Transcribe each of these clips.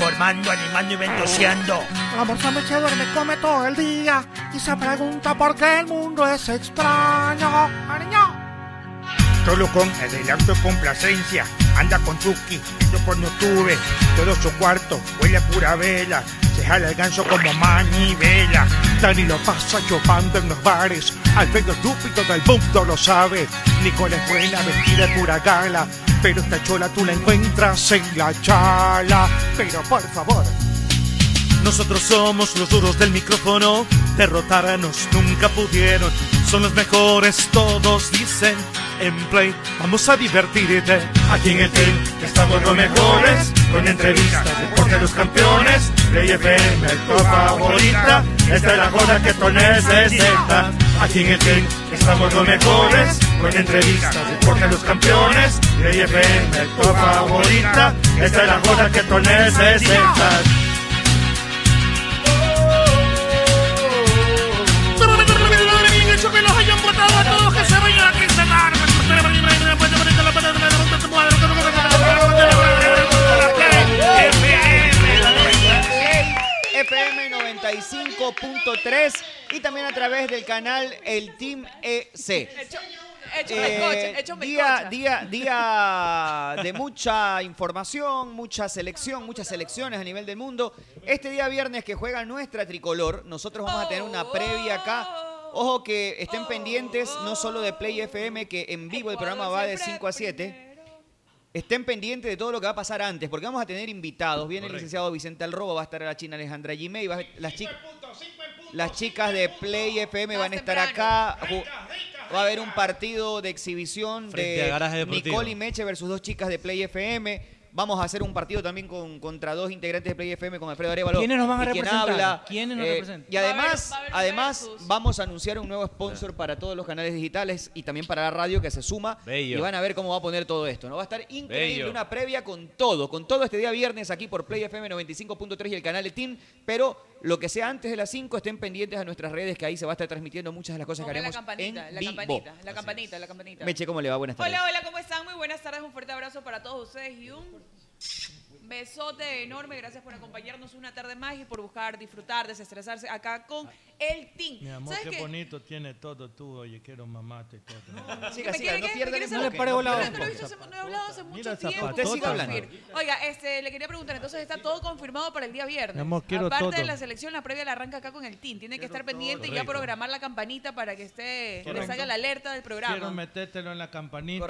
calmando, animando y ventoseando. La morsa me se duerme, come todo el día y se pregunta por qué el mundo es extraño. Ariño. Solo con adelanto y complacencia, anda con Chucky, yo por no tuve, todo su cuarto huele a pura vela, se jala el ganso como manivela. Dani lo pasa chupando en los bares, al pedo estúpido del mundo lo sabe. Nicole es buena, vestida de pura gala, pero esta chola tú la encuentras en la chala. Pero por favor, Nosotros somos los duros del micrófono, derrotarnos nunca pudieron. Son los mejores, todos dicen. En play, vamos a divertirte. Aquí en el team estamos los mejores, con entrevistas, deporte de los campeones. Play FM, tu favorita, esta es la joda que tú necesitas. Aquí en el team estamos los mejores, con entrevistas, deporte de los campeones. Play FM, tu favorita, esta es la joda que tú necesitas. que los hayan votado a todos que se vayan a quincenar. FM 95.3 y también a través del canal El Team E EC. Hecho, hecho Eh, melcocha, hecho día, melcocha. día, día de mucha información, mucha selección, muchas selecciones a nivel del mundo. Este día viernes que juega nuestra tricolor, nosotros vamos a tener Oh, una previa acá. Ojo que estén pendientes no solo de oh. Play FM, que en vivo el programa va de 5 a 7. Estén pendientes de todo lo que va a pasar antes, porque vamos a tener invitados. Viene el licenciado Vicente Alroba, va a estar la china Alejandra Gimei, va a- las, chi- las chicas de Play FM van a estar acá. Ju- Va a haber un partido de exhibición Frente a Garaje de Deportivo. Nicole y Meche versus dos chicas de Play FM. Vamos a hacer un partido también con, contra dos integrantes de Play FM, con Alfredo Arevalo. ¿Quiénes nos van a y quien representar? habla. ¿Quiénes nos Eh, representan? Y Va a haber- además, va a haber un además vamos a anunciar un nuevo sponsor para todos los canales digitales y también para la radio que se suma. Bello. Y van a ver cómo va a poner todo esto. ¿no? Va a estar increíble, Bello. una previa con todo, con todo este día viernes aquí por Play FM 95.3 y el canal de TIN. Pero lo que sea antes de las 5, estén pendientes a nuestras redes que ahí se va a estar transmitiendo muchas de las cosas que Ponme la haremos campanita, en la vivo. campanita, la campanita, la campanita. Meche, ¿cómo le va? Buenas tardes. Hola, hola, ¿cómo están? Muy buenas tardes, un fuerte abrazo para todos ustedes y un besote enorme. Gracias por acompañarnos una tarde más y por buscar disfrutar, desestresarse acá con el team. Mi amor, ¿Sabes qué qué? bonito tiene todo tú, oye, quiero mamarte todo. Que me quiere- que- me quiere no saber- le pare bola a Yo Don no lo he visto Pocho. hace- no he hablado hace mucho Mira, tiempo. zapatota. Usted siga con hablando. Fir. Oiga, este, le quería preguntar, entonces está todo confirmado para el día viernes. Mi amor, quiero Aparte de todo. la selección, la previa la arranca acá con el team. Tiene que estar pendiente y ya Correcto. programar la campanita para que esté, le Correcto. salga la alerta del Quiero programa. metértelo en la campanita.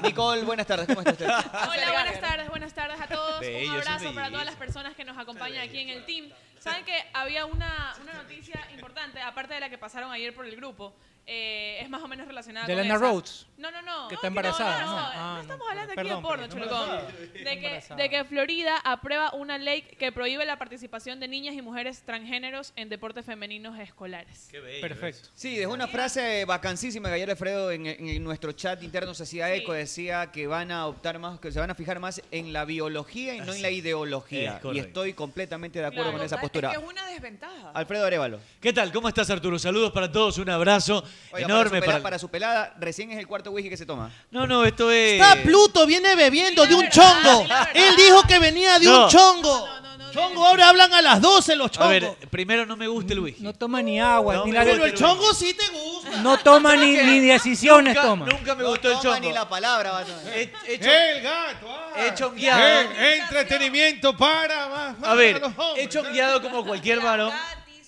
Nicole, buenas tardes, ¿cómo está usted? Hola, buenas tardes, buenas tardes a todos. Bello, eso Un es abrazo para todas belleza. las personas que nos acompañan aquí en el team. Saben que había una, una noticia importante, aparte de la que pasaron ayer por el grupo. eh, es más o menos relacionada ¿De con Lana esa. Rhodes? No, no, no. Que No, está embarazada, No, no, ¿no? no. Ah, No estamos hablando aquí Perdón, de porno, perdón. chulecón. Está De que, embarazada. de que Florida aprueba una ley que prohíbe la participación de niñas y mujeres transgéneros en deportes femeninos escolares. Perfecto. Sí, dejó una frase vacancísima que ayer Alfredo en, en nuestro chat interno se hacía eco, decía que van a optar más, que se van a fijar más en la biología y no en la Es ideología. y correcto. estoy completamente de acuerdo Claro, con esa es postura. que es una desventaja. Alfredo Arevalo. ¿Qué tal? ¿Cómo estás, Arturo? Saludos para todos, un abrazo Oiga, para su, enorme pelada, para... para su pelada, recién es el cuarto whisky que se toma. No, no, esto es... eh, Ah, Ah, Está Pluto, viene bebiendo de un chongo. Él dijo que venía de No. un chongo. Chongo, ahora hablan a las 12 los A chongos. ver, primero no me gusta el whisky. no toma ni agua, No ni me la- gusta Pero el whisky. chongo sí te gusta. No toma ni- ni decisiones Nunca- toma. nunca me gustó el chongo. ni la palabra, va a El gato! ah. He chongueado. entretenimiento para más. A ver, he chongueado como cualquier varón,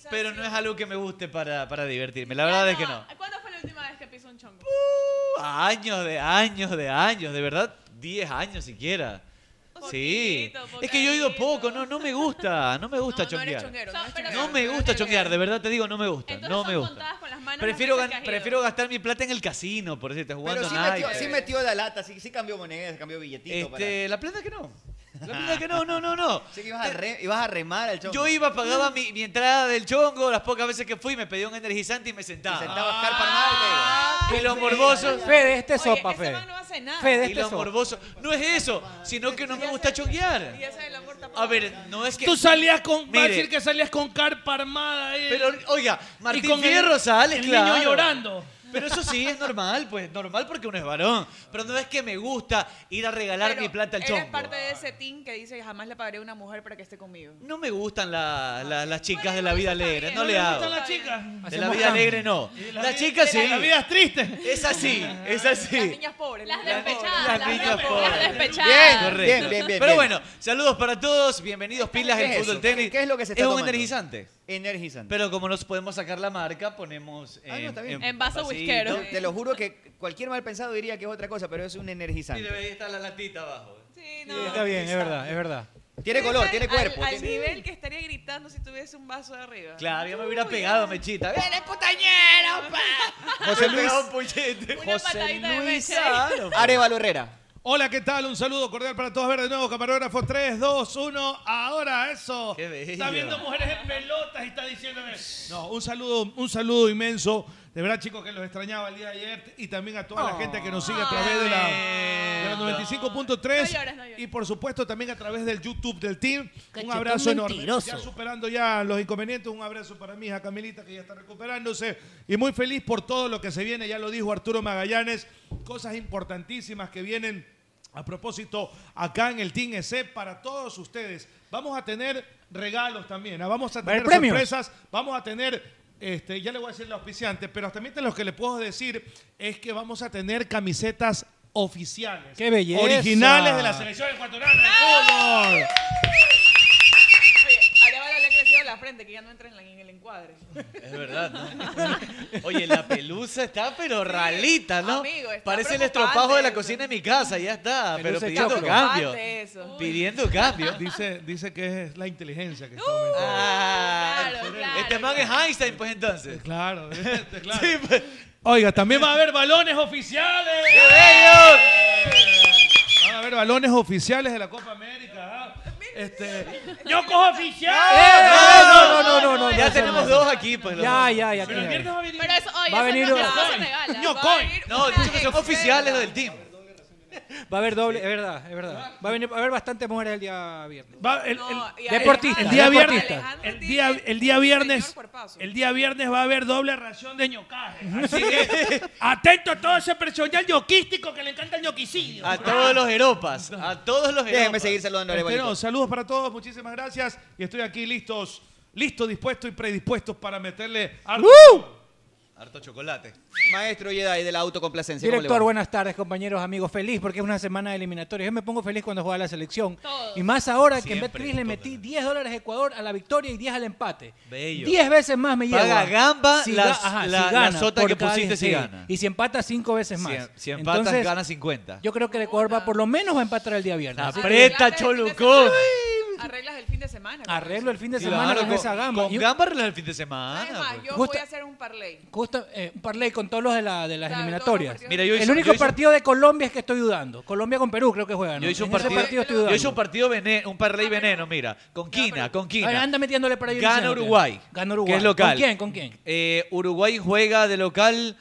pero no es algo que me guste para, para divertirme. La verdad es que no. ¿Cuándo fue la última vez que pisó un chongo? Años de años de años, de verdad, 10 años siquiera. Sí. Es que yo he ido poco, no, no me gusta, no me gusta chonguear. No me gusta chonguear, de verdad te digo, no me gusta, no me gusta. Contadas con las manos. Prefiero, las veces gan- que has ido. prefiero gastar mi plata en el casino, por decirte, jugando Pero sí naipes. metió, sí metió la lata, sí, sí cambió monedas, cambió billetito. Este, La plata que no. La plata que no, no, no, no. Sí que ibas a, re- ibas a remar al chongo. Yo iba, pagaba mi, mi entrada del chongo, las pocas veces que fui, me pedía un energizante y me sentaba. Ah, sentaba y los morbosos. Fede, este sopa, Fede. este No hace nada. y los morbosos. No es eso, sino que no me gusta chonguear. Y ese es el amor tampoco. A ver, no es que. Tú salías con. va a Mire, decir que salías con carpa armada. eh. Pero, oiga, Martín con el- Fierro sale, el niño claro. llorando. Pero eso sí, es normal, pues normal porque uno es varón. Pero no es que me gusta ir a regalar mi plata al Eres chongo. parte de ese team que dice jamás le pagaré a una mujer para que esté conmigo. No me gustan la- la- las chicas de la vida alegre, no ¿No le le hago. gustan las chicas? De la Hacemos vida cambio. alegre no. Y de la Las vida- chicas de sí. la- la vida es triste. Es así, es Las así. niñas pobres. Las despechadas. Las niñas pobres. Las despechadas. Correcto. bien, bien, bien, Pero bien. bueno, saludos para todos, bienvenidos pilas ¿Qué del es fútbol eso? tenis. ¿Qué es lo que se está Es un tomando? energizante. Energizante. Pero como nos podemos sacar la marca, ponemos Ah, no, está bien. vasito. Te- Te lo juro que cualquier mal pensado diría que es otra cosa, pero es un Y energizante. debería estar la latita abajo. Sí, Está bien, es verdad, es verdad. Tiene color, tiene Al- cuerpo. Al, tiene- nivel que estaría gritando si tuviese un vaso de arriba. Claro, ya me hubiera pegado, mechita. ¡Eres putañero, pa! José Me Luis. pegaba José patadita de Luis Meche. Aro. Arevalo Herrera. Hola, ¿qué tal? Un saludo cordial para todos. A ver de nuevo, camarógrafo 3, 2, 1. Ahora, eso. Está viendo mujeres en pelotas y está diciéndome. No, un saludo, un saludo inmenso. De verdad, chicos, que los extrañaba el día de ayer. Y también a toda la gente que nos sigue a través de la, de la 95.3. Y por supuesto, también a través del YouTube del team. Un Cachetón abrazo enorme. mentiroso. Ya superando ya los inconvenientes. Un abrazo para mi hija Camilita, que ya está recuperándose. Y muy feliz por todo lo que se viene. Ya lo dijo Arturo Magallanes. Cosas importantísimas que vienen. A propósito, acá en el Team EC para todos ustedes. Vamos a tener regalos también. ¿ah? Vamos a haber tener premios. sorpresas. Vamos a tener, este, ya le voy a decir la auspiciante, pero también lo que le puedo decir es que vamos a tener camisetas oficiales. ¡Qué belleza! Originales de la selección ecuatoriana de fútbol. Oye, Arevalo le ha crecido la frente, que ya no entra en, la- en el encuadre. Es verdad, ¿no? Oye, la pelusa está pero ralita, ¿no? amigo, está Parece el preocupante estropajo de la cocina de mi casa, ya está, pero Pelusa de pidiendo choclo. cambio. Preocupante eso. Pidiendo cambio. Dice, dice que es la inteligencia que está Ah, Claro, claro. Este man es Einstein, pues entonces. pues, Claro, claro. Oiga, también va a haber balones oficiales. Van a haber balones oficiales de la Copa América. ¿ah? Este, ¡Yo cojo Eh, oficial! No, no, no, no, no, ya eso tenemos no. dos aquí, pues. los Ya, dos. ya, ya. tiene. Pero eso, oye, Va a venir eso no, un- no se regala. Ño Va a coin. venir No, una dicho que son extra. oficiales los del team. Va a haber doble, es verdad, es verdad. Va a, venir, va a haber bastantes mujeres el día viernes. Va, el, No, y el- Deportista. El día viernes. ah, Deportista. El día, el día viernes. El día viernes va a haber doble ración de ñocaje. Así que atento a todo ese personal ñoquístico que le encanta el ñoquicidio. A todos los Europas. A todos los Europas. Déjenme seguir saludando a Este, no, Arevalito. saludos para todos, muchísimas gracias. Y estoy aquí listos, listos, dispuestos y predispuestos para meterle harto. Harto chocolate. Maestro Jedi de la autocomplacencia. ¿cómo le Director, va? buenas tardes, compañeros, amigos. Feliz porque es una semana de eliminatorias. Yo me pongo feliz cuando juega la selección. Todos. Y más ahora que en Siempre, Betcris le metí 10 dólares a Ecuador a la victoria y 10 al empate. Bello. 10 veces más me lleva. Paga gamba Si las- ga- la- la sota por que cada pusiste, 10, si gana. Y si empata 5 veces Si, em- más. si empatas, Entonces, ganas 50. Yo creo que el Ecuador va por lo menos va a empatar el día viernes. Así que Aprieta, Cholucón. Arreglas el fin de semana. con Arreglo el fin de Claro, semana con, con, esa gamba. Con Y un- gamba arreglas el fin de eso. semana. Es más, pues. Ah, yo Justo- voy a hacer un parlay. Justo, eh, un parlay con todos los de, la, de las Claro, eliminatorias. todos los partidos. Mira, yo hice, el único yo hice- partido de Colombia es que estoy dudando. Colombia con Perú creo que juegan. ¿no? Yo hice un En ese partido, estoy dudando. yo hice un partido vene- un parlay veneno, mira, con Quina, con A ver, Quina. anda metiéndole para ahí Gana Vicente. Uruguay, Gana Uruguay. que es local. ¿Con quién? ¿Con quién? Eh, Uruguay juega de local,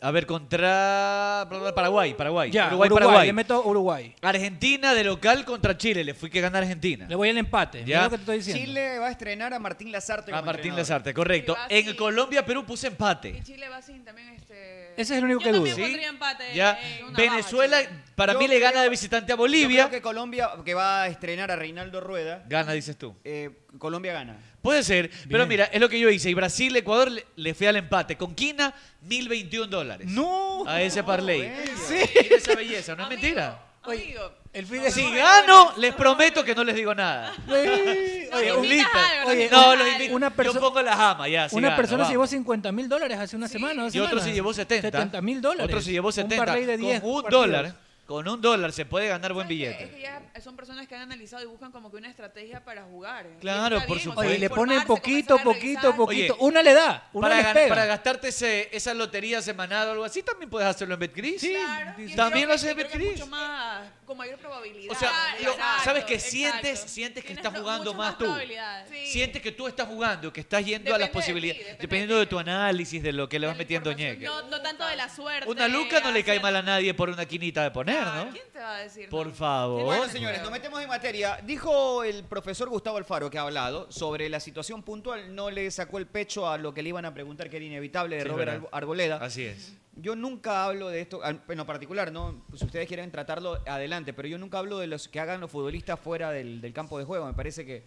a ver, contra bla, bla, Paraguay, Paraguay, Ya, Uruguay, Uruguay, Paraguay. Le meto Uruguay. Argentina de local contra Chile, le fui que gana Argentina. Le voy al empate. Ya. Mira lo que te estoy diciendo. Chile va a estrenar a Martín Lazarte. A como Martín entrenador. Lazarte, correcto. Sí, va En así. Colombia, Perú puse Y empate. Chile va sin también este... Ese es el único Yo que dudo. también pondría empate. Ya. en una Venezuela, baja, para Yo mí le gana creo- de visitante a Yo Bolivia. creo que Colombia, que va a estrenar a Reinaldo Rueda, Gana, dices tú. eh, Colombia gana. Puede ser, pero mira, es lo que yo hice. Y Brasil, Ecuador, le, le fui al empate. Con Quina, 1.021 dólares. No. A ese parlay. bello. Sí. Mira esa belleza, no es mentira. Amigo, El fin de Que si gano, les prometo que no les digo nada. Oye, invitas un- Invita a algo, oye, no, un- los invito. una yo perso- pongo las amas, ya. si una gano, persona se llevó vamos. 50 mil dólares hace una semana. dos Y otro semanas. se llevó 70. 70 mil dólares. Otro se llevó 70. Un parlay de 10 con un partidos. dólar. Con un dólar se puede ganar buen ¿sabes qué? Es billete. que ya son personas que han analizado y buscan como que una estrategia para jugar. ¿eh? Y Claro, está por bien, o sea, Oye, Oye, le ponen informarse, poquito, comenzar a poquito, revisar. poquito. Oye, una le da, una Para, le gan- pega. para gastarte ese- esa lotería semanal o algo así, también puedes hacerlo en Betcris. Sí. Claro, y También creo lo que- hace creo que es Betcris. mucho más, con mayor probabilidad. O sea, de lo- ganar. sabes que exacto. sientes, sientes que Tienes estás pro- jugando muchas más tú. probabilidades. Sí. Sientes que tú estás jugando, que estás yendo a Depende las de ti, posibilidades, depende de dependiendo ti. de tu análisis, de lo que le De vas la metiendo información. ñeque. No, no tanto de la suerte. Una luca no le cae hacer- mal a nadie por una quinita de poner, ¿no? ¿Quién eh, te va a decir? Por no? favor. Bueno, señores, nos metemos en materia. Dijo el profesor Gustavo Alfaro que ha hablado sobre la situación puntual. No le sacó el pecho a lo que le iban a preguntar que era inevitable de Sí, es Robert verdad. Arbo- Arboleda. Así es. Yo nunca hablo de esto, al- en lo particular, ¿no? Pues, Si ustedes quieren tratarlo, adelante. Pero yo nunca hablo de los que hagan los futbolistas fuera del, del campo de juego. Me parece que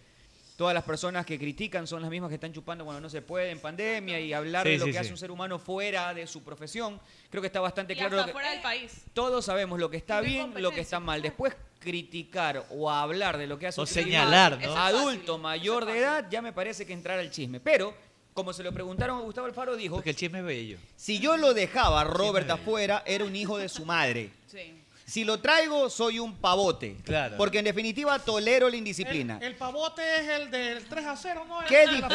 todas las personas que critican son las mismas que están chupando cuando no se puede en pandemia y hablar Sí, de lo sí, que sí. hace un ser humano fuera de su profesión. Creo que está bastante Y claro hasta lo que- fuera del país. todos sabemos lo que está No hay bien, lo que está mal. Después criticar o hablar de lo que hace O un ser señalar, humano ¿no? adulto mayor de edad, ya me parece que entrar al chisme. Pero, como se lo preguntaron a Gustavo Alfaro, dijo... Porque el chisme es bello. Si yo lo dejaba a Robert afuera, era un hijo de su madre. Sí. Si lo traigo, soy un pavote. Claro. Porque en definitiva tolero la indisciplina. El, el pavote es el del 3 a 0, ¿no? ¡Qué El de la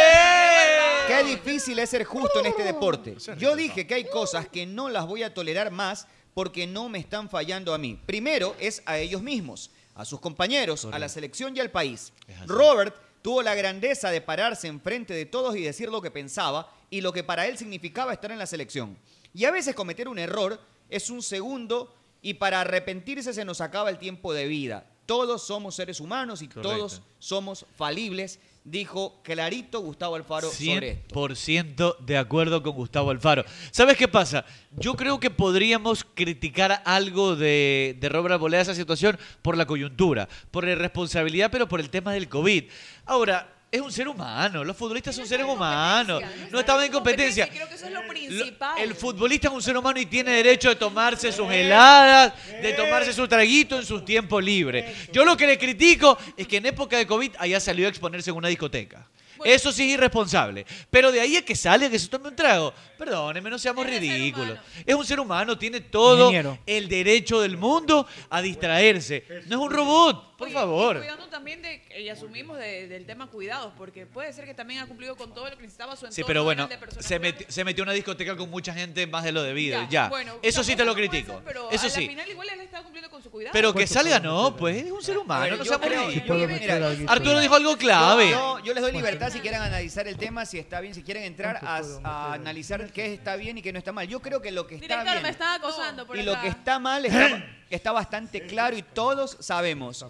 difícil! ¡Qué difícil es ser justo en este deporte! Yo dije que hay cosas que no las voy a tolerar más porque no me están fallando a mí. Primero es a ellos mismos, a sus compañeros, a la selección y al país. Robert tuvo la grandeza de pararse enfrente de todos y decir lo que pensaba y lo que para él significaba estar en la selección. Y a veces cometer un error es un segundo y para arrepentirse se nos acaba el tiempo de vida. Todos somos seres humanos y Correcto. todos somos falibles, dijo clarito Gustavo Alfaro sobre esto. 100% de acuerdo con Gustavo Alfaro. ¿Sabes qué pasa? Yo creo que podríamos criticar algo de, de Robert Arboleda esa situación por la coyuntura, por la irresponsabilidad, pero por el tema del COVID. Ahora, es un ser humano, los futbolistas son seres humanos, no estaban en competencia. Creo que eso es lo Lo- principal. el futbolista es un ser humano y tiene derecho de tomarse sus heladas, de tomarse su traguito en sus tiempos libres. Yo lo que le critico es que en época de COVID haya salido a exponerse en una discoteca. Eso sí es irresponsable. Pero de ahí es que sale que se tome un trago. Perdónenme, no seamos ridículos. Es un ser humano, tiene todo Ingeniero. el derecho del mundo a distraerse. No es un robot, por Oye, y favor. Cuidando también de, y asumimos de- del tema cuidados, porque puede ser que también ha cumplido con todo lo que necesitaba su entorno. Sí, pero bueno, de personas se metió, se metió en una discoteca con mucha gente más de lo debido. Ya, Ya. bueno, Eso sí te lo tampoco puede critico. ser, pero Eso a la sí. final igual él estaba cumpliendo con su cuidado. Pero que salga no, pues es un ser humano, yo no seamos creo- ridículos. yo- mira, Arturo dijo algo clave. Yo, yo les doy libertad si quieren analizar el tema, si está bien, si quieren entrar a, a analizar qué está bien y qué no está mal. Yo creo que lo que está Director, me bien están acosando por y lo acá. que está mal está, está bastante claro y todos sabemos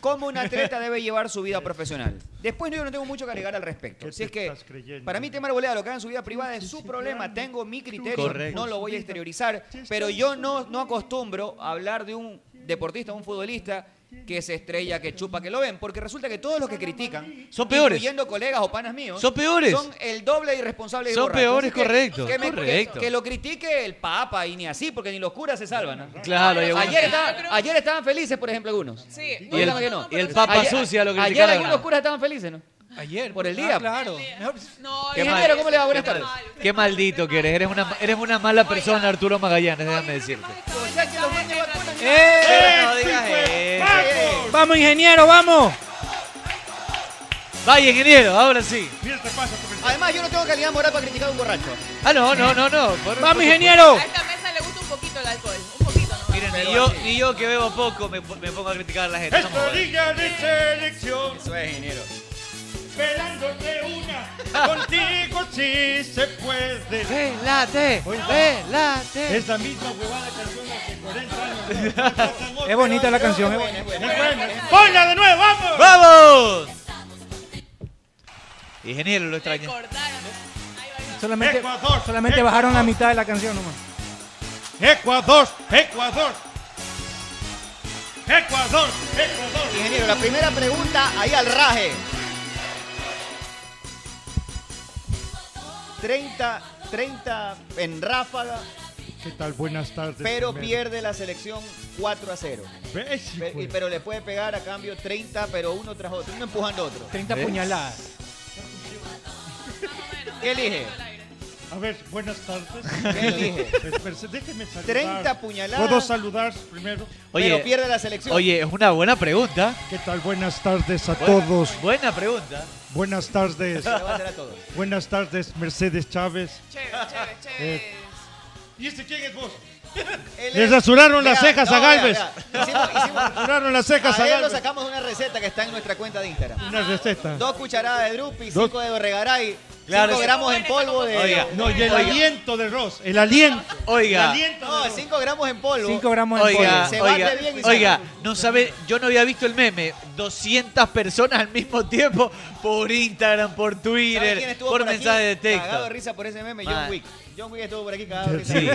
cómo un atleta debe llevar su vida profesional. Después yo no tengo mucho que agregar al respecto. Si es que para mí tema arboleda, lo que hagan en su vida privada es su problema. Tengo mi criterio, Correcto. no lo voy a exteriorizar, pero yo no, no acostumbro a hablar de un deportista, un futbolista que se estrella, que chupa, que lo ven, porque resulta que todos los que critican, Son peores. incluyendo colegas o panas míos, Son peores. son el doble de irresponsables y Son borrachos. peores, Así que- correcto, Que, me- que- correcto. que lo critique el Papa y ni así, porque ni los curas se salvan. ¿no? Claro, y algunos- Ayer, estaba- ayer estaban felices, por ejemplo, algunos. Sí, Y el, Dígame que no. y el Papa Ayer- Sucia lo Ayer criticaron. algunos curas estaban felices, ¿no? Ayer. Por el ah, día. claro. Mejor- No, yo- Qué mal. Ingeniero, ¿cómo le va? Buenas Qué tardes. mal- Qué maldito que eres. Eres una, eres una mala persona, Arturo Magallanes, déjame decirte. O sea, que los mandes vacunas, mira. ¡Eh! No digas eso. ¡Vamos, ingeniero, vamos! Vaya, ingeniero, ahora sí. Mira este paso, profesor. Además, yo no tengo calidad moral para criticar a un borracho. Ah, no, no, no, no. Por- por- ¡Vamos, ingeniero! A esta mesa le gusta un poquito el alcohol. Un poquito, ¿no? Miren, ni yo, ni yo que bebo poco me, me pongo a criticar a la gente. No me Esta jodas. liga de selección, Eso es, ingeniero. velándote una, contigo sí se puede. Velate, Oiga. velate. Es la misma huevada canción hace 40 años. Es bonita la canción, es bonita. Bueno, Es bueno. buena. ¡Ponla de nuevo, vamos! ¡Vamos! Ingeniero, lo extraño. Cortaron. Solamente, Ecuador, solamente Ecuador. bajaron la mitad de la canción nomás. Ecuador, Ecuador. Ecuador, Ecuador. Ingeniero, la primera pregunta Ah, ahí al raje. 30, 30 en ráfaga, ¿Qué tal? Buenas tardes. pero primero. pierde la selección 4 a 0. ¿Ves, hijo Pe- y- de- Pero le puede pegar a cambio 30, pero uno tras otro, uno empujando a otro. 30 puñaladas. ¿Qué elige? A ver, buenas tardes. ¿Qué elige? Espérese, Déjeme saludar. 30 puñaladas. ¿Puedo saludar primero? Pero Oye, pierde la selección. oye, es una buena pregunta. ¿Qué tal? Buenas tardes a Buena- todos. Buena pregunta. Buenas tardes. Se la va a hacer a todos. Buenas tardes, Mercedes Chávez. Eh, Chévere, chévere, chévere. ¿Y este quién es vos? Él Le es- rasuraron las Vea, cejas no, a vea, Galvez. vea. Hicimos- hicimos- Rasuraron las cejas a A él lo Galvez. sacamos de una receta que está en nuestra cuenta de Instagram. Una receta. Dos cucharadas de drupi, Dos- cinco de Dorregaray, Claro, cinco gramos en polvo de. Oiga, no, y el Oiga. aliento de Ross, el aliento. Oiga. El aliento de Ross. No, 5 gramos en polvo. Cinco Oiga, oiga, Se oiga, bate bien y se- oiga, no sabe, yo no había visto el meme. 200 personas al mismo tiempo por Instagram, por ¿Sabe quién Twitter, estuvo por, aquí mensaje de texto. Cagado de risa por ese meme, John Mal. Wick. John Wick estuvo por aquí cagado de risa. Sí,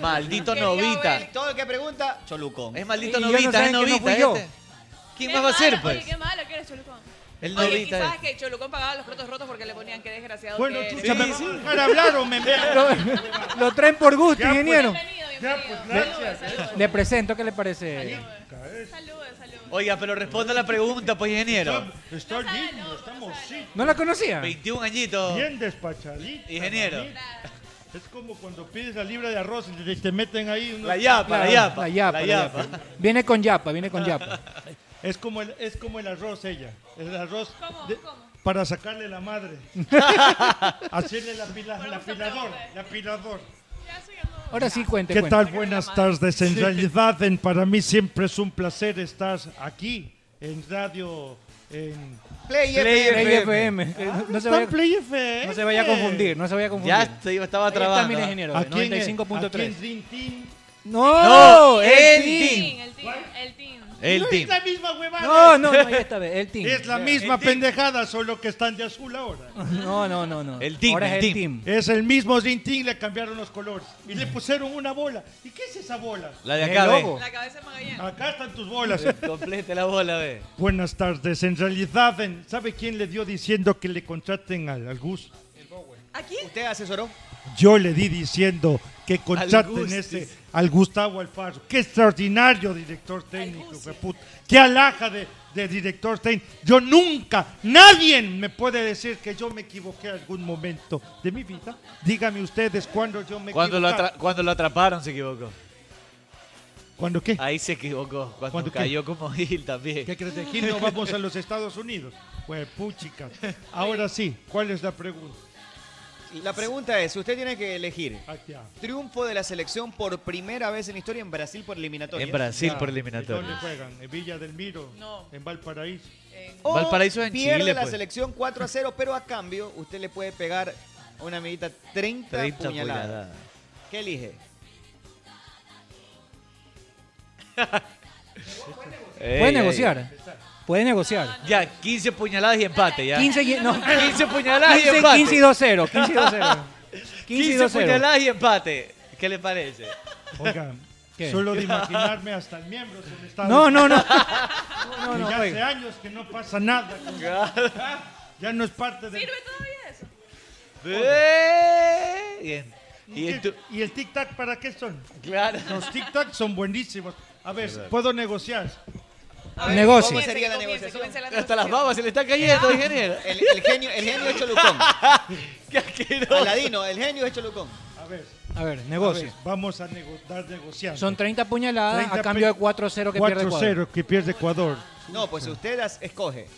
maldito novita. Todo el que pregunta, Cholucón. Es maldito Y ellos no novita, saben es que no novita. fui yo. este. ¿Quién más va a ser, pues? Oye, qué malo que eres, Cholucón. El Oye, novita y sabes es. que Cholucón pagaba los platos rotos porque le ponían que desgraciado Bueno, Eh, que chucha, eres. me van a dejar hablar o me Lo, lo traen por gusto, Ya, pues. ingeniero. Ya, pues, gracias. Le presento, ¿qué le parece? Oiga, pero responda la pregunta, pues, ingeniero. Está lindo, está mocito. ¿No la conocía? 21 añitos. Bien despachadito. Ingeniero. Es como cuando pides la libra de arroz y te- te meten ahí. unos- La yapa, la yapa. La yapa, la la yapa. yapa. Viene con yapa, viene con yapa. Es como el, es como el arroz ella. El arroz de- para sacarle la madre. Hacerle la pila, la apilador, la apilador. Ahora sí, cuente. ¿Qué cuente. tal? Buenas tardes. En realidad, en- para mí siempre es un placer estar aquí en radio. En Ah, Play, Play FM. Eh, No, no se Está vaya, en Play FM. no se vaya a confundir, no se vaya a confundir. Ya estoy- estaba Ahí está trabando, mi ¿eh? ingeniero, ¿A quién es? 95.3. ¿A quién Dream No, No, el, el team. El team, el team. El No team. es la misma huevada. No, no, no, ya está bien, el team. Es la Ya. misma pendejada, solo que están de azul ahora. No, no, no, no. El team, Ahora el es el team. Es el mismo Dream Team, le cambiaron los colores. Y le pusieron una bola. ¿Y qué es esa bola? La de El acá, ve. logo. La cabeza de Magallanes. Acá están tus bolas. Complete la bola, ve. Buenas tardes. En realidad, en- ¿sabe quién le dio diciendo que le contraten al, al Gus? ¿Aquí? ¿Usted asesoró? Yo le di diciendo que contraten Gus, este, dice. al Gustavo Alfaro. Qué extraordinario director técnico, hueputa. Qué alhaja de, de director técnico. Yo nunca, nadie me puede decir que yo me equivoqué algún momento de mi vida. Dígame ustedes cuándo yo me Cuando lo, equivoqué. atra- cuando lo atraparon se equivocó. ¿Cuándo qué? Ahí se equivocó. Cuando, ¿Cuándo qué? cayó como Gil también. ¿Qué crees de Gil? No vamos a los Estados Unidos. Huepuchica. Ahora sí, ¿cuál es la pregunta? La pregunta es, usted tiene que elegir Aquí, ah. triunfo de la selección por primera vez en la historia en Brasil por eliminatoria. En Brasil por ¿En eliminatoria. dónde juegan? ¿En Villa del Miro? No. ¿En Valparaíso? O Valparaíso en pierde Chile, la pues. selección 4 a 0, pero a cambio usted le puede pegar a una amiguita 30, 30 puñaladas. puñaladas. ¿Qué elige? Ey, Puede ey. negociar. Puede negociar. Ya, 15 puñaladas y empate, ya. 15, y- no, 15 puñaladas y 15, empate. 15 y 2-0. 15 y 2-0. 15 y 15 2-0. puñaladas y empate. ¿Qué le parece? Oigan, ¿Qué? solo de imaginarme hasta el miembro se me está... No, no, no. no, Que ya hace oiga. años que no pasa nada. con- Ah, Ya no es parte de... ¿Sirve todavía eso? Eh, Bien. Y en tu- ¿Y el tic-tac para qué son? Claro. Los tic-tac son buenísimos. A ver, puedo negociar. A ver, Negocio. ¿Cómo sería la comience, negociación? comience la Hasta las negociación. babas se le está cayendo, ingeniero. El, el genio, el genio es Cholucón. Qué asqueroso. Aladino, el genio es Cholucón. A ver, A ver, a ver, negocio. vamos a negociar negociando. Son 30 puñaladas 30 Ah, a cambio de pe- 4-0 que pierde Ecuador. 4-0 que pierde Ecuador. No, pues usted las escoge.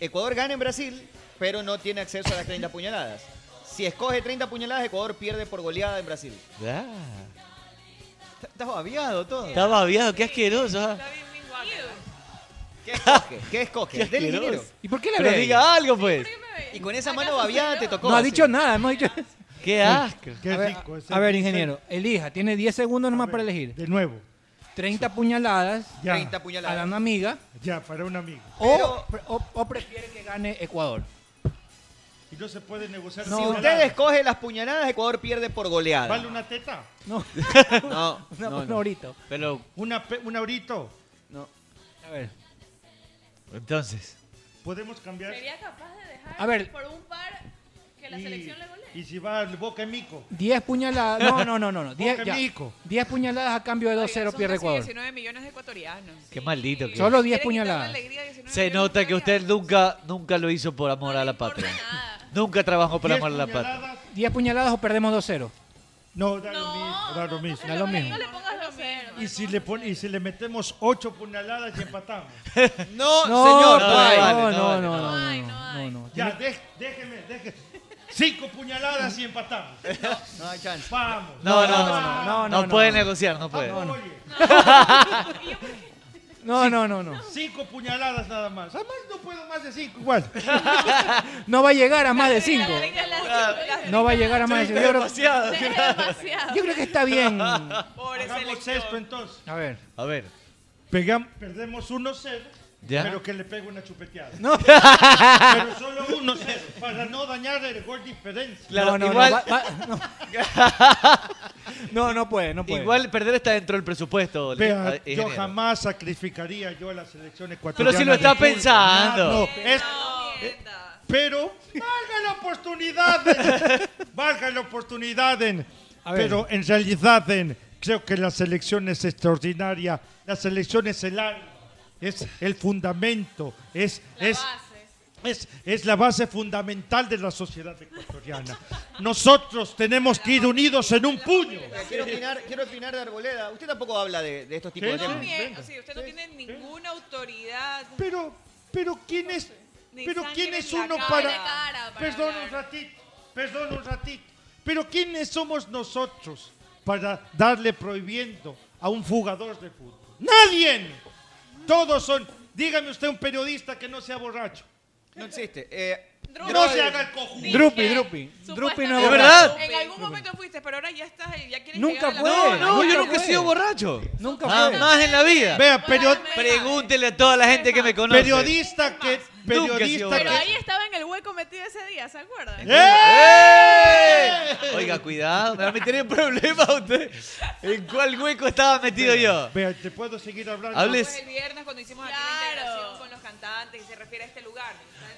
Ecuador gana en Brasil, pero no tiene acceso a las 30 puñaladas. Si escoge 30 puñaladas, Ecuador pierde por goleada en Brasil. Ah, Está- Está babiado todo. Está babiado, qué asqueroso. ah. Está bien, bien guaca. ¿Qué escoge? ¿Qué escoge? Qué Del asqueroso. dinero. "Ah, ¿Y por qué le Pero habría dicho? diga algo, pues. Y con esa mano babiada te tocó. No ha así. dicho nada, hemos dicho. Qué asco. Qué A ver, rico ese a ver, tic-tac. ingeniero, elija, tiene 10 segundos nomás para elegir. De nuevo, 30 puñaladas ya, 30 a la puñaladas. una amiga ya, para un amigo. o, o, o prefiere que gane Ecuador. Y no se puede negociar. No. Si nada. usted escoge las puñaladas, Ecuador pierde por goleada. ¿Vale una teta? No, No, no, no, no, no. ahorita. Pero, ¿Una, pe- un aurito? no. A ver, entonces. ¿Podemos cambiar? Sería capaz de dejar A ver. por un par que la selección le golee. y si va al Boca en Mico. 10 puñaladas. No, no, no, no. no 10, Boca ya. mico. 10 puñaladas a cambio de Oigan, 2-0 son pierde casi Ecuador. 19 millones de ecuatorianos. Qué maldito que Solo es. ¿Quieren 10 quitarle puñaladas. la alegría a 19 Se millones de nota que usted ecuatorianos? nunca, nunca lo hizo por amor a la patria. Nunca trabajó por Diez amor a la patria. puñaladas. 10 puñaladas o perdemos 2-0. No, da lo No, mismo, da lo mismo. Da lo mismo. No le pongas lo mismo. Y si le pon- y si le metemos ocho puñaladas y empatamos. No, No, señor, no, no hay. vale, no, no no, no, vale, no no, hay, no no, hay. no, no. Ya, dej- déjeme, déjeme. Cinco puñaladas y empatamos. No hay chance. Vamos. Ah, No, no, no, no, no. no, No no, puede no. negociar, no puede. Oye, No, no, no, no. Cinco puñaladas nada más. Además, no puedo más de cinco. Igual. No va a llegar a más de Las cinco. reglas, las- las- las- No va a llegar a más de cinco. Yo creo- Demasiado. Es demasiado. Yo creo que está bien. A Hagamos esto entonces. ver. A ver. Pegam- perdemos 1-0, Ya. pero que le pegue una chupeteada. No. pero solo 1-0, para no dañar el gol diferencia. Claro, no, no, igual- no, va- va- no. no, no puede, no puede. Igual perder está dentro del presupuesto. Vea, eh, yo ingeniero. jamás sacrificaría yo a la selección ecuatoriana. Pero si lo está de fútbol. pensando. Ah, no, es- eh, pero valga la oportunidad, en- valga la oportunidad. en- A ver. pero en realidad en- creo que la selección es extraordinaria. La selección es el alma, es el fundamento, es es es, es la base fundamental de la sociedad ecuatoriana. Nosotros tenemos que ir unidos en un puño. Eh, Quiero opinar, quiero opinar de Arboleda. Usted tampoco habla de, de estos tipos Sí, de sí. temas. Bien, o sea, usted no tiene ninguna autoridad. Pero, pero quién es, Ni pero sangre en quién es la uno cara. para, Tiene cara para perdón hablar. un ratito, perdón un ratito, pero quiénes somos nosotros para darle prohibiendo a un jugador de fútbol. Nadie. Todos son. Dígame usted un periodista que no sea borracho. No existe. Eh, Drupi. No se haga el cojudo. Drupi, Dije, Drupi. Drupi no supuestamente, es verdad. En algún momento fuiste, pero ahora ya estás, ya quieres llegar Nunca a la fue. No, meta. no, Nunca yo nunca he fue. sido borracho. Nunca fue. Jamás en la vida. Vea, perio- Pregúntele a toda la gente que me conoce. periodista que Nunca he sido periodista Pero que ahí estaba en el hueco metido ese día, ¿se acuerdan? ¡Eh! Oiga, cuidado, me va a meter en problemas usted. ¿En cuál hueco estaba metido yo? Vea, te puedo seguir hablando. Hable- Pues el viernes cuando hicimos aquí la Claro. integración con los cantantes y se refiere a este lugar.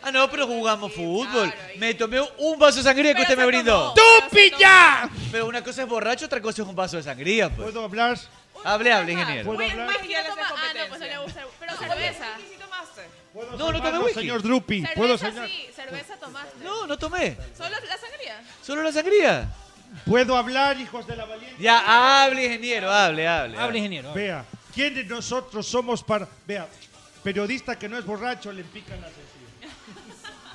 Ah, no, pero jugamos fútbol. Claro, ahí- Me tomé un vaso de sangría Pero que usted me se brindó. tomó. ¡Tupi ya! Pero una cosa es borracho, otra cosa es un vaso de sangría, pues. Puedo hablar. Hable, hable, Uy, ingeniero. uy, hablar? whisky no Ya le toma- Ah, hace no, pues no competencia. le gusta. Pero cerveza. cerveza. ¿Qué tomaste? ¿Puedo No, no tomé salvarlo, whisky. señor Drupi. Puedo Cerveza señalar. sí, cerveza tomaste. No, no tomé. Solo la sangría. Solo la sangría. Puedo hablar, hijos de la valiente. Ya, hable, ingeniero, hable, hable. Hable, ingeniero. hable. Vea, ¿quién de nosotros somos para.? Vea, periodista que no es borracho le pican la cecina.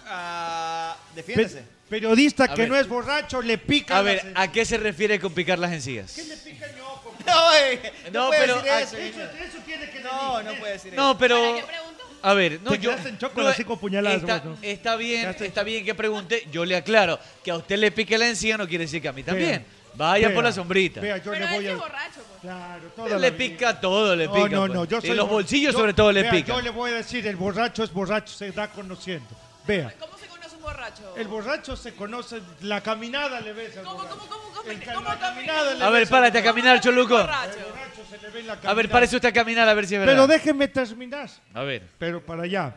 ah, Pe- defiéndase. periodista A que ver. no es borracho le pican A la ver, cecina. ¿a qué se refiere con picar las encías? le pican el ojo? No, eh, no, No, puede pero decir aquí- eso. Eso, niño. eso tiene que No, no definir. puede decir eso. No, pero. ¿Para qué pregunto? A ver, no, Te yo. quedaste en shock con las cinco puñaladas, Está, vos, ¿no? está bien, Quedaste- está bien que pregunte. Yo le aclaro que a usted le pique la encía, no quiere decir que a mí también. Vaya Vea, por la sombrita. Vea, yo Pero le él voy sí a. es borracho. pues. Claro, toda le la pica todo, le No, pica. no, pues. no, yo Y soy los bor- bolsillos, yo- sobre todo, le vea, pica. Yo le voy a decir, el borracho es borracho, se da conociendo. Vea, ¿Cómo se conoce un borracho? el borracho se conoce, la caminada le ves al ¿Cómo, borracho. cómo, cómo, cómo? El ca- ¿Cómo la cami- caminada le A ver, ves al párate a borracho. caminar, Choluco. Al Borracho. borracho se le ve en la A ver, caminada. parece usted a caminar a ver si es verdad. Pero déjenme terminar. A ver. Pero para allá.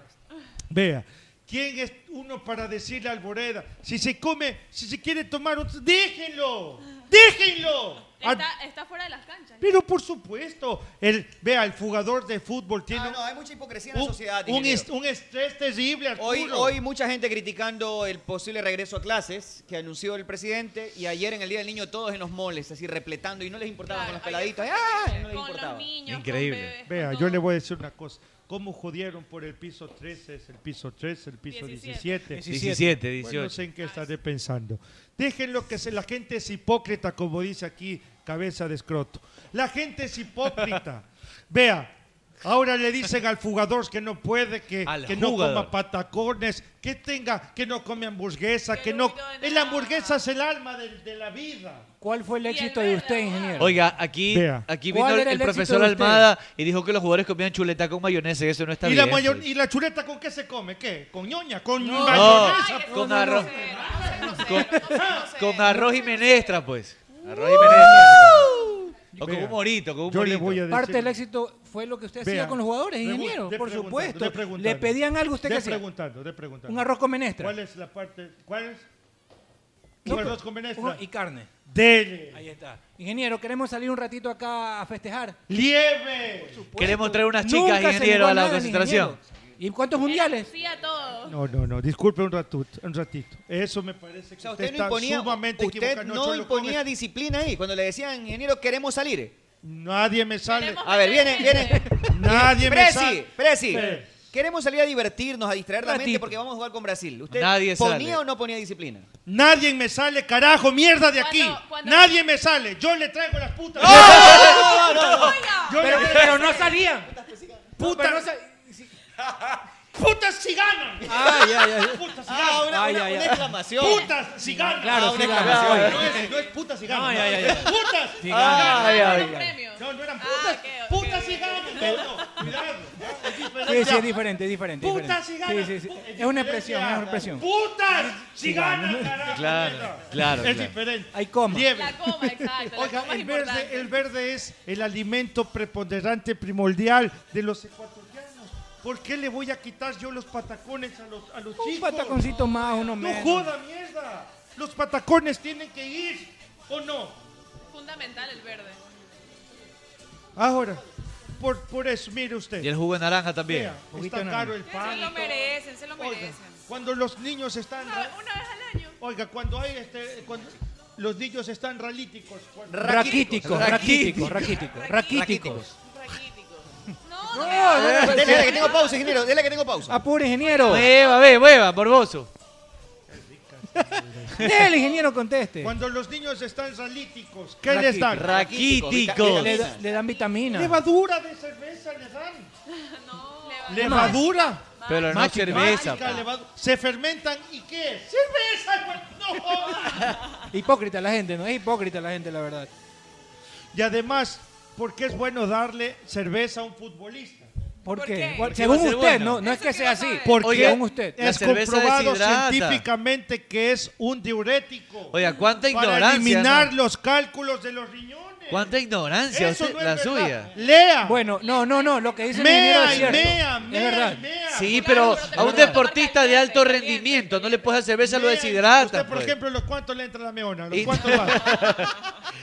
Vea. ¿Quién es uno para decirle al Boreda? Si se come, si se quiere tomar otro, déjenlo. Déjenlo. Ah, Está, está fuera de las canchas. pero por supuesto, el, vea, el jugador de fútbol tiene Ah, no, hay mucha hipocresía en un, la sociedad. un ingeniero. est- un estrés terrible. Arturo. Hoy, hoy mucha gente criticando el posible regreso a clases que anunció el presidente y ayer en el Día del Niño todos en los moles, así repletando y no les importaba con los Claro, ayer peladitos. fue ¡Ah! terrible, No les con importaba. los niños, Increíble. con bebés, Vea, con yo le todo. voy a decir una cosa. ¿Cómo jodieron por el piso 13, es el piso 13, el piso 17? 17? 17, Bueno, 18. no sé en qué estaré pensando. Déjenlo que se, la gente es hipócrita, como dice aquí cabeza de escroto. La gente es hipócrita. Vea, ahora le dicen al jugador que no puede, que, Al que no jugador. coma patacones, que tenga, que no come hamburguesa, Que que no no... come El nada. hamburguesa es el alma de, de la vida. ¿Cuál fue el el éxito de usted, verde, ingeniero? Oiga, aquí, Vea. aquí ¿Cuál vino el, era el éxito profesor de usted? Almada y dijo que los jugadores comían chuleta con mayonesa y eso no está Y la, bien. mayo- pues. y la chuleta con qué se come, ¿qué? Con ñoña, con No, mayonesa. con pues. arroz. No sé, Con- no sé, no sé. Uh. Con arroz y menestra, pues. Arroz y menestra. O con Vea, un morito, con un Yo le morito. voy a decir... Parte del éxito fue lo que usted hacía Vea, con los jugadores, pregun- ingeniero. de Por preguntando, supuesto. de preguntando. Le pedían algo usted que De hacía. preguntando, de preguntando. Un arroz con menestra. ¿Cuál es la parte? ¿Cuál es? No, Un pero- arroz con menestra. Ujú, Y carne. Dele. Ahí está. Ingeniero, queremos salir un ratito acá a festejar. Lieve. Queremos traer unas chicas, Nunca se ingeniero, negó a la nada, concentración. ingeniero. ¿Y cuántos mundiales? Sí a todo. No, no, no, disculpe un ratito, un ratito. Eso me parece que O sea, usted, usted no está imponía, sumamente usted equivocado. no Cholo imponía Gómez. disciplina ahí. Cuando le decían, ingeniero, queremos salir. Nadie me sale. Queremos- A ver, viene, viene. Nadie me Presi, sale. Presi. Eh. Queremos salir a divertirnos, a distraer la mente Ratito. porque vamos a jugar con Brasil. ¿Usted Nadie ponía sale. o no ponía disciplina? Nadie me sale, carajo, mierda de aquí. Cuando- cuando- Nadie me sale. Yo le traigo las putas. No, no, no. Yo le Pero, traigo- pero no salían. Puta. Puta si ganan. Ah, ya, ya, ya. Puta si Ah, ganan. una- Ah, ya, una- ya. una exclamación. Puta si ganan. Claro, Ah, sí, claro. No es, no es puta si ganan. No, ya, ya, ya. Putas Si ganan. Ah, ya, No, ya. No, no eran putas. Putas si ganan. No, no, cuidado. ya, es Sí, diferente. sí, es diferente, es diferente. es Puta diferente. si ganan. Sí, sí, sí. Pu- Es una expresión, es una expresión. Putas si Si ganan. ganan, carajo. Claro, claro, Es claro. diferente. Hay coma. Liebre. La coma, exacto. La Oiga, coma es el verde, importante. el verde es el alimento preponderante primordial de los ecuatorianos. ¿Por qué le voy a quitar yo los patacones a los, a los Un chicos? pataconcito más, No uno menos. joda mierda. Los patacones tienen que ir o no. Fundamental el verde. Ahora, por, por eso, mire usted. Y el jugo de naranja también. Vea, Juguito está de caro naranja. el pan. Se y lo todo. merecen, se lo merecen. Cuando los niños están. Una, una vez al año. Oiga, cuando hay este. Cuando los niños están ralíticos. cuando- Raquíticos, raquíticos, raquíticos, raquíticos. No, pues, no, no. Dele, dele, que tengo pausa, ingeniero, dele que tengo pausa. Apure, ingeniero. Hueva, ve, hueva, borboso. Dele, ingeniero, conteste. Cuando los niños están ralíticos, ¿qué les dan? Raquíticos. Le, da- le dan vitamina. Levadura de cerveza le dan. no. Levadura. Pero no es cerveza. Mágica, pa. levadu- Se fermentan y qué? Cerveza. güey. No. jodas. Hipócrita la gente, ¿no? Es hipócrita la gente, la verdad. y además, porque es bueno darle cerveza a un futbolista. ¿Por, ¿Por qué? qué? Por- Porque según va a usted, ser bueno. no, no es que sea así. Porque Oiga, según usted. la es cerveza comprobado deshidrata. científicamente que es un diurético. Oiga, cuánta para ignorancia. eliminar ¿no? los cálculos de los riñones. Cuánta ignorancia Eso usted- no es la verdad. suya. Lea. Bueno, no, no, no, lo que dice el mea, y ingeniero es cierto. mea, es mea, verdad. y mea. Sí, Claro, pero pero a un también- deportista de alto rendimiento no le puedes hacer cerveza, lo Mea. deshidrata. Usted, por pues. ejemplo, ¿los cuántos le entra la meona? ¿Los Y- cuántos va?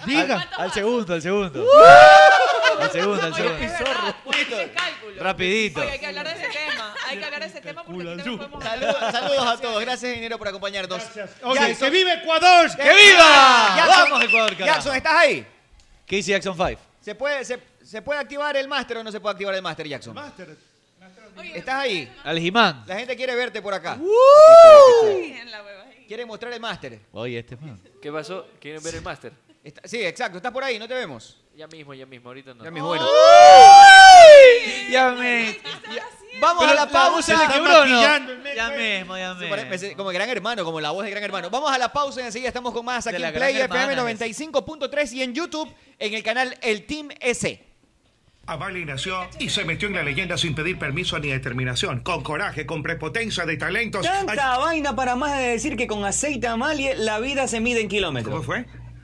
Diga. Al segundo, al segundo. ¡Uh! Al segundo, al Oye, es segundo. verdad, porque ese es cálculo. Rapidito. Oye, hay que hablar de ese tema. Hay que hablar de ese tema porque aquí también podemos hablar. Saludos, saludos a todos. Gracias, ingeniero, por acompañarnos. Oye, Jackson- que vive Ecuador. ¡Que viva! Jackson- ¡Vamos, Ecuador, carajo! Jackson, ¿estás ahí? ¿Qué dice Jackson 5? ¿Se puede, se, se puede activar el máster o no se puede activar el máster, Jackson? Oye, ¿Estás ahí? Al Jimán. La gente quiere verte por acá. en la hueva. Quiere mostrar el máster. Oye, este man. ¿Qué pasó? ¿Quieren ver el máster? Está- Sí, exacto. Estás por ahí, no te vemos. Ya mismo, ya mismo, ahorita no. Ya mismo, bueno. Ya me. Vamos a la pausa. Se le Está quebró, maquillando el ¿no? men, Ya güey. mismo, ya Se parece- mismo. parece como gran hermano, como la voz de gran hermano. Vamos a la pausa y enseguida estamos con más aquí De la en Play Gran FM Hermana, 95.3 y en YouTube en el canal El Team S. Avali nació y se metió en la leyenda sin pedir permiso ni determinación, con coraje, con prepotencia de talentos. Ay, Tanta vaina para más de decir que con aceite Amalie la vida se mide en kilómetros. ¿Cómo fue?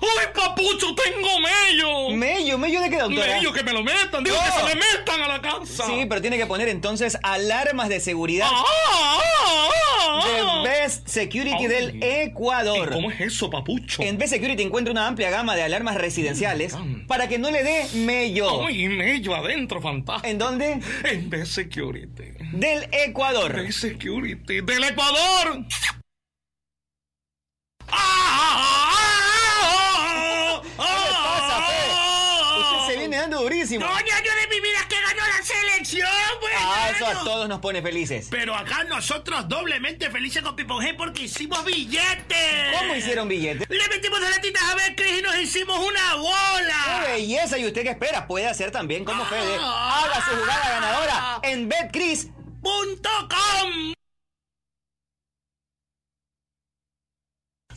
¡Uy, papucho, tengo mello! Mello, mello de qué, doctora. ¡Oh! Mello, que me lo metan. Digo que se me metan a la casa. Sí, pero tiene que poner entonces alarmas de seguridad ¡Ah, ah, ah, ah! de Best Security Ay. del Ecuador. ¿Y ¿Cómo es eso, papucho? En Best Security encuentra una amplia gama de alarmas residenciales para que no le dé mello. ¡Uy, mello adentro, fantasma! ¿En dónde? En Best Security. Del Ecuador. Best Security. ¡Del Ecuador! ¡Ah, ah, ah, ah, ah! ¿Qué le pasa, Fe? Usted se viene dando durísimo. ¡Coño, yo de mi vida que ganó la selección, güey! Ah, eso a hermano! todos nos pone felices. Pero acá nosotros doblemente felices con Pipo G porque hicimos billetes. ¿Cómo hicieron billetes? Le metimos dos latitas a ver y nos hicimos una ¡Qué bola. belleza! ¿Y usted qué espera? Puede hacer también Ah. como Fede. Haga su jugada ganadora en BetCris.com. Punto com.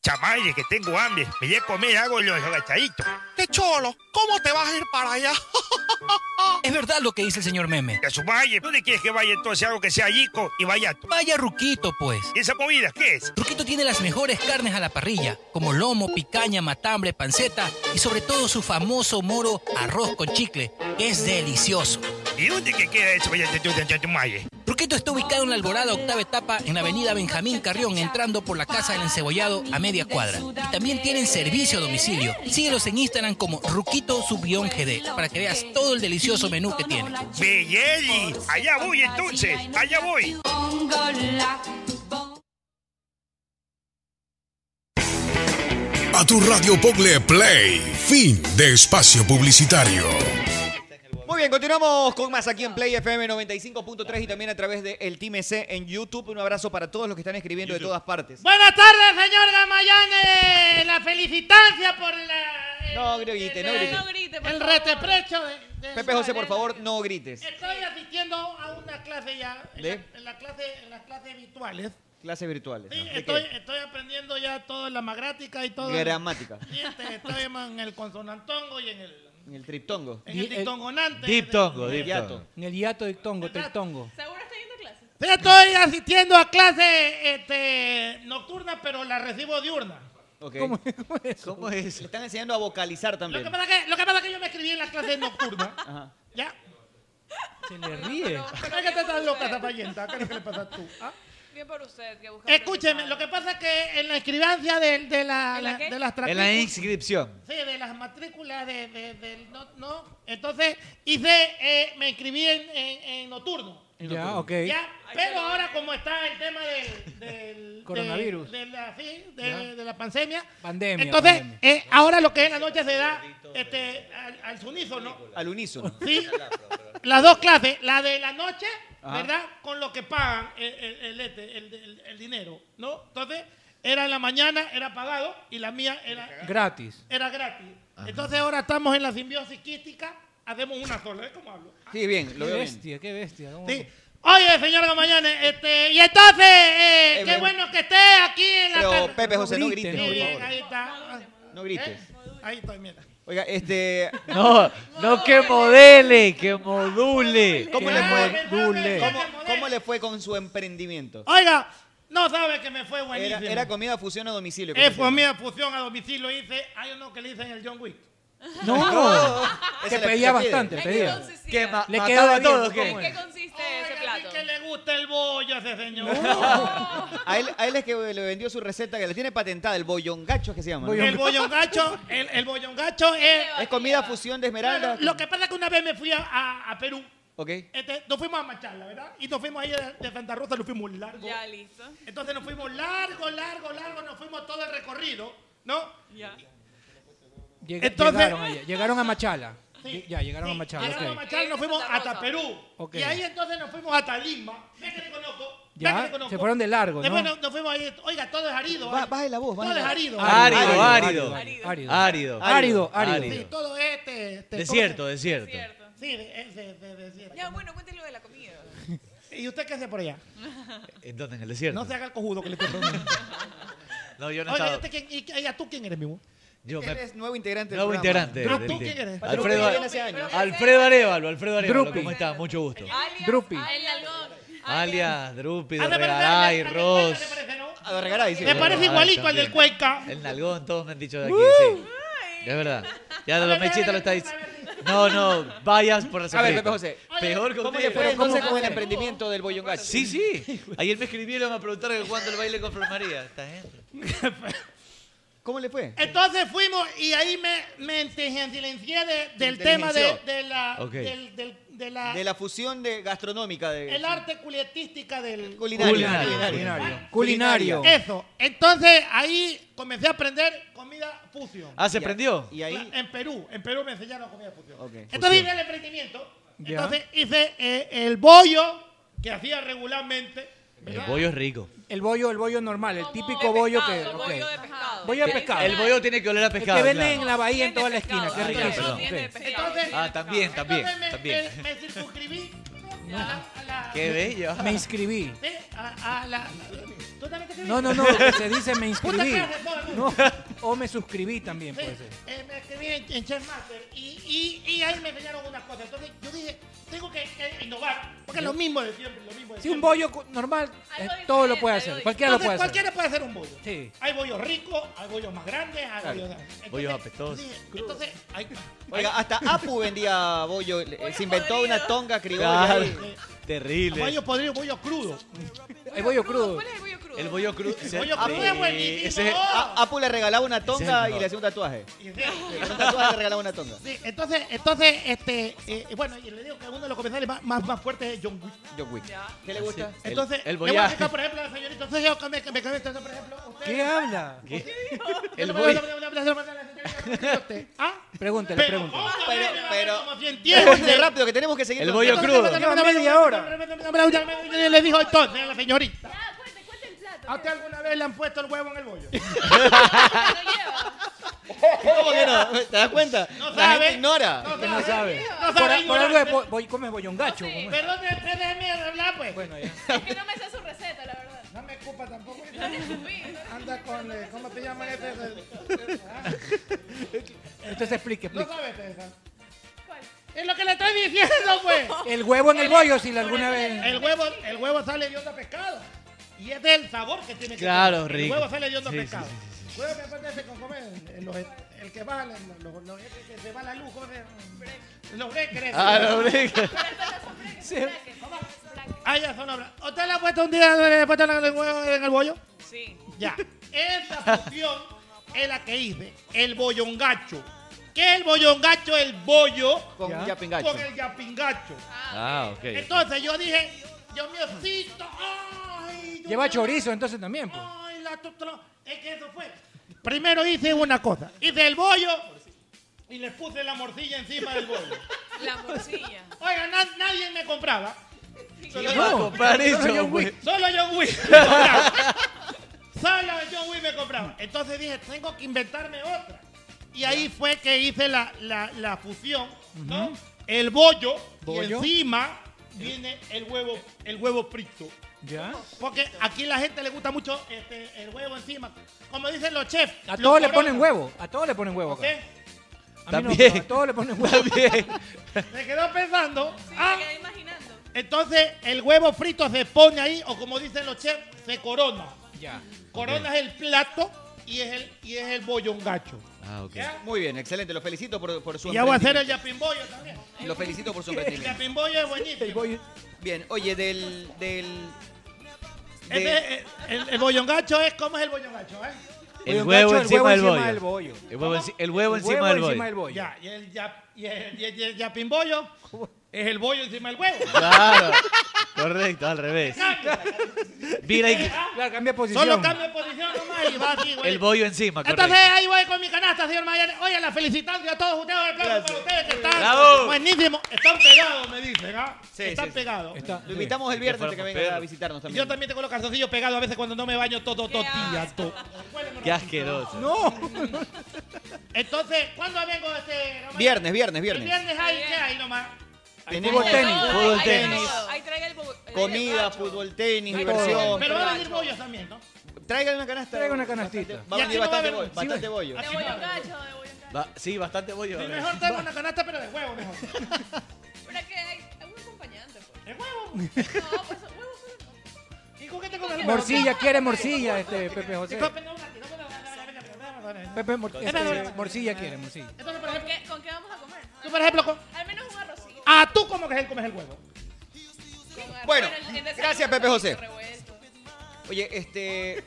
Chamaye, que tengo hambre. Me voy a comer hago los agachaditos. ¡Qué cholo! ¿Cómo te vas a ir para allá? Es verdad lo que dice el señor Meme. A su valle. ¿Dónde quieres que vaya entonces algo que sea yico y vaya? Vaya Ruquito, pues. ¿Y esa comida qué es? Ruquito tiene las mejores carnes a la parrilla, como lomo, picaña, matambre, panceta y sobre todo su famoso moro arroz con chicle, que es delicioso. ¿Y dónde que queda eso, vaya Chamaye? Ruquito está ubicado en la Alborada Octava Etapa en la avenida Benjamín Carrión, entrando por la Casa del Encebollado a media cuadra. Y también tienen servicio a domicilio. Síguelos en Instagram como Ruquito-GD para que veas todo el delicioso menú que tiene. ¡Belleli! Allá voy entonces, allá voy. A tu radio Pogle Play, fin de espacio publicitario. Muy bien, continuamos con más aquí en Play FM 95.3 y también a través de el Team EC en YouTube. Un abrazo para todos los que están escribiendo de todas partes. Buenas tardes, señor Gamayane. La felicitancia por la- el, No grite, no grite. el reteprecho. De, de Pepe su- José, por favor, no grites. Estoy asistiendo a una clase ya. En, ¿De? la- en la clase, en las clases virtuales. Clases virtuales. Sí, ¿De qué? estoy, estoy aprendiendo ya toda la magrática y todo. Gramática. Y este, estoy en el consonantongo y en el, En el triptongo. en el dictongonante. Diptongo, Hiato. diptongo. En el hiato dictongo, triptongo. Sí, Pues estoy asistiendo a clase este, nocturna, pero la recibo diurna. Ok. ¿Cómo ¿Cómo es? Le están enseñando a vocalizar Lo también. que, pasa que, lo que pasa que yo me escribí en la clase nocturna. Ajá. ¿Ya? Se le ríe. ¿Por qué te estás loca, Zapallenta? ¿Qué es lo que le pasa a tú? ah? Bien por usted que busca. Escúcheme, lo que pasa es que en la escribancia de, de la, ¿En la la- qué? de las En la matrículas- inscripción. Sí, de las matrículas de, de- del no, no. Entonces hice, eh, me inscribí en, en- en nocturno. Ya, ok. Ya, pero ahora como está el tema del, del- Pues, Coronavirus. de, de la, sí, Ya. de, de la pandemia, Pandemia. entonces pandemia. eh, ahora lo que es en la noche se da este, al, al unísono, Al unísono. Sí. las dos clases, la de la noche, Ajá. ¿verdad? Con lo que pagan el, el- el este, el- el- el dinero, ¿no? Entonces, era en la mañana, era pagado y la mía era, Gratis. era gratis. Entonces, ahora estamos en la simbiosis quística, hacemos una sola, ¿ves cómo hablo? Sí, bien, Qué lo veo bien. bestia, qué bestia. ¿cómo? Sí. Oye, señor Gamañanes, este, y entonces, eh, Eh, qué bueno. bueno que esté aquí en la Pero tarde. Pepe José, no grites, Sí, no, por bien, favor. ahí está. No grites. ¿Eh? Ahí estoy, mierda. Oiga, este. No, no que modele, que module. ¿Cómo que le fue? module. ¿Cómo, cómo le fue con su emprendimiento? Oiga, no sabe que me fue Era, buenísimo. era comida fusión a domicilio. que Eh, se fue llama. mía fusión a domicilio. Hice, hay uno que le dicen el John Wick. No. Esa Te la- pedía la pide. bastante, pedía. Que ma- Le mataba quedaba a todos, bien, ¿qué? ¿cómo es? consiste ese plato? que le gusta el bollo a ese señor. A él, a él es que le vendió su receta que la tiene patentada, el boyongacho es que se llama. ¿no? El boyongacho, el, el boyongacho es... Es comida fusión de esmeralda. Lo que pasa es que una vez me fui a, a- a Perú. Ok. Este, nos fuimos a Machala, ¿verdad? Y nos fuimos ahí de, de Santa Rosa, nos fuimos largo. Ya, listo. Entonces nos fuimos largo, largo, largo, nos fuimos todo el recorrido, ¿no? Ya. Lleg- Entonces- llegaron, allá, llegaron a Machala. Lle- Ya, llegaron a Machala. Llegamos a ok. Machala, nos fuimos hasta Perú. Ok. Y ahí entonces nos fuimos hasta Lima. Ve que te conozco. ve Ya, que te conozco. se fueron de largo, Después ¿no? nos, nos fuimos ahí. Oiga, todo es árido. Ba- ahí. baje la voz, baje Todo la es voz. árido. Árido, Árido, árido. árido. Árido. Árido. Árido, árido. Sí, todo es este, este, Desierto, ¿cómo desierto. se- Sí, de- es de- de- desierto. Ya, bueno, cuéntelo de la comida. ¿Y usted qué hace por allá? ¿En dónde? En el desierto. No se haga el cojudo que le estoy preguntando. No, yo no Oiga, ¿y estaba. usted quién- y, y a tú quién eres, mi amor? Yo me- Él es nuevo integrante del Nuevo programa. integrante. Pero del tú, team. ¿quién eres? Alfredo, Pero tú, ¿quién hace años? Alfredo Arevalo, Alfredo Arevalo, Drupi. ¿cómo está? Mucho gusto. Drupi. Alias, Drupi, Ah, de verdad, Dorregaray, ¿a qué Ross. Ah, cuenta te parece, no? A Dorregaray, sí. Me parece igualito al del también. Cuenca. El Nalgón, todos me han dicho de aquí, sí. Es verdad. Ya A la ver, mechita déjame lo está ver, diciendo. a ver, No, no, vayas por la A ver, Pepe José. Peor que ¿Cómo usted. le fue entonces con el emprendimiento del Boyongachi? Sí, sí. Ayer me escribieron a preguntar que cuándo el baile con Flor María. Esta gente. ¿Cómo le fue? Entonces fuimos y ahí me, me inteligencié de- del tema de, de la, Ok. del- del- de la, De la fusión de gastronómica. De, el arte culietística del Culinario. Culinario. Culinario. Culinario. Eso. Entonces ahí comencé a aprender comida fusión. Ah, ¿se prendió? Y ahí. En Perú, en Perú me enseñaron comida fusión. Entonces Fusión. hice el emprendimiento. Ya. Entonces hice eh, el bollo que hacía regularmente. El bollo es rico. El bollo, el bollo normal, el típico bollo que. ok. Bollo de pescado. El bollo tiene que oler a El pescado. que venden claro. en la bahía en toda la esquina, que es Ah, ya, riquísimo. perdón. Ok. Entonces, Ah, también, también, entonces me, también. me- me circunscribí Qué bello. Me inscribí. eh, a, a la. ¿Tú también te escribiste? No, no, no, que se dice Puta me inscribí. clase, todo el No, mundo. o me suscribí también Sí, puede ser. eh, me escribí en, en Chefmaster y, y, y ahí me enseñaron unas cosas. Entonces yo dije, tengo que eh, innovar, porque es lo mismo de siempre, lo mismo de Si un siempre. bollo cu- normal, eh, todo lo puede hacer. Cualquiera lo Entonces, puede Cualquiera hacer. puede hacer un bollo. Sí. Hay bollos ricos, hay bollos más grandes, hay Claro. bollos... Bollos Entonces, apestosos. entonces, hay- Oiga, hasta Apu vendía bollo. le- Se inventó una tonga criolla. Claro. ahí. Terrible. bollos podridos, bollos crudos. El bollo crudo. El bollo crudo. El bollo crudo es buenísimo. eh, Ese es- A- Apu le regalaba una tonga Ese es y le hacía un tatuaje. Y- Le hacía un tatuaje y le regalaba una tonga. Sí, entonces, entonces, este, eh, bueno, y le digo que uno de los comensales más, más, más fuertes es John Wick. John Wick. ¿Qué le gusta? Entonces, el le voy a boyaje. explicar, por ejemplo, a la señorita. Entonces, yo cambié, me cambié, entonces, por ejemplo, usted. ¿Qué habla? El voy. bollo. ¿Ah? Pregúntale, Pero, pregúntale. ¿cómo? Pero, pero. Como si Pregúntele entiende. rápido que tenemos que seguir. El con- bollo Entonces, crudo. Lleva media hora. Yo le dijo entonces a la señorita. ¿A usted alguna vez le han puesto el huevo en el bollo? ¿Cómo que no? ¿Te das cuenta? No La sabe. gente ignora. No Que no sabe. No Por, sabe. por algo ignorante. de bo- boy- come boyongacho. como es. Perdón, usted déjeme hablar, pues. Bueno, ya. Es que no me sé su receta, la verdad. No me culpa tampoco. Uy, Anda con, eh, ¿cómo te llaman este? Entonces explique, No explique. sabes, César. Es lo que le estoy diciendo, pues. El huevo en el bollo, si la alguna vez. El huevo, el huevo sale de onda pescado. Y es del sabor que tiene que Claro, tener. El rico. huevo sale de onda Sí, sí, pescado. sí, Huevo que aparte se come en eh, los- el que va, los, los, los- este que se va la luz, ¿cómo se llama? Los breakers. Ah, no, hombre. Ah, ya son los breakers. ¿Usted le ha puesto un día le ha puesto el huevo en el bollo? Sí. Ya. Esa fusión es la que hice. El boyongacho. ¿Qué es el boyongacho? El bollo Con Ya. yapingacho. con el yapingacho. Ah, ok. Entonces yo dije, Dios mío, cito, ay, Dios Lleva mío, chorizo entonces también, pues. Ay, la tutro- es que eso fue. Primero hice una cosa, hice el bollo y le puse la morcilla encima del bollo. La morcilla. Oiga, na- nadie me compraba, ¿Quién va a comprar eso? güey? solo John Wick me compraba. Solo John Wick me compraba. Entonces dije, tengo que inventarme otra. Y ahí fue que hice la, la- la fusión, ¿no? El bollo, y Bollo. encima viene el huevo, el huevo frito. Ya. Porque aquí la gente le gusta mucho este, el huevo encima. Como dicen los chefs. A los todos le ponen coronas, huevo. A todos le ponen huevo ¿ok? acá. A mí no, También. pero a todos le ponen huevo. También. Me quedó pensando. Sí, ah, me quedé imaginando. entonces el huevo frito se pone ahí, o como dicen los chefs, se corona. Ya. Corona es el plato y es el, y es el boyongacho. Ah, ok. ¿ya? Muy bien, excelente. Los felicito por, por su Y ya voy a hacer el emprendimiento. yapimbollo también. Los felicito por su El emprendimiento. yapimbollo es buenísimo. Voy- Bien, oye, del. del de- Este, eh, el, el boyongacho es, ¿cómo es el boyongacho? eh? El boyongacho, huevo encima del encima bollo. El huevo, enci- El el huevo huevo encima del encima del bollo. bollo. Ya, y el, yap- y el- y el- y el yapimbollo es el bollo encima del huevo. Claro. Correcto, al revés. Mira, ahí- Claro, cambia posición. Solo cambio de posición nomás y va así, güey. el bollo encima, correcto. Entonces ahí voy con mi canasta, señor Mayer. Oye, la felicitando a todos ustedes. Un aplauso para ustedes que están Bravo. buenísimos. Están pegados, me dicen, ¿ah? Sí, están sí, sí. pegados. Está- lo invitamos el viernes que fuéramos venga a Pedro. visitarnos Y también. yo también tengo los calzoncillos pegados a veces cuando no me baño todo, todo día. todo. Qué asqueroso. No. Entonces, ¿cuándo vengo este? Román? Viernes, viernes, El viernes. viernes hay, ¿qué hay nomás? Tenemos Fútbol tenis. Todo, Fútbol ahí tenis. traiga todo, Ahí traiga el bo- el comida, gacho. fútbol, tenis, Hay diversión. todo. Pero van a venir bollos también, ¿no? Traigan una canasta. Traiga una canastita. Va a Y venir aquí no va a bastante haber- bollo. sí, Bastante bollo. De bollo gacho, de bollo gacho. Va- sí, bastante bollo. Sí, a ver. mejor tengo una canasta, pero de huevo mejor. Pero que hay hay un acompañante, pues. ¿De huevo? No, pues huevos solo no. ¿Y con qué te comes el huevo? Morcilla, quiere morcilla, este Pepe Sí, José. cómprame una, que no me la- Pepe, mor- este, morcilla quiere, morcilla. ¿Con Entonces, por ejemplo, qué, ¿Con qué vamos a comer? Ah, Tú, por ejemplo, con- Al menos un arrocito. ¿a tú cómo que comes el huevo? Bueno, el- el desayuno gracias, Pepe José. revuelto. Oye, este.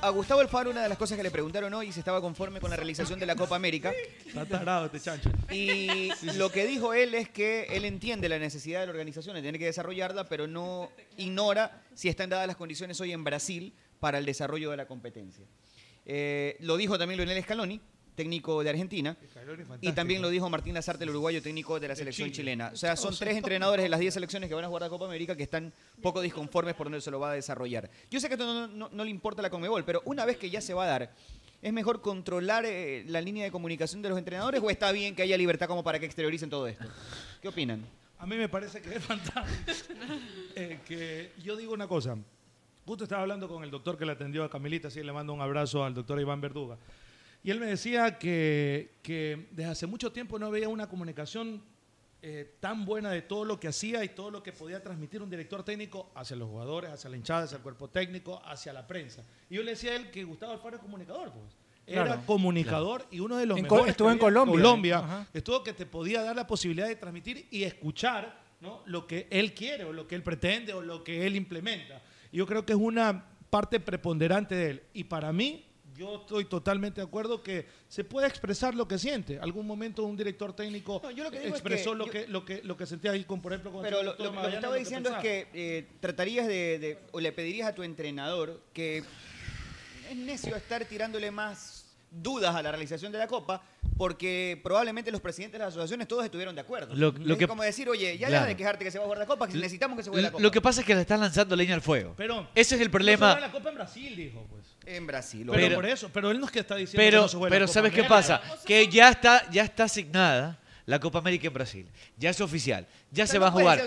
A Gustavo Alfaro, una de las cosas que le preguntaron hoy, si estaba conforme con la realización de la Copa América. Está tarado este chancho. Y lo que dijo él es que él entiende la necesidad de la organización, él tiene que desarrollarla, pero no ignora si están dadas las condiciones hoy en Brasil para el desarrollo de la competencia. Eh, lo dijo también Lionel Scaloni, técnico de Argentina, y también lo dijo Martín Lazarte, el uruguayo técnico de la selección Chile. chilena. O sea, son Todos, tres todos. entrenadores de las 10 selecciones que van a jugar la Copa América que están poco disconformes por dónde se lo va a desarrollar. Yo sé que esto no, no- no le importa a la Conmebol, pero una vez que ya se va a dar, ¿es mejor controlar eh, la línea de comunicación de los entrenadores o está bien que haya libertad como para que exterioricen todo esto? ¿Qué opinan? A mí me parece que es fantástico. Eh, que yo digo una cosa. Justo estaba hablando con el doctor que le atendió a Camilita, así que le mando un abrazo al doctor Iván Verduga. Y él me decía que, que desde hace mucho tiempo no veía una comunicación eh, tan buena de todo lo que hacía y todo lo que podía transmitir un director técnico hacia los jugadores, hacia la hinchada, hacia el cuerpo técnico, hacia la prensa. Y yo le decía a él que Gustavo Alfaro es comunicador, pues. Era Claro. comunicador y uno de los En Co- mejores. que estuvo en había Colombia. Colombia Ajá. estuvo que te podía dar la posibilidad de transmitir y escuchar ¿no? lo que él quiere o lo que él pretende o lo que él implementa. Yo creo que es una parte preponderante de él. Y para mí, yo estoy totalmente de acuerdo que se puede expresar lo que siente. Algún momento un director técnico que digo es expresó que lo, yo- que, lo, que, lo que sentía ahí, con, por ejemplo, con el Pero lo, doctor lo- lo que Magallanes, estaba lo diciendo es pensaba. que eh, tratarías de, de- o le pedirías a tu entrenador que es necio estar tirándole más dudas a la realización de la Copa porque probablemente los presidentes de las asociaciones todos estuvieron de acuerdo. Lo- lo es que- como decir, oye, ya Claro. deja de quejarte que se va a jugar la Copa, que necesitamos que se juegue la Copa. Lo que pasa es que le están lanzando leña al fuego. Pero Ese es el No se problema. juega la Copa en Brasil, dijo. Pues. En Brasil. Pero, Pero- por eso, pero él no es que está diciendo que Pero, no se juega la pero Copa ¿sabes qué América. pasa? Que ya está, ya está asignada la Copa América en Brasil. Ya es oficial. Ya se va a jugar.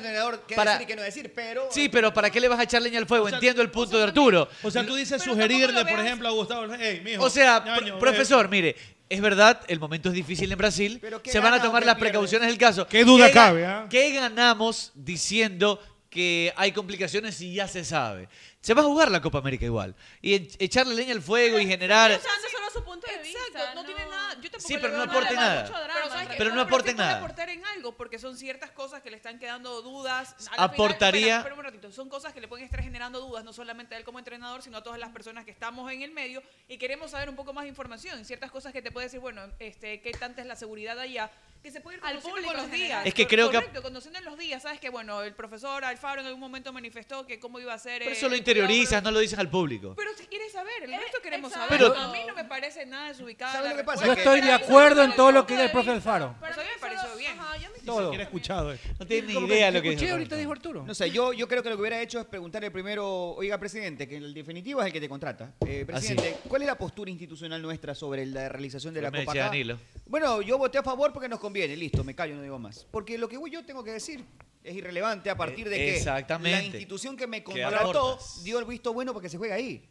que Para- decir y qué no decir, pero... Sí, pero ¿para qué le vas a echar leña al fuego? O sea, Entiendo el punto de Arturo. O sea, tú dices sugerirle, por ejemplo, a Gustavo, hey, mijo. O sea, ñaño, eh". pro- ve". profesor, mire, es verdad, el momento es difícil en Brasil, se van a gana o tomar qué las pierde? precauciones del caso. Qué duda ga- cabe, ¿ah? ¿Qué ganamos diciendo que hay complicaciones si ya se sabe? Se va a jugar la Copa América igual. Y e- echarle leña al fuego y generar... usando solo su punto de vista. Exacto, no, tiene nada. Yo tampoco Sí, le pero veo no aporte le veo nada. mucho drama, ¿eh? Pero, ¿sabes en qué? realidad. Pero no Bueno, aporte sí puede nada. aportar en algo, porque son ciertas cosas que le están quedando dudas. A la Aportaría- Final, espera, espera un ratito. Son cosas que le pueden estar generando dudas, no solamente a él como entrenador, sino a todas las personas que estamos en el medio y queremos saber un poco más de información. Ciertas cosas que te puede decir, bueno, este, qué tanta es la seguridad allá. Que se puede ir Al conociendo público con en los general. días. Es que creo que- Correcto, conociendo en los días. Sabes que, bueno, el profesor Alfaro en algún momento manifestó que cómo iba a ser. Pero eh, eso lo el cuidado, interiorizas, no lo dices al público. pero si quieres saber, el resto queremos saber. Pero- a mí no me parece nada desubicada. ¿Sabes la lo que pasa? respuesta. Yo estoy de acuerdo en todo lo que dice el profe Alfaro. Pero a mí me pareció bien. Todo. Ni siquiera he escuchado. eh. No tiene Como ni idea lo que escuché dice. ahorita dijo Arturo. No sé, yo, yo creo que lo que hubiera hecho es preguntarle primero, oiga, presidente, que en definitiva es el que te contrata. Eh, Ah, presidente, ¿cuál es la postura institucional nuestra sobre la realización de la Me Copa decía acá? Danilo. Bueno, yo voté a favor porque nos conviene, listo, me callo, no digo más. Porque lo que yo tengo que decir es irrelevante a partir de que exactamente. la institución que me ¿Qué contrató aportas? dio el visto bueno porque se juega ahí.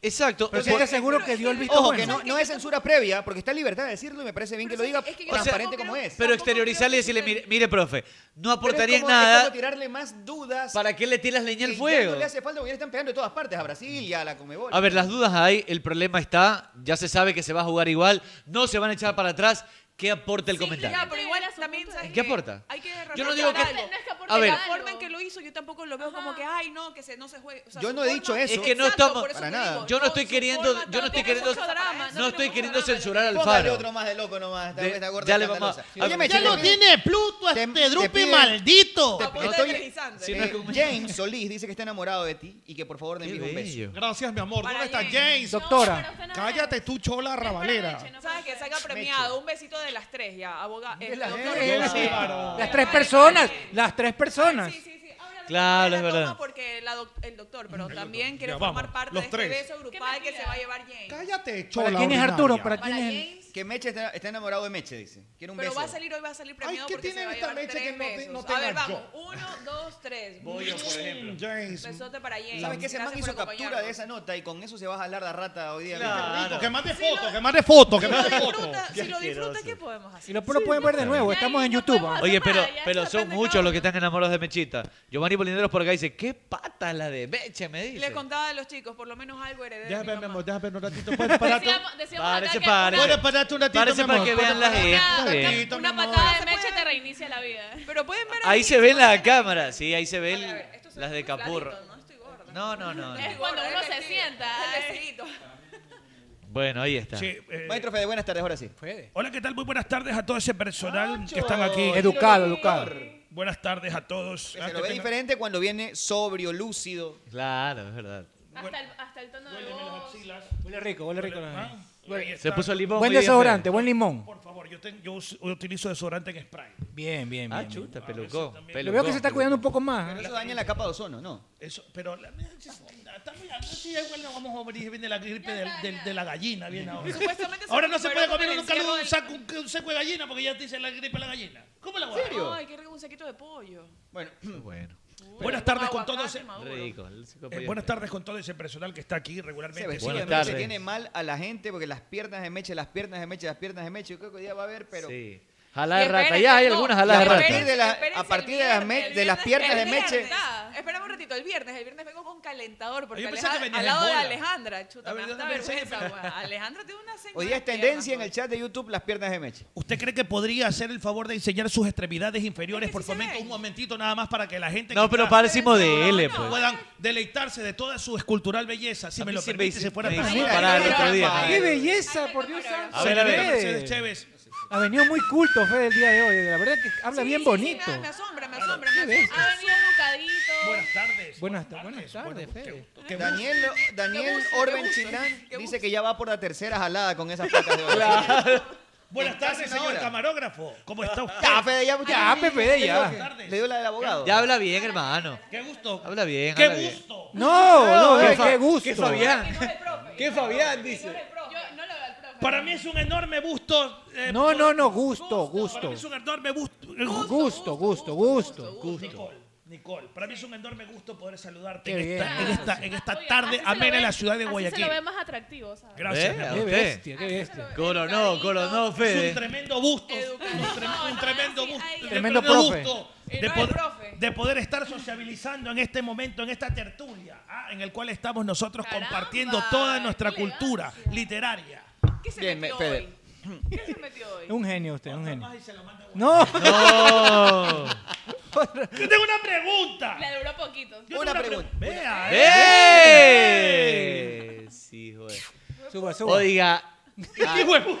Exacto. Pero o si sea- te aseguro que dio el visto Ojo, bueno. que no, no es censura previa, porque está en libertad de decirlo y me parece bien que lo diga que yo transparente como es. Pero exteriorizarle y decirle, mire, mire, profe, no Pero es aportaría en como- es nada. como tirarle más dudas ¿Para qué le tiras leña al que ya fuego? no le hace falta porque ya le están pegando de todas partes, a Brasil y a la Comebol. A ver, las dudas hay, el problema está, ya se sabe que se va a jugar igual, no se van a echar para atrás. ¿Qué aporta el Ya, comentario? pero igual también sabes ¿Qué que aporta? Hay que Yo no digo que- respetar algo. No es que aporte Porque la algo. forma en que lo hizo, yo tampoco lo veo como que, ay, no, que se, no se juegue. O sea, Yo su no he forma- dicho eso. Es que no Exacto, estamos por eso Para te nada. digo, Yo no no, estoy su queriendo, forma yo no estoy tampoco queriendo, es mucho drama, no no estoy tenemos queriendo censurar al Póngale Faro. otro más de loco nomás, esta De- vez está gorda ya le vamos a- escandalosa. a- Óyeme, Ya chico, lo te- tiene Pluto, te- este te drupi piden- maldito. te- Apunta estoy- deslizante. Si no es eh, como- James Solís dice que está enamorado de ti y que por favor le Qué envíe un beso. bello. Gracias, mi amor. Para ¿Dónde está James. James? Doctora. No, pero usted Cállate tú, chola rabalera. Sabes que salga premiado, un besito de las tres ya, abogado. Las tres personas, las tres personas. Claro, es verdad. No, porque la doc- el doctor, pero también Ya, quiere vamos, formar parte los de este tres. beso grupal que se va a llevar James. Cállate, ¿Para quién es Arturo? ¿Para quién es él? Que Meche está, está enamorado de Meche, dice. Quiere un Pero beso. va a salir hoy, va a salir premiado ¿qué porque tiene se va a esta llevar mecha tres que no te- besos. no a ver, tenga vamos. Uno, dos, tres. Boyo, por ejemplo. James. Besote para James. ¿Sabes que ese man Gracias hizo por captura acompañarnos. de esa nota y con eso se va a jalar la rata hoy día? Claro. Rico, Sí, lo- que mande Si lo disfrutas, ¿qué podemos hacer? Y los puros pueden ver de nuevo, estamos en YouTube. ¿ah? Oye, pero, pero son muchos los que están enamorados de Mechita. Giovanni Polineros por acá dice, qué pata la de Meche, me dice. Le contaba a los chicos, por lo menos algo heredero. de mi Déjame, mi amor, déjame un ratito. Decíamos- decíamos Parece, acá que parece. una- Puedes pararte un ratito, Parece mi para amor, que puedes vean las pararte un Una- redes. una- Está Una patada de mecha te reinicia la vida. Pero pueden ver Ahí ahí. se ven las cámaras, sí, ahí se ven las de Capurro. No, no, no. Es cuando uno se sienta. El Bueno, ahí está. Sí, eh, Maestro Fede, buenas tardes, ahora sí. Hola, ¿qué tal? Muy buenas tardes a todo ese personal que están aquí. Educado, educado. Buenas tardes a todos. Ah, Se que lo ve tengan- diferente cuando viene sobrio, lúcido. Claro, es verdad. Hasta el, hasta el tono de voz. Huele rico, huele rico. Ahí Se está. puso limón. Buen muy bien, desodorante, Fer. buen limón. Por favor, yo, ten- yo us- yo utilizo desodorante en spray. Bien, bien, bien. Ah, bien. chuta, pelucó. Lo veo que se está cuidando un poco más. Pero ¿eh? eso daña la capa de ozono, ¿no? Eso, pero la, estamos ya, no sé, igual no vamos a morir, viene la gripe del- del- de la gallina, viene ahora. Supuestamente se ahora no se puede recuperó con comer el un caldo, un, encierro saco, un, un seco de gallina porque ya te dice la gripe de la gallina. ¿Cómo la voy a serio? Ay, qué rico un saquito de pollo. Bueno. Bueno. Buenas tardes con todo ese... Rico. el seco Eh, pollo. buenas tardes con todo ese personal que está aquí regularmente. Se Buenas Se tardes. tiene mal a la gente porque las piernas de meche, las piernas de meche, las piernas de meche. Yo creo que hoy día va a haber, pero. Sí. Y Jalada de rata. espérense, Ya hay no, algunas y jaladas de a rata. partir de la- a partir de las, me- de las piernas de El viernes. meche. Esperamos un ratito, el viernes. El viernes vengo con calentador. Porque Yo pensé Aleja- que venías al en lado de bola. Alejandra. Chuta, A ver, me da yo hasta no pensé, vergüenza, Ah, pero- güey. Alejandra tiene una señal. Hoy día es tendencia en el chat de YouTube las piernas de meche. ¿Usted cree que podría hacer el favor de enseñar sus extremidades Este inferiores por momento, un momentito nada más para que la gente No, que pero está- parecimos de L, pues. puedan deleitarse de toda su escultural belleza, si A me mí lo sí me permite, hice- se fuera me tan hice amable. parar el otro día. ¡Qué belleza, por Dios santo! A ver, a ver. Mercedes Chévez. Ha venido muy culto Fede el día de hoy. La verdad que habla Sí, bien sí, sí, bonito. me- me asombra, me asombra. ¿Qué me ves? asombra. Ha venido educadito. Buenas tardes. Buenas, ta- buenas tardes, Fede. Daniel, Daniel gusto, qué Orben gusto, Chilán dice que ya va por la tercera jalada con esas placas de oro. Buenas tardes, señor camarógrafo. ¿Cómo está usted? Ya, Fede, ya, Ya, Pepe, ya. Buenas tardes. Le dio la del abogado. Ya habla bien, hermano. Qué gusto. Habla bien. Qué habla bien. gusto. No, no, Qué eh, fa- qué gusto. qué Fabián. ¿Qué Fabián dice? Para mí es un enorme gusto. eh, No, no, no, gusto, Para gusto. mí es un enorme eh, gusto. Gusto, gusto, gusto. Nicole, Nicole, para mí es un enorme gusto poder saludarte Qué en esta, bien. en esta, en esta tarde Así se lo amena ve- en la ciudad de Así se Guayaquil. lo ve más atractivo, ¿sabes? Gracias, ¿Ve? mi Eh, A amor. Qué usted. bestia, qué bestia. Coronó, coronó, Es un Fede. tremendo gusto. Un, trem- un tremendo gusto. un Tremendo profe. gusto de, no es poder, profe. de poder estar sociabilizando en este momento, en esta tertulia, ah, en el cual estamos nosotros compartiendo toda nuestra cultura literaria. ¿Qué se Bien, metió me- Fede. hoy? ¿Qué se metió hoy? Un genio usted, un genio. No. No. Yo tengo una pregunta. Le duró poquito. Yo tengo Una pre- pregunta. Vea, ¡Eh! Sí, joder. Suba, suba. Oiga, ¿Qué huevo?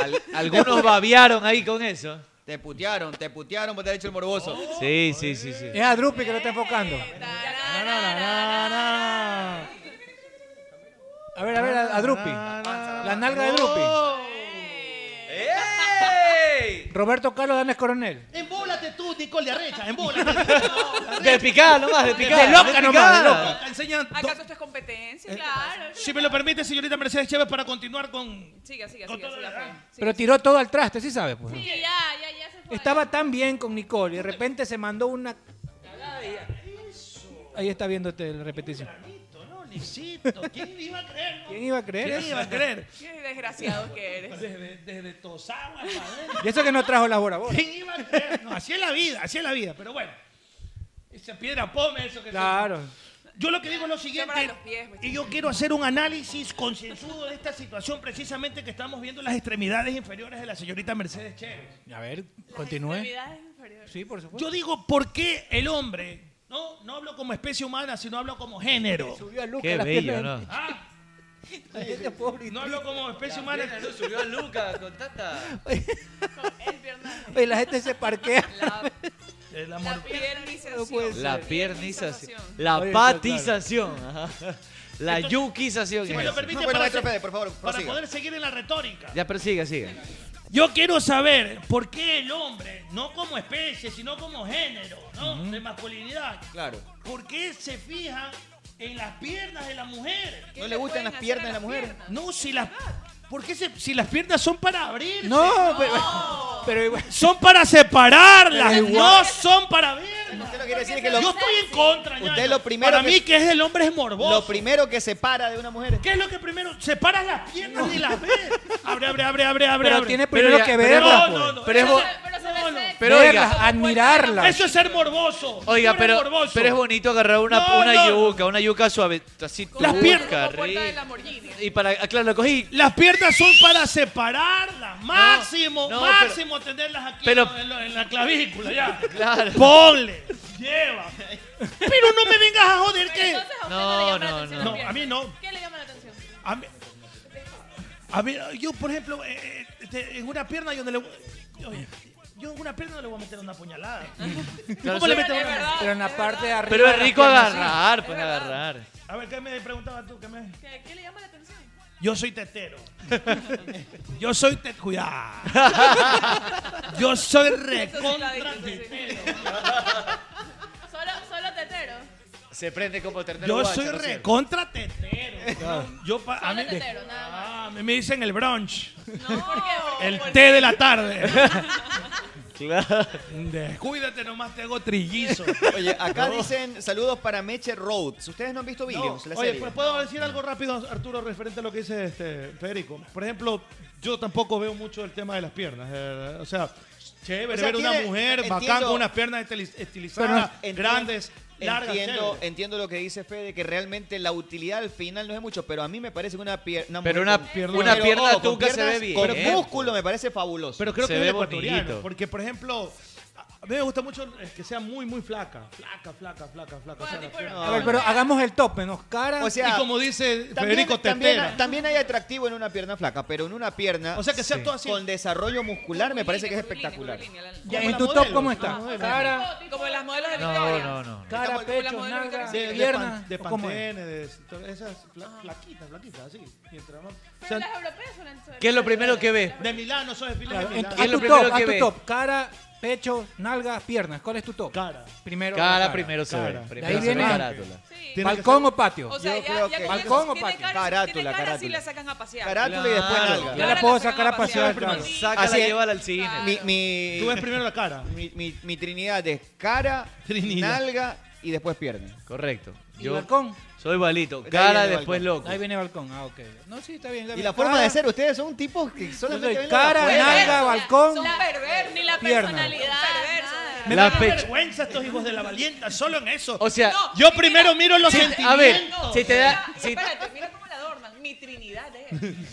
Al- algunos babiaron ahí con eso. Te putearon, te putearon por te haber hecho el morboso. Oh, Sí, sí, sí, sí. Es a Drupi que lo está enfocando. Tarara. A ver, a ver, a, a Drupi. La nalga de Drupi. ¡Ey! Roberto Carlos Danes Coronel. Embólate tú, Nicole de Arrecha, embólate. Despicada nomás, despicada. De loca nomás, de despicada. Acá enseñan do- Eh, ¿Acaso esto es competencia? Claro. si me lo permite, señorita Mercedes Chévez, para continuar con... Siga, siga, Con siga, todo siga, el- Fede. Pero tiró todo al traste, ¿sí sabes? Pues. Sí, ya, ya, ya se fue. Estaba tan bien con Nicole y de repente se mandó una... Ahí está viendo usted la repetición. No, Licito, ¿quién iba a creer? no? ¿Quién iba a creer ¿Quién eso? iba a creer? Qué desgraciado que eres. Desde, desde Tosagua, madre. Y eso que no trajo la bora bora. ¿Quién iba a creer? No, así es la vida, así es la vida. Pero bueno, esa piedra pome, eso que se- Claro. Yo lo que digo es lo Cámara de siguiente, los pies, pues, güey. y yo quiero hacer un análisis concienzudo de esta situación, precisamente que estamos viendo las extremidades inferiores de la señorita Mercedes Chévez. A ver, continúe. Actividades inferiores. Sí, por supuesto. Yo digo, ¿por qué el hombre, no, no hablo como especie humana, sino hablo como género? Subió a Lucas Qué las bello, piernas. ¿no? Ah, La gente pobre. no hablo como especie humana. Subió a Luca con tanta. El viernes. Oye, la gente se parquea. La, El la amor. piernización. No puede ser. La piernización. Piernización. La Oye, está claro. patización. ajá. La yuquización. Si me lo es. permite, No, para, bueno, maestro se- Fede, por favor, para prosiga. poder seguir en la retórica. Ya, pero siga, siga. Yo quiero saber por qué el hombre, no como especie, sino como género, ¿no? De masculinidad, Claro. ¿por qué se fija en las piernas de la mujer? ¿Qué ¿No le gustan pueden las hacer piernas a de la mujer? piernas? No, si las. ¿Por qué se- si las piernas son para abrir? No, pero, pero igual. Son para separarlas, Pero no son para ver. Usted lo quiere decir que lo- Yo estoy en contra, Usted ñaño. lo primero Para que- mí que es el hombre es morboso. Lo primero que separa de una mujer. ¿Qué es lo que primero? Separas las piernas y las ves. Abre, abre, abre, abre, abre. Pero abre. tiene primero ya- que verla, No, no, pues. no. Pero es eso bo- no, no. Pero verla, admirarla. Eso es ser morboso. Oiga, Tú eres pero, morboso. pero es bonito agarrar una, No, una no. yuca, una yuca suave, así Las turca, piernas rica. Y para, ah, claro, lo cogí. Las piernas son para separarlas, máximo, no, pero- máximo tenerlas aquí pero- en, lo- en la clavícula, ya. Claro. Ponle, lleva. Pero no me vengas a joder que... No, no, no. No, a mí no. ¿Qué le llama la atención? A mí, a mí- yo, por ejemplo, eh, eh, te- en una pierna yo no le voy... oye, Yo en una pierna no le voy a meter una puñalada. ¿Cómo sí. le meto Es una? Pero en la parte de arriba. Pero es de la rico pierna, sí. agarrar, pues agarrar. A ver, ¿qué me preguntabas tú? ¿Qué, me... ¿Qué, qué le llama la atención? Yo soy tetero. Yo soy te... Cuidado. Yo soy recontra tetero. Solo, solo tetero. Se prende como ternero Yo guacho, soy no sirve. recontra tetero. Claro. Yo pa- a, Solo mí, Ah. tetero, nada más. a mí me dicen el brunch. ¿Por qué? Porque- El porque- té de la tarde. Claro. Descuídate, nomás te hago trillizo. Oye, acá No. dicen saludos para Meche Rhodes. Ustedes no han visto No. Billions, la Oye, serie. pues puedo decir algo rápido, Arturo, referente a lo que dice este Federico. Por ejemplo, yo tampoco veo mucho el tema de las piernas. eh, o sea, chévere O sea, ver una tiene- mujer entiendo- bacán con unas piernas estili- estilizadas, Enti- grandes, largas. Entiendo, chévere. entiendo lo que dice Fede, que realmente la utilidad al final no es mucho, pero a mí me parece que una pierna. Pero una pierna- una pierna tuca se ve bien. Con músculo me parece fabuloso. Pero creo que es ecuatoriano. Porque, por ejemplo, a mí me gusta mucho eh, que sea muy, muy flaca. Flaca, flaca, flaca, flaca. o sea, la pierna- A ver, pero hagamos el top, menos cara. O sea, y como dice También- Federico también, Tetera. también hay atractivo en una pierna flaca, pero en una pierna O sea, que sea todo así. con desarrollo muscular me parece que es espectacular. Ya, ¿en tu top cómo Ah, está? Cara, Como las modelos de No, Victoria. no, no, no. cara, Como la pecho, modelo de nalga, eh, de, Victoria. de, pierna. pan, de ¿o cómo es? Ah. pantenes, de todas esas fla- flaquitas, flaquitas, así. Mientras más- Pero o sea, las europeas son el ¿Qué es lo primero que ve? de Milano, esos desfiles de Claro, en- Milano. a tu top, a tu top. Cara, pecho, nalgas, piernas. ¿Cuál es tu top? Cara. Primero. Cara, la primero se Cara. ve. De Primero ahí se ve viene. carátula. Sí. ¿Balcón o patio? O sea, Yo ya, creo ya que- cuando ¿Balcón o tiene patio? cara- Carátula, tiene cara, sí carátula. la sacan a pasear. Carátula y después Claro. nalga. Ya la puedo sacar a pasear. claro. Sácala Así y es. llévala al cine. Mi, mi- Tú ves primero la cara. mi, mi- mi trinidad es cara, Trinidad. nalga y después pierna. Correcto. ¿Y Yo balcón? soy igualito. Ahí Cara, viene el después balcón. loco. Ahí viene balcón. Ah, ok. No, sí, está bien. está Y bien. la forma de Cara, ser, ustedes son tipos que solamente soy ven la cara, afuera. nalga, balcón. Son perversos. Ni la Pierna. personalidad. nada. Me La dan pe- vergüenza estos hijos de la valienta, solo en eso. O sea, No, yo y primero miro los si- sentimientos. a ver, si te da... mira, si- espérate, mira cómo la adornan. Mi trinidad es.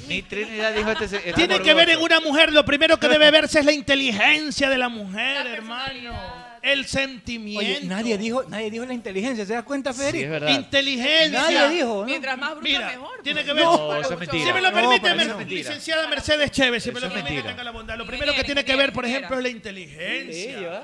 mi Trinidad dijo este... se- está Tiene que ver en morboso. una mujer, lo primero que debe verse es la inteligencia de la mujer, hermano. El sentimiento. Oye, nadie dijo, nadie dijo la inteligencia. ¿Se das cuenta, Federico? Sí, es verdad. Inteligencia. Nadie dijo. ¿no? Mientras más bruta, Mira, mejor. tiene pues. que ver. No, eso es mentira. Si me lo No, permite, para me- eso es mentira. licenciada Mercedes Chévez, si me lo Eso es permite, mentira. tenga la bondad. Lo Ingeniera, primero que tiene que ver, por ingeniera. ejemplo, es la inteligencia. Ingeniera.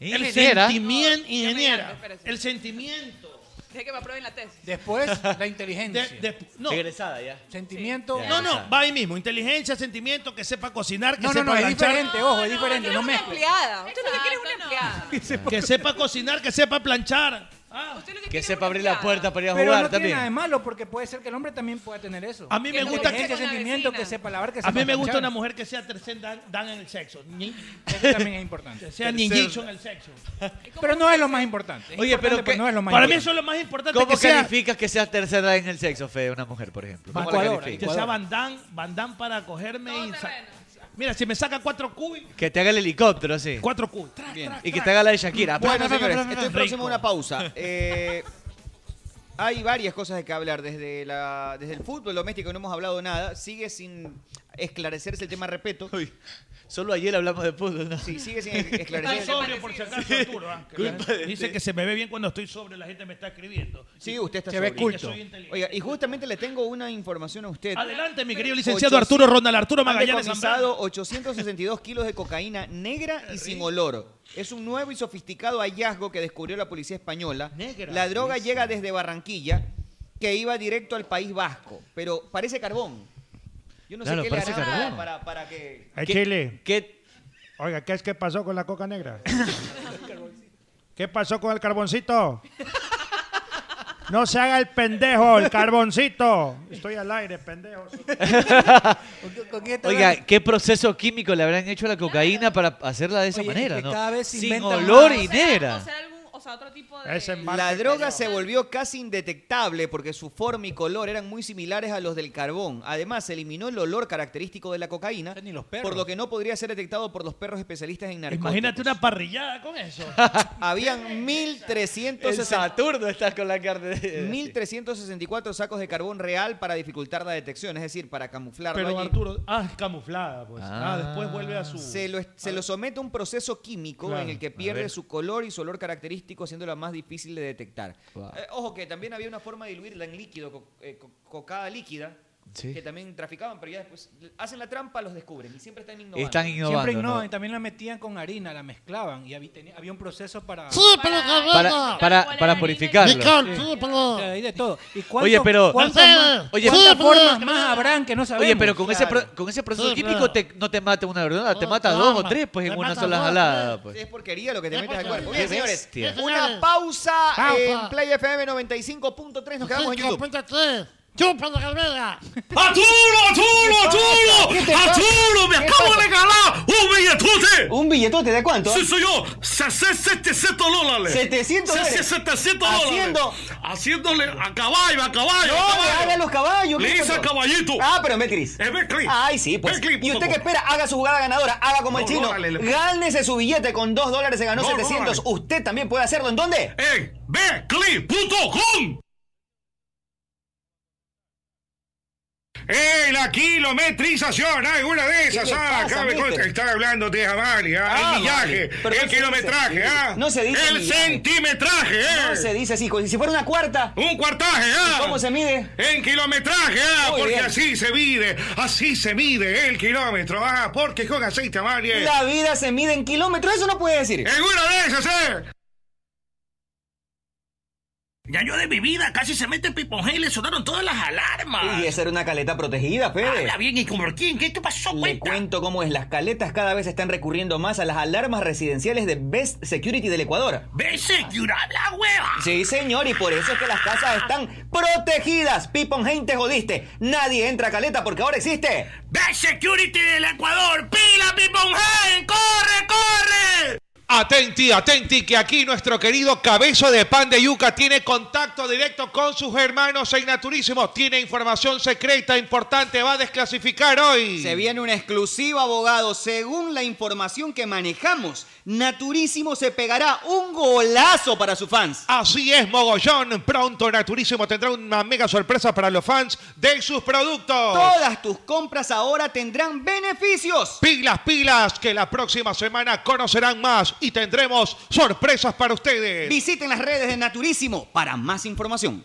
El Ingeniera. sentimiento, ingeniera. espérese. El sentimiento. Deja que me aprueben la tesis. Después, la De- inteligencia. de- no, Egresada ya. Sentimiento. Sí. no, no, va ahí mismo. Inteligencia, sentimiento, que sepa cocinar, que No, no, sepa no, es planchar, diferente, ojo, es diferente, Quiere no una mezcles. empleada. Usted lo que quiere es una Exacto, no. empleada. que sepa cocinar, que sepa planchar. Ah, Usted lo que quiere Que es sepa una abrir la empleada. puerta para ir a Pero jugar no tiene también. nada de malo porque puede ser que el hombre también pueda tener eso. A mí me Que gusta no que- Inteligencia, Con la sentimiento, vecina. que sepa lavar, que A sepa mí me gusta planchar. una mujer que sea tercer dan, dan en el sexo. Ni- Eso también es importante. Que sea ninjicho en el sexo. ¿Y cómo Pero no es lo más importante. Es Oye, importante, pero que- no es lo más Para mí importante. eso es lo más importante. ¿Cómo que sea, calificas que seas tercera en el sexo, Fede, una mujer, por ejemplo? ¿Cómo la Ecuador, calificas? que sea bandán, bandán para cogerme y... sa- Mira, si me saca cuatro cubis, Que te haga el helicóptero, así. cuatro cubis. Tra, tra, Y que tra. te haga la de Shakira. Bueno, señores, estoy rico. próximo a una pausa. Eh, hay varias cosas de que hablar. Desde, la, desde el fútbol doméstico no hemos hablado nada. Sigue sin esclarecerse el tema, repito. Uy, solo ayer hablamos de fútbol, ¿no? Sí, sigue sin esclarecerse Estoy el tema. sobrio, por si acaso, Arturo. ¿ah? Culpa de este. Dice ti. que se me ve bien cuando estoy sobrio, la gente me está escribiendo. Sí, usted está Se ve sobrio. Y que culto. soy inteligente. Oiga, y justamente le tengo una información a usted. Adelante, mi querido licenciado 800 Arturo Ronald, Arturo Han Magallanes Zambrano. decomisado 862 kilos de cocaína negra y sin olor. Es un nuevo y sofisticado hallazgo que descubrió la policía española. Negra. La droga llega desde Barranquilla, que iba directo al País Vasco, pero parece carbón. Yo no Claro, sé qué le parece harán para- carbón. Para, para que... ¿Qué- ¿Qué? Oiga, ¿qué es que pasó con la coca negra? ¿Qué pasó con el carboncito? No se haga el pendejo, el carboncito. Estoy al aire, pendejo. ¿Con- con quién está Oiga, hablando? ¿qué proceso químico le habrán hecho a la cocaína para hacerla de esa Oye, manera, es que no? cada vez se Sin inventan olor más. y O sea, negra. O sea, algún sea, otro tipo de... La droga se volvió casi indetectable porque su forma y color eran muy similares a los del carbón. Además, se eliminó el olor característico de la cocaína, por lo que no podría ser detectado por los perros especialistas en narcóticos. Imagínate una parrillada con eso. Habían 1360 El Saturno estás con la carne. de- 1364 sacos de carbón real para dificultar la detección, es decir, para camuflarlo. Pero allí. Arturo, ah, es camuflada, pues. Ah, después vuelve a su. Se lo, se lo somete a un proceso químico Claro, en el que a pierde ver. su color y su olor característico, haciéndola más difícil de detectar. Eh, ojo que también había una forma de diluirla en líquido, co- eh, co- cocada líquida, Sí. que también traficaban, pero ya después hacen la trampa, los descubren y siempre están innovando. Están innovando. Siempre no, ¿no? y también la metían con harina, la mezclaban y había, tenía- había un proceso para... Sí, pero cabrón. Para, para, para purificarlo. Nicole, Sí. sí, pero- Hay de todo. ¿Y cuánto- Oye, pero. cuántas más- Oye, cuántas formas más habrán que no sabemos? Oye, pero con, ese, Claro. pro- con ese proceso Sí, químico claro. te- no te mata una verdad, te mata claro. dos o tres, pues Te en una mata sola dos, jalada. tres. Pues. Es porquería lo que te metes al cuerpo. Qué Bien, señores. bestia. Una pausa Pausa. en Play FM 95.3. Nos quedamos en YouTube. ¡Chupa la carrera! ¡Arturo, Arturo, ¿Qué Arturo! te pasa? ¡Arturo, me ¿Qué acabo pasa? de regalar un billetote! ¿Un billetote de cuánto? Sí, soy yo. Se- se- 700 dólares. 700 Se- se- dólares. 700 dólares. Haciendo- Haciéndole a caballo, a caballo. No, a caballo. le haga los caballos. Le ¿qué hice pasó? a caballito. Ah, pero en Betcris. Es Betcris. Ay, sí, pues. Betcris, y usted por que favor. espera, haga su jugada ganadora, haga como el No, chino. dólares le- Gánese su billete con 2 dólares, se ganó No, 700. dólares. Usted también puede hacerlo. ¿En dónde? En betcris.com. ¡Eh, la kilometrización! ¡Hay una de esas! ¿Qué le ¡Ah! pasa, Acá me mister? consta- Están hablando de Amalia, Ah, el millaje, vale. Pero el no se kilometraje, dice- ¿ah? No se dice. ¡El millaje. centimetraje, eh! No se dice así. co- Si fuera una cuarta. ¡Un cuartaje, ah! ¿Y ¿Cómo se mide? En kilometraje, ah, Muy porque bien. así se mide, así se mide el kilómetro, ah, porque con aceite amarillo. La vida se mide en kilómetros, eso no puede decir. En una de esas, eh. Ya yo de mi vida casi se mete Pipongel, le sonaron todas las alarmas. Y esa era una caleta protegida, Fede. Habla bien y como quién, ¿qué te pasó, Le cuento cómo es, las caletas cada vez están recurriendo más a las alarmas residenciales de Best Security del Ecuador. ¡Vese, cura la hueva! Sí, señor, y por eso es que las casas están protegidas. Pipongel, te jodiste. Nadie entra a caleta porque ahora existe. Best Security del Ecuador, pila Pipongel, corre, corre. Atenti, atenti, que aquí nuestro querido cabezo de pan de yuca tiene contacto directo con sus hermanos en Naturísimo. Tiene información secreta importante, va a desclasificar hoy. Se viene una exclusiva, abogado. Según la información que manejamos, Naturísimo se pegará un golazo para sus fans. Así es, mogollón. Pronto Naturísimo tendrá una mega sorpresa para los fans de sus productos. Todas tus compras ahora tendrán beneficios. Pilas, pilas, que la próxima semana conocerán más y tendremos sorpresas para ustedes. Visiten las redes de Naturísimo para más información.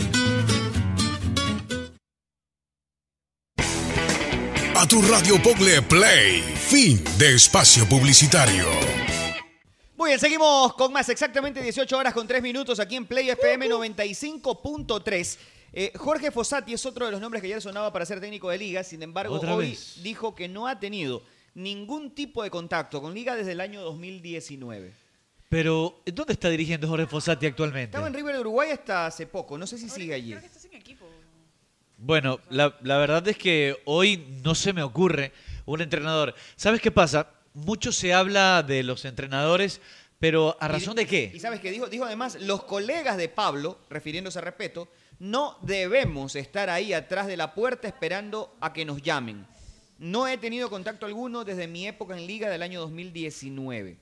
A tu radio Pogle Play, fin de espacio publicitario. Muy bien, seguimos con más. Exactamente 18 horas con 3 minutos aquí en Play FM 95.3. Eh, Jorge Fossati es otro de los nombres que ayer sonaba para ser técnico de liga. Sin embargo, Otra hoy vez. dijo que no ha tenido ningún tipo de contacto con liga desde el año 2019. Pero, ¿dónde está dirigiendo Jorge Fossati actualmente? Estaba en River de Uruguay hasta hace poco. No sé si sigue allí. Bueno, la, la verdad es que hoy no se me ocurre un entrenador. ¿Sabes qué pasa? Mucho se habla de los entrenadores, pero ¿a razón de qué? Y sabes que dijo, dijo además, los colegas de Pablo, refiriéndose a respeto, No debemos estar ahí atrás de la puerta esperando a que nos llamen. No he tenido contacto alguno desde mi época en liga del año 2019.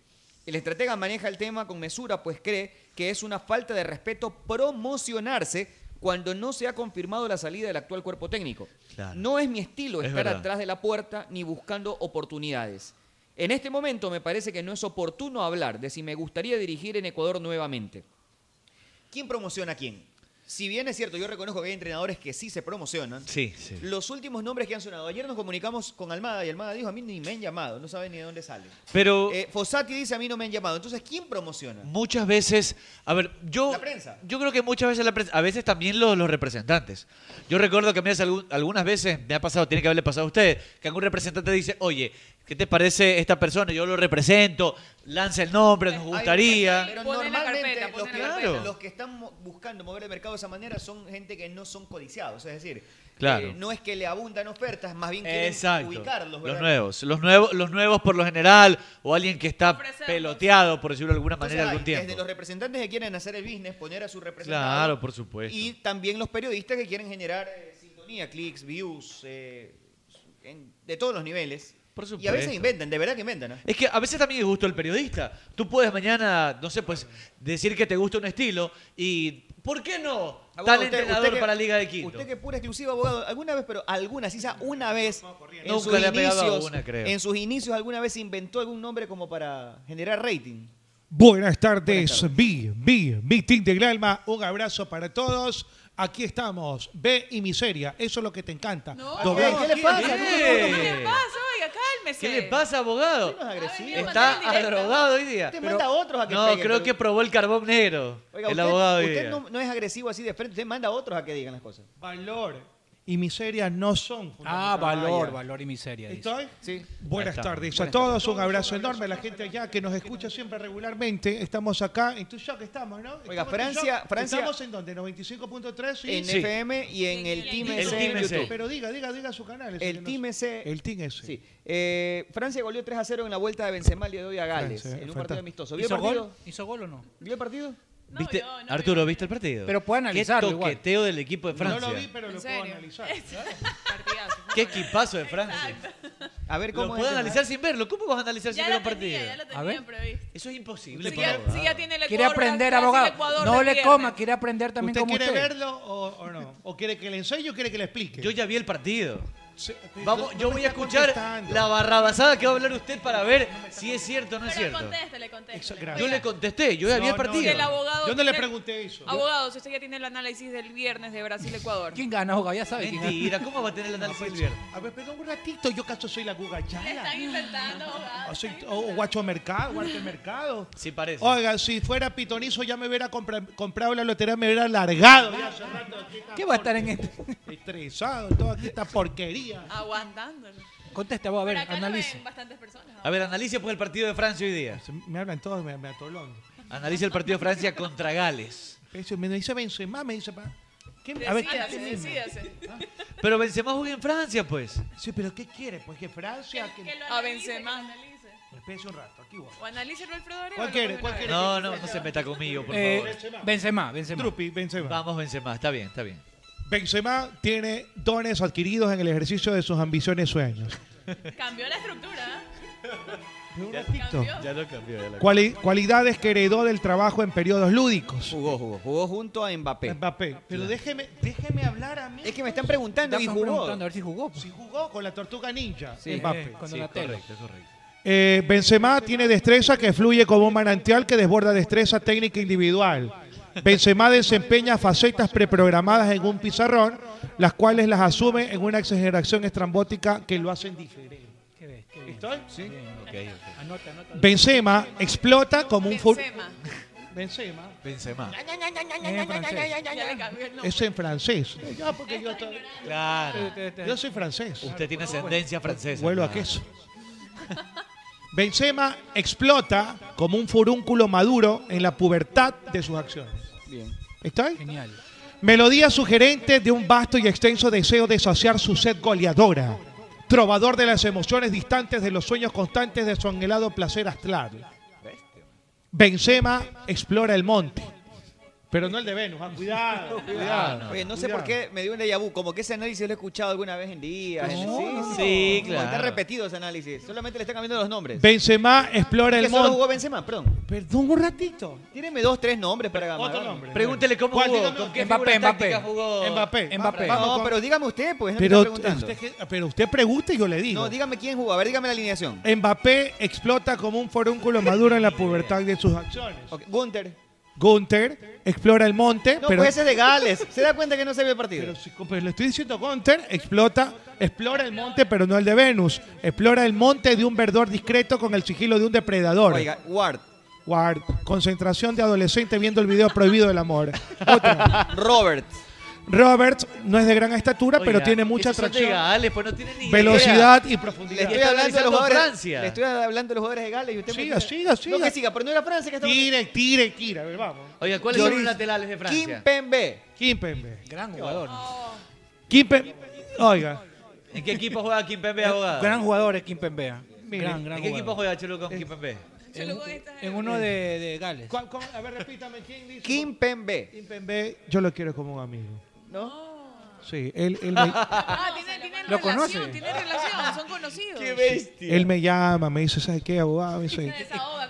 El estratega maneja el tema con mesura, pues cree que es una falta de respeto promocionarse cuando no se ha confirmado la salida del actual cuerpo técnico. Claro. No es mi estilo Es estar verdad. atrás de la puerta ni buscando oportunidades. En este momento me parece que no es oportuno hablar de si me gustaría dirigir en Ecuador nuevamente. ¿Quién promociona a quién? Si bien es cierto, yo reconozco que hay entrenadores que sí se promocionan, Sí, sí. los últimos nombres que han sonado. Ayer nos comunicamos con Almada y Almada dijo, a mí ni me han llamado, no saben ni de dónde sale. Pero Eh, Fossati dice, a mí no me han llamado. Entonces, ¿quién promociona? muchas veces, a ver, yo, La prensa. yo creo que muchas veces la prensa, a veces también los, los representantes. Yo recuerdo que a mí hace algún- algunas veces me ha pasado, tiene que haberle pasado a usted, que algún representante dice, oye, ¿qué te parece esta persona? Yo lo represento, lanza el Eh, nombre, nos gustaría. Pero Ponen la normalmente carpeta, los, ponen que, la carpeta. los que están mo- buscando mover el mercado de esa manera son gente que no son codiciados. Es decir, Claro. eh, no es que le abundan ofertas, más bien quieren Exacto. ubicarlos. Los ¿verdad? nuevos, los nuevos, los nuevos por lo general, o alguien que está Ofrecemos. peloteado, por decirlo de alguna Entonces, manera, hay algún Desde tiempo. los representantes que quieren hacer el business, poner a su representante. Claro, por supuesto. Y también los periodistas que quieren generar eh, sintonía, clics, views, eh, en- de todos los niveles. Y a veces supuesto. inventan, de verdad que inventan. ¿ah? Es que a veces también es gusto del periodista. Tú puedes mañana, no sé, pues decir que te gusta un estilo y ¿por qué no? Tal Abogado, usted- entrenador usted que- para Liga de Quito. Usted que es pura exclusiva, abogado, alguna vez, pero alguna, sí, sea, una vez. En Nunca sus, le ha pegado a inicios, una, creo. en sus inicios, alguna vez inventó algún nombre como para generar rating. Buenas tardes, B, B, B Team del Alma. Un abrazo para todos. Aquí estamos, B y miseria. Eso es lo que te encanta. Doblamos- ¿Qué le pasa? ¿Qué le pasa? Oiga, cálmese. ¿Qué le pasa, abogado? agresivo. Está Mandar en directo. drogado hoy día. Usted manda a otros a que No, peguen, creo pero- que probó el carbón negro. Oiga, el usted, abogado hoy usted día. no, no es agresivo así de frente, usted manda a otros a que digan las cosas. Valor y miseria no son. Ah, valor, Ah, ya. valor y miseria. dice. ¿Estoy? Sí. Buenas Ahí está. tardes a Buenas todos, un abrazo enorme a la gente allá que nos escucha siempre regularmente. Estamos acá en tu shock, estamos, ¿no? Oiga, Estamos en Tu Francia- Shock. Francia- Estamos en donde, 95.3 sí. En FM y en el Team El EC Team en EC. YouTube. Pero diga, diga, diga su canal. eso que El no Team sé. EC. El Team EC. Sí. Eh, Francia goleó 3 a 0 en la vuelta de Benzema el día de hoy a Gales, Francia, en un fantástico. partido amistoso. ¿Vio el ¿Hizo partido? gol? ¿Hizo gol o no? ¿Vio el partido? ¿Viste? Arturo, ¿viste el partido? Pero puede analizarlo Qué igual. toqueteo del equipo de Francia. No lo vi, pero lo puedo analizar. Qué equipazo de Francia. A ver Lo cómo es el puedo tema. analizar sin verlo. ¿Cómo vas a analizar sin Ya ver lo un partido? tenía, ya lo A ver. tenía previsto. Eso es imposible. Si para ya, un si abogado. ya tiene el Quiere Ecuador, aprender, casi el abogado. Ecuador No del le viernes. coma, quiere aprender también ¿Usted como quiere usted. verlo o, o no? ¿O quiere que le enseñe o quiere que le explique? Yo ya vi el partido. Se- Vamos, no yo me voy a está escuchar contestando. la barrabasada que va a hablar usted para ver si es cierto o no es Pero cierto. contéstele, contéstele. Yo le contesté, yo ya vi No, el no, partido. El abogado Yo no le tiene- pregunté eso. Abogado, si usted ya tiene el análisis del viernes de Brasil-Ecuador. ¿Quién gana, abogado? Ya sabe quién gana. Mentira, ¿cómo va a tener el análisis del viernes? A ver, perdón un ratito, yo caso soy la Le gugachana. están inventando, abogado. O, soy- o- o guacho mercado, guacho mercado. Sí parece. Oiga, si fuera pitonizo ya me hubiera compra- comprado la lotería, me hubiera largado. Ya hace rato aquí está ¿Qué va a estar en este? Estresado, toda aquí esta porquería. Aguantándolo. Conteste, vos, a ver, Por acá lo analice. ven bastantes personas. A ver, analice pues el partido de Francia hoy día. Se- Me hablan todos, me, me atolón. Analice el partido de Francia contra Gales. Eso, Me dice Benzema, me dice... pa- ¿Qué, a ver, ¿qué- ¿Ah? Decídase, qué- decídase. Pero Benzema juega en Francia, pues. Sí, pero ¿qué quiere? Pues que Francia... Que, Que lo A analice, que lo Benzema. analice. Espérese un rato, aquí voy. O analícelo Alfredo Arevalo. ¿Cuál quiere? pues, ¿Cuál una quiere? vez. No, no, no se meta conmigo, por Eh, favor. Benzema, Benzema. Trupi, Benzema. Vamos, Benzema, está bien, está bien. Benzema tiene dones adquiridos en el ejercicio de sus ambiciones y sueños. Cambió la estructura. Un ratito. Ya lo cambió. Ya lo Cuali- cualidades que heredó del trabajo en periodos lúdicos. Jugó, jugó, jugó junto a Mbappé. Mbappé. Pero déjeme, déjeme hablar a mí. Es que me están preguntando y Estamos jugó. preguntando a ver si jugó. pues. Si jugó con la tortuga ninja, Sí, Mbappé. eh, con Sí, Donatello. correcto, correcto. Eh, Benzema tiene destreza que fluye como un manantial que desborda destreza técnica individual. Benzema desempeña facetas preprogramadas en un pizarrón, las cuales las asume en una exageración estrambótica que lo hacen diferente. Qué ves, qué bien. ¿Estoy? Sí. Ok, ok. Anota, anota. Benzema explota como un fútbol. Benzema. Benzema. Benzema. En Eh, francés. Ya le cambió el nombre. Es en francés. Ya, porque yo, estoy- Este, Claro. yo soy francés. Usted tiene ascendencia francesa. Vuelo a claro. queso. Benzema explota como un furúnculo maduro en la pubertad de sus acciones. Bien. ¿Estoy? Genial. Melodía sugerente de un vasto y extenso deseo de saciar su sed goleadora. Trovador de las emociones distantes de los sueños constantes de su anhelado placer astral. Benzema explora el monte. Pero no el de Venus, ah, cuidado, cuidado. Oye, no sé por cuidado. qué me dio un déjà vu, como que ese análisis lo he escuchado alguna vez en día. en- No, sí, no, sí, no. como Está claro. repetido ese análisis, solamente le están cambiando los nombres. Benzema explora que el solo monte. jugó Benzema, perdón. Perdón un ratito. Tíreme dos, tres nombres para ganar. Otro nombre. Pregúntele cómo ¿Cuál? jugó, Dígame con usted. qué Mbappé, figura Mbappé. táctica jugó. Mbappé, Mbappé. Vamos No, con- pero dígame usted, pues. No me Pero, está preguntando. usted que- pero usted pregunta y yo le digo. No, dígame quién jugó. A ver, dígame la alineación. Mbappé explota como un forúnculo maduro en la pubertad de sus acciones. Ok, Gunter. Gunther explora el monte, No, pero, pues ese es de Gales. ¿Se da cuenta que no se ve el partido? pero si- pero le estoy diciendo Gunther explota, explora el monte, pero no el de Venus. Explora el monte de un verdor discreto con el sigilo de un depredador. Oiga, Ward. Guard, concentración de adolescente viendo el video prohibido del amor. Otra. Robert. Robert no es de gran estatura, pero Oiga, tiene mucha esos son de atracción. Gales, pues no tiene ni Velocidad y idea. profundidad. Le estoy, está hablando de analizando los jugadores, Francia. le estoy hablando de los jugadores de Gales y usted me Siga, dice- siga, No, siga. que siga, pero no era Francia que estaba... Tire, tire, tire. A ver, vamos. Oiga, ¿cuáles son los Lloris. laterales de Francia? Kimpembe. Kimpembe. Gran jugador. Kimpe- Oiga. eh, ¿En qué equipo juega Kimpembe abogado? Gran jugador es Kim Pembea. Mire, Gran, gran ¿En qué equipo jugador. juega Cholo con Kimpembe? En uno de, de Gales. Eh. ¿Cuál- cómo- A ver, repítame, ¿quién dice? Kimpembe. Kimpembe, yo lo quiero como un amigo. ¿No? Sí, él, él, me, Ah, tienen, tienen ¿Lo relación, conoce? tienen relación, son conocidos. ¡Qué bestia! él me llama, me dice, ¿sabes qué, abogado? Me dice,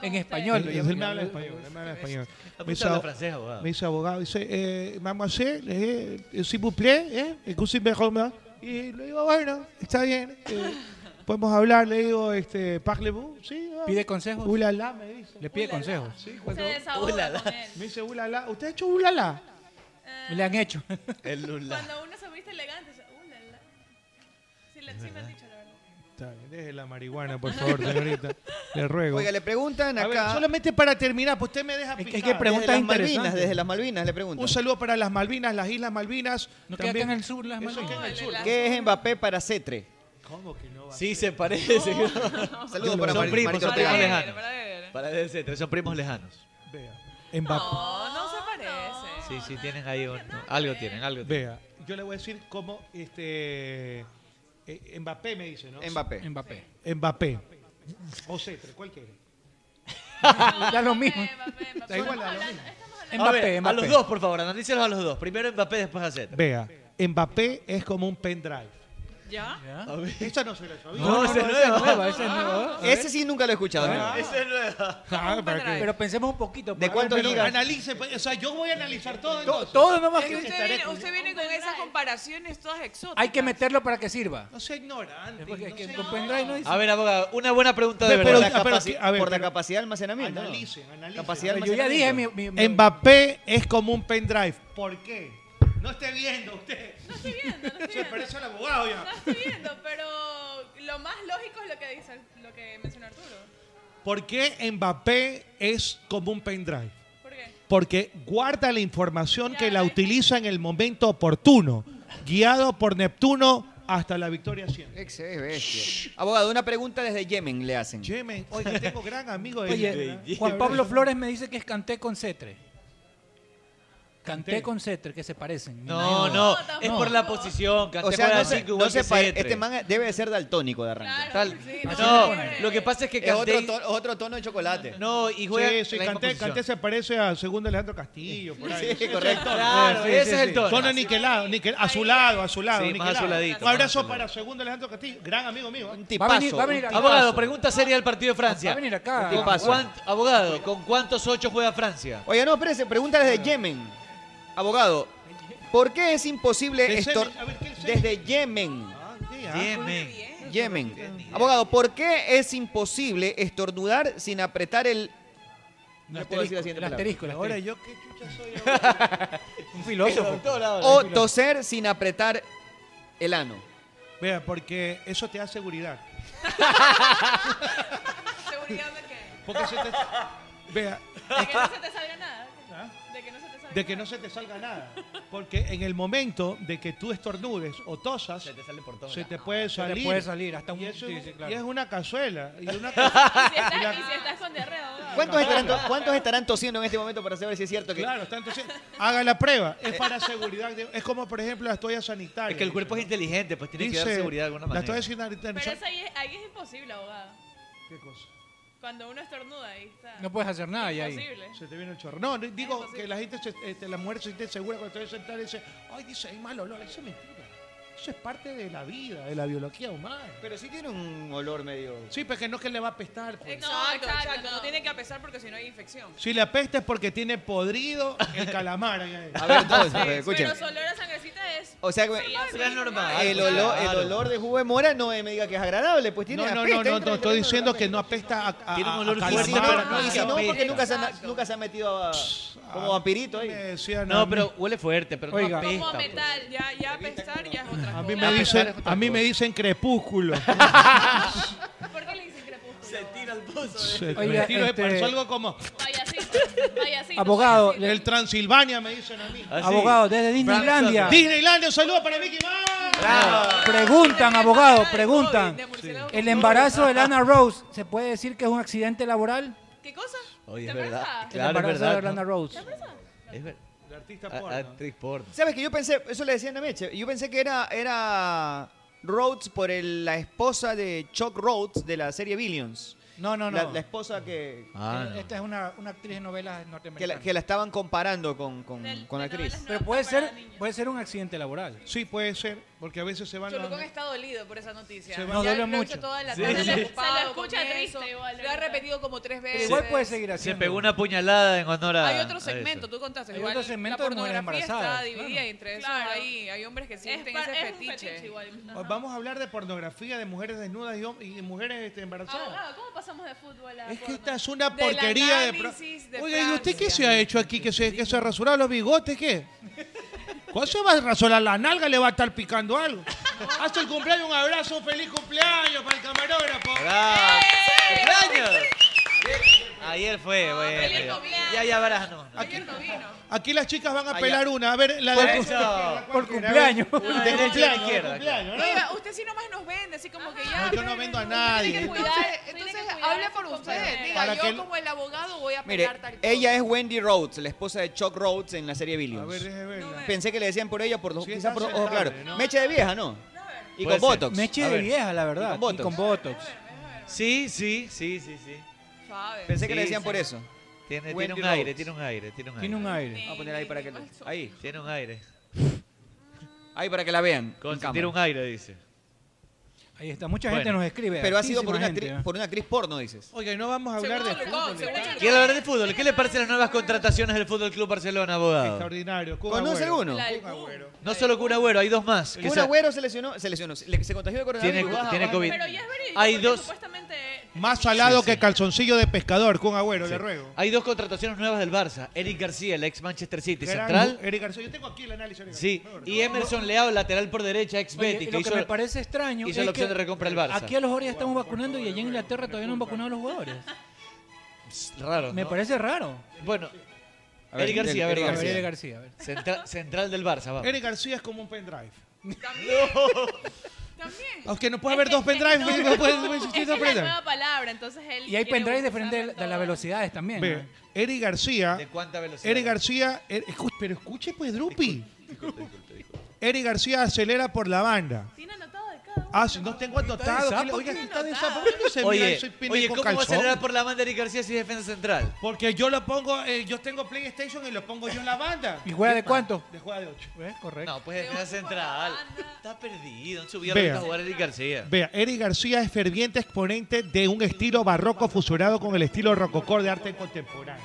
En español. Él- lo llaman. él me habla español, él me habla español. Me dice, habla abo- francés, abogado. me dice, abogado, dice, eh, vamos a hacer, eh, eh, s'il vous plaît, eh, excusez-moi, Roma. Y le digo, bueno, está bien, eh, podemos hablar, le digo, este, parlez-vous, sí. ah. ¿Pide consejos? Ulala, me dice. Le pide consejos. Sí, Se cuando- desahoga Ulala. con él. me dice, ulala, ¿usted ha hecho ulala? Le han hecho. El Lula. Cuando uno se viste elegante, se... ulala. Sí, le- sí me han dicho, la verdad. Está bien, deje la marihuana, por favor, señorita. Le ruego. Oiga, le preguntan A ver, acá... solamente para terminar, pues usted me deja que hay picar. que desde preguntar- preguntas las Malvinas, interesantes. desde las Malvinas le preguntan. Un saludo para las Malvinas, las Islas Malvinas. No queda acá en el sur las Eso manos. que en el sur. ¿Qué es Mbappé para Cetre? ¿Cómo que no va? Sí, se parece. Saludos para son Mar- primos, Marito son primos Ortega. lejanos. Para ver. Para el centro, son primos lejanos. Vea. Mbappé. No, no se parece. Sí, sí, tienen ahí un- algo tienen, algo tienen. Vea. Yo le voy a decir cómo este eh, Mbappé me dice, ¿no? Mbappé. Mbappé. Mbappé. O Cetre, ¿cuál quiere? Da lo mismo. Da igual, da lo mismo. A Mbappé, ver, a los Mbappé. dos, por favor, analícelos a los dos. Primero Mbappé, después a Zeta. Vea. Mbappé es como un pendrive. ¿Ya? A ver. Esta no se la sabía. No, ese es nuevo. Nueva, ese es nuevo. A ver. Ese sí nunca lo he escuchado. mira. Ese es nuevo. Ah, ¿para qué? Pero pensemos un poquito. ¿De pues. cuánto Pero ligas? analice, pues, o sea, yo voy a analizar todo. entonces. Todo nomás Es que que- usted viene, usted viene con esas comparaciones todas exóticas. Hay que meterlo para que sirva. No sea ignorante. Porque es no que sea con pendrive no dice. A ver, abogado, una buena pregunta de Ve, Por, pero- la, verdad. ah, pero capaci- que- a ver, por la pero- capacidad de almacenamiento. ¿no? Analicen, analicen. Capacidad de Yo ya almacenamiento. dije mi. mi- mi- Mbappé es como un pendrive. ¿Por qué? No esté viendo usted. Estoy viendo, no estoy Se viendo. parece al abogado ya. No estoy viendo, pero lo más lógico es lo que dice, lo que mencionó Arturo. ¿Por qué Mbappé es como un pendrive? ¿Por qué? eh. Porque guarda la información que la utiliza en el momento oportuno, guiado por Neptuno hasta la victoria 100. Ese es bestia. Abogado, una pregunta desde Yemen le hacen. Yemen, oye, tengo gran amigo de Yemen, ¿eh? Oye, Juan Pablo Flores me dice que es canté con cetre. Canté con cetre, que se parecen. No, no, No, es no. por la posición. Canté O sea, fuera no de se, cinco, no igual se que pare- Cetre. este man debe de ser daltónico de arranque. Claro, Tal- sí, No, hombre. lo que pasa es que Es canté... otro, tono, otro tono de chocolate. No, y juega Sí, sí, la misma Canté, posición. Canté se parece a segundo Alejandro Castillo, por ahí. Sí, correcto. Claro, Sí, sí, ese sí, es el sí. tono. Tono niquelado, niquel- azulado, azulado. Sí, más niquelado. azuladito, Un abrazo más azuladito. para segundo Alejandro Castillo, gran amigo mío. ¿eh? Un Va tipazo. a venir, va a venir acá. Abogado, pregunta seria del partido de Va a Francia. venir acá. ¿Qué pasa? ¿Cuán- Abogado, ¿con cuántos ocho juega Francia? Oye, no, espérese, pregunta desde Yemen. Abogado, ¿por qué es imposible De estor- Yemen, a ver, ¿qué es Yemen? desde Yemen? Ah, sí, ah. Yemen. Yemen. Abogado, ¿por qué es imposible estornudar sin apretar el no puedo decir la siguiente El palabra. asterisco, el Ahora asterisco. yo qué chucha soy. Un filósofo. o toser sin apretar el ano? Vea, porque eso te da seguridad. ¿Seguridad de qué? Porque se te- Vea, De que no se te salga nada. ¿ah? De que no se te salga de que no se te salga nada. Porque en el momento de que tú estornudes o tosas, se te, puede Se salir. te puede salir hasta un. Y, eso, sí, sí, claro. y es una cazuela. Y una cazuela. nada. Y si estás, y si estás con diarrea, abogado. ¿Cuántos estarán, to- cuántos estarán tosiendo en este momento para saber si es cierto que claro, está entonces. Haga la prueba. Es para seguridad. de- es como, por ejemplo, las toallas sanitarias. Eh, Es que el cuerpo es inteligente, pues tiene que dar Dice, seguridad de alguna manera. Las toallas sanitarias. Pero eso ahí, es- ahí es imposible, abogado. ¿Qué cosa? Cuando uno estornuda, ahí está. No puedes hacer nada y ahí. Imposible. Se te viene el chorro. No, no, digo Imposible. que la gente, se- este, la mujer se siente segura cuando está sentada y dice, ay, dice, hay mal olor. Eso es mentira. Eso es parte de la vida, de la biología humana. Pero sí tiene un olor medio... Sí, pero que no es que le va a apestar. pues. Exacto, Exacto, exacto, exacto. no. No tiene que apesar porque si no hay infección. Si le apesta es porque tiene podrido el calamar. ahí adentro. A ver, entonces, pues, a ver, Pero escuchen. su olor a sangrecita es... O sea, que- Sí, es normal. El olor, el Claro. olor de jugo de mora no eh, me diga que es agradable, pues tiene No, no, apesta, no, no, entra no, dentro estoy del- diciendo que no apesta a, a, Tiene un a- olor a fuerte, calamar. pero no Y si dice Ah, no, porque apesta. nunca se, han, nunca se ha metido a- como vampirito ahí. No, pero huele fuerte, pero Oiga. no apesta. Como a pues. metal, ya, ya apestar ya es otra cosa. A mí me dicen, a mí me dicen crepúsculo. ¿Por qué le dicen crepúsculo? Se tira al pozo. eh. Se- Oiga, me tiro de este- parzo, algo como Payasito, payasito. Abogado, le- el Transilvania me dicen a mí. Ah, abogado, desde Disneylandia. Disneylandia, un saludo para Mickey Mouse. Preguntan, abogado, preguntan. ¿El embarazo de Lana Rose se puede decir que es un accidente laboral? ¿Qué cosa? Oye, es ¿Te verdad. acuerdas? Claro, el es embarazo verdad. de Lana ¿no? Rose. Es ver- El artista a- porno. Actriz porno. ¿Sabes que yo pensé, eso le decían a Meche, yo pensé que era, era Rhodes por el- la esposa de Chuck Rhodes de la serie Billions. No, no, no. La, la esposa que, Ah, no. Eh, Esta es una, una actriz de novelas que, la, norteamericanas. que la estaban comparando con, con, con la actriz. Pero puede ser, puede ser un accidente laboral. Sí, puede ser, porque a veces se van Cholucón a... está dolido por esa noticia. Se Ya nos duele lo hizo mucho. toda la Sí, tarde sí. preocupado Se lo escucha con triste eso. igual, Lo ha ¿verdad? repetido como tres veces. Igual puede seguir Se haciendo. pegó una puñalada en honor a. Hay otro a eso. segmento, tú contaste. Hay igual otro segmento la de mujeres pornografía está embarazadas, dividida claro. entre esos Claro. ahí. Hay hombres que sienten par- ese es un fetiche. igual. Ajá. Vamos a hablar de pornografía de mujeres desnudas y, hom- y mujeres este, embarazadas. Abogado, Ah, ¿cómo pasamos de fútbol a Es que porno? esta es una Del porquería de... pro- análisis de Oiga, ¿y usted qué Francia. se ha hecho aquí? ¿Que se, que se ha rasurado los bigotes? ¿Qué? ¿Cuándo se va a rasurar la nalga? ¿Le va a estar picando algo? Hasta el cumpleaños, un abrazo, un feliz cumpleaños para el camarógrafo. ¡Bravo! ¡Cumpleaños! Ayer fue, feliz bueno. cumpleaños. Ya, ya verás, no. no. Aquí, No vino. aquí las chicas van a Allá. pelar una. A ver, la Por de eso. Por cumpleaños. Ah, Una derecha De y una cumpleaños, de izquierda. cumpleaños, ¿no? Oiga, usted sí nomás nos vende, así como que ya. No, yo no vendo a nadie. Entonces, Tiene que entonces cuidar hable a por sus usted. compañeros. Diga, Para yo que- como el abogado voy a Mire, pelar tal cosa. ella es Wendy Rhodes, la esposa de Chuck Rhodes en la serie A ver, Billions. déjeme verla. Pensé que le decían por ella, por los, Sí, quizá está por los ojos aceptable, claros. ¿no? Meche de vieja, ¿no? Y Puede con ser. Botox. Me eché A de ver. vieja, la verdad. Y con Y con Botox. Sí, sí, sí, sí, sí. Suave. Pensé que le Sí, decían sí. por eso. Tiene, Wendy tiene un aire, Rhodes. tiene un aire, tiene un aire. Tiene un aire. Vamos a poner ahí para que, ahí, Tiene un aire. ahí para que la vean. en Con sentir cámara. un aire, dice. Ahí está. Mucha gente Bueno. nos escribe. Pero ha sido por hartísima una, gente, actriz, ¿eh? por una actriz porno, dices. Oiga, y no vamos a hablar de fútbol. ¿Quiere hablar de fútbol? ¿Qué le parecen las nuevas contrataciones del Fútbol Club Barcelona, abogado? Extraordinario. Cuba ¿Conoce Agüero. alguno? La del Cuba Agüero. No solo Kun Agüero, hay dos más. que Un sa- agüero se lesionó, se lesionó, se, le- se contagió de Tiene, coronavirus. tiene COVID. Ah, Pero ya es verídico. Hay porque dos- Supuestamente. Más salado Sí, sí. que calzoncillo de pescador, con agüero, le ruego. Hay dos contrataciones nuevas del Barça. Eric García, el ex Manchester City, Gran- central. Eric García, yo tengo aquí el análisis. Eric Sí. García, por favor. Y Emerson Leao, lateral por derecha, ex Oye, Betis. y que lo que hizo- me parece extraño hizo es la opción que eh, de recompra el Barça. Aquí a los jugadores estamos vacunando y allá en Inglaterra todavía no han vacunado a los jugadores. Raro. Me ¿no? parece raro. Bueno, A ver, Eric García, Eric Eric García. Gabriel García. a ver. Central, central del Barça, vamos. Eric García es como un pendrive. También. Aunque no puede haber dos pendrives, porque no puede no puede Es que existir es dos la pendrives. nueva palabra, entonces él. Y hay quiere pendrive de frente usarla de, en la- de las todo. velocidades también. Ve, ¿no? Eric García, ¿De cuánta velocidad? Eric García, er- escu- pero escuche pues, Drupi. Eric García acelera por la banda. Tiene anotado de cada uno. Ah, si no tengo anotado. que le- Oiga, que está de sapo. ¿Por qué no se mira Oye, ese pene oye con ¿cómo va a calzón? acelerar por la banda Eric García si es defensa central? Porque yo lo pongo, eh, yo tengo PlayStation y lo pongo yo en la banda. ¿Y juega de cuánto? De juega de 8. ¿Ves? Correcto. No, pues defensa central. Está perdido. En su vida lo Vea. está jugar Eric García. Vea, Eric García es ferviente exponente de un estilo barroco fusionado con el estilo rococó de arte contemporáneo.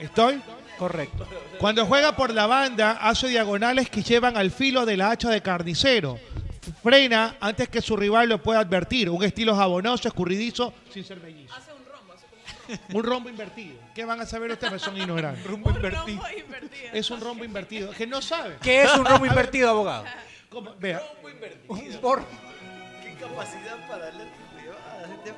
¿Estoy? Correcto. Cuando juega por la banda, hace diagonales que llevan al filo de la hacha de carnicero. Frena antes que su rival lo pueda advertir. Un estilo jabonoso, escurridizo, sin ser mellizo. Hace un rombo, hace como Un rombo invertido. ¿Qué van a saber ustedes? Son ignorantes. Rumbo un rombo invertido. Es un rombo invertido. Que no saben. ¿Qué es un rombo invertido, abogado? ¿Cómo? Vea, Un bor- Qué capacidad para darle este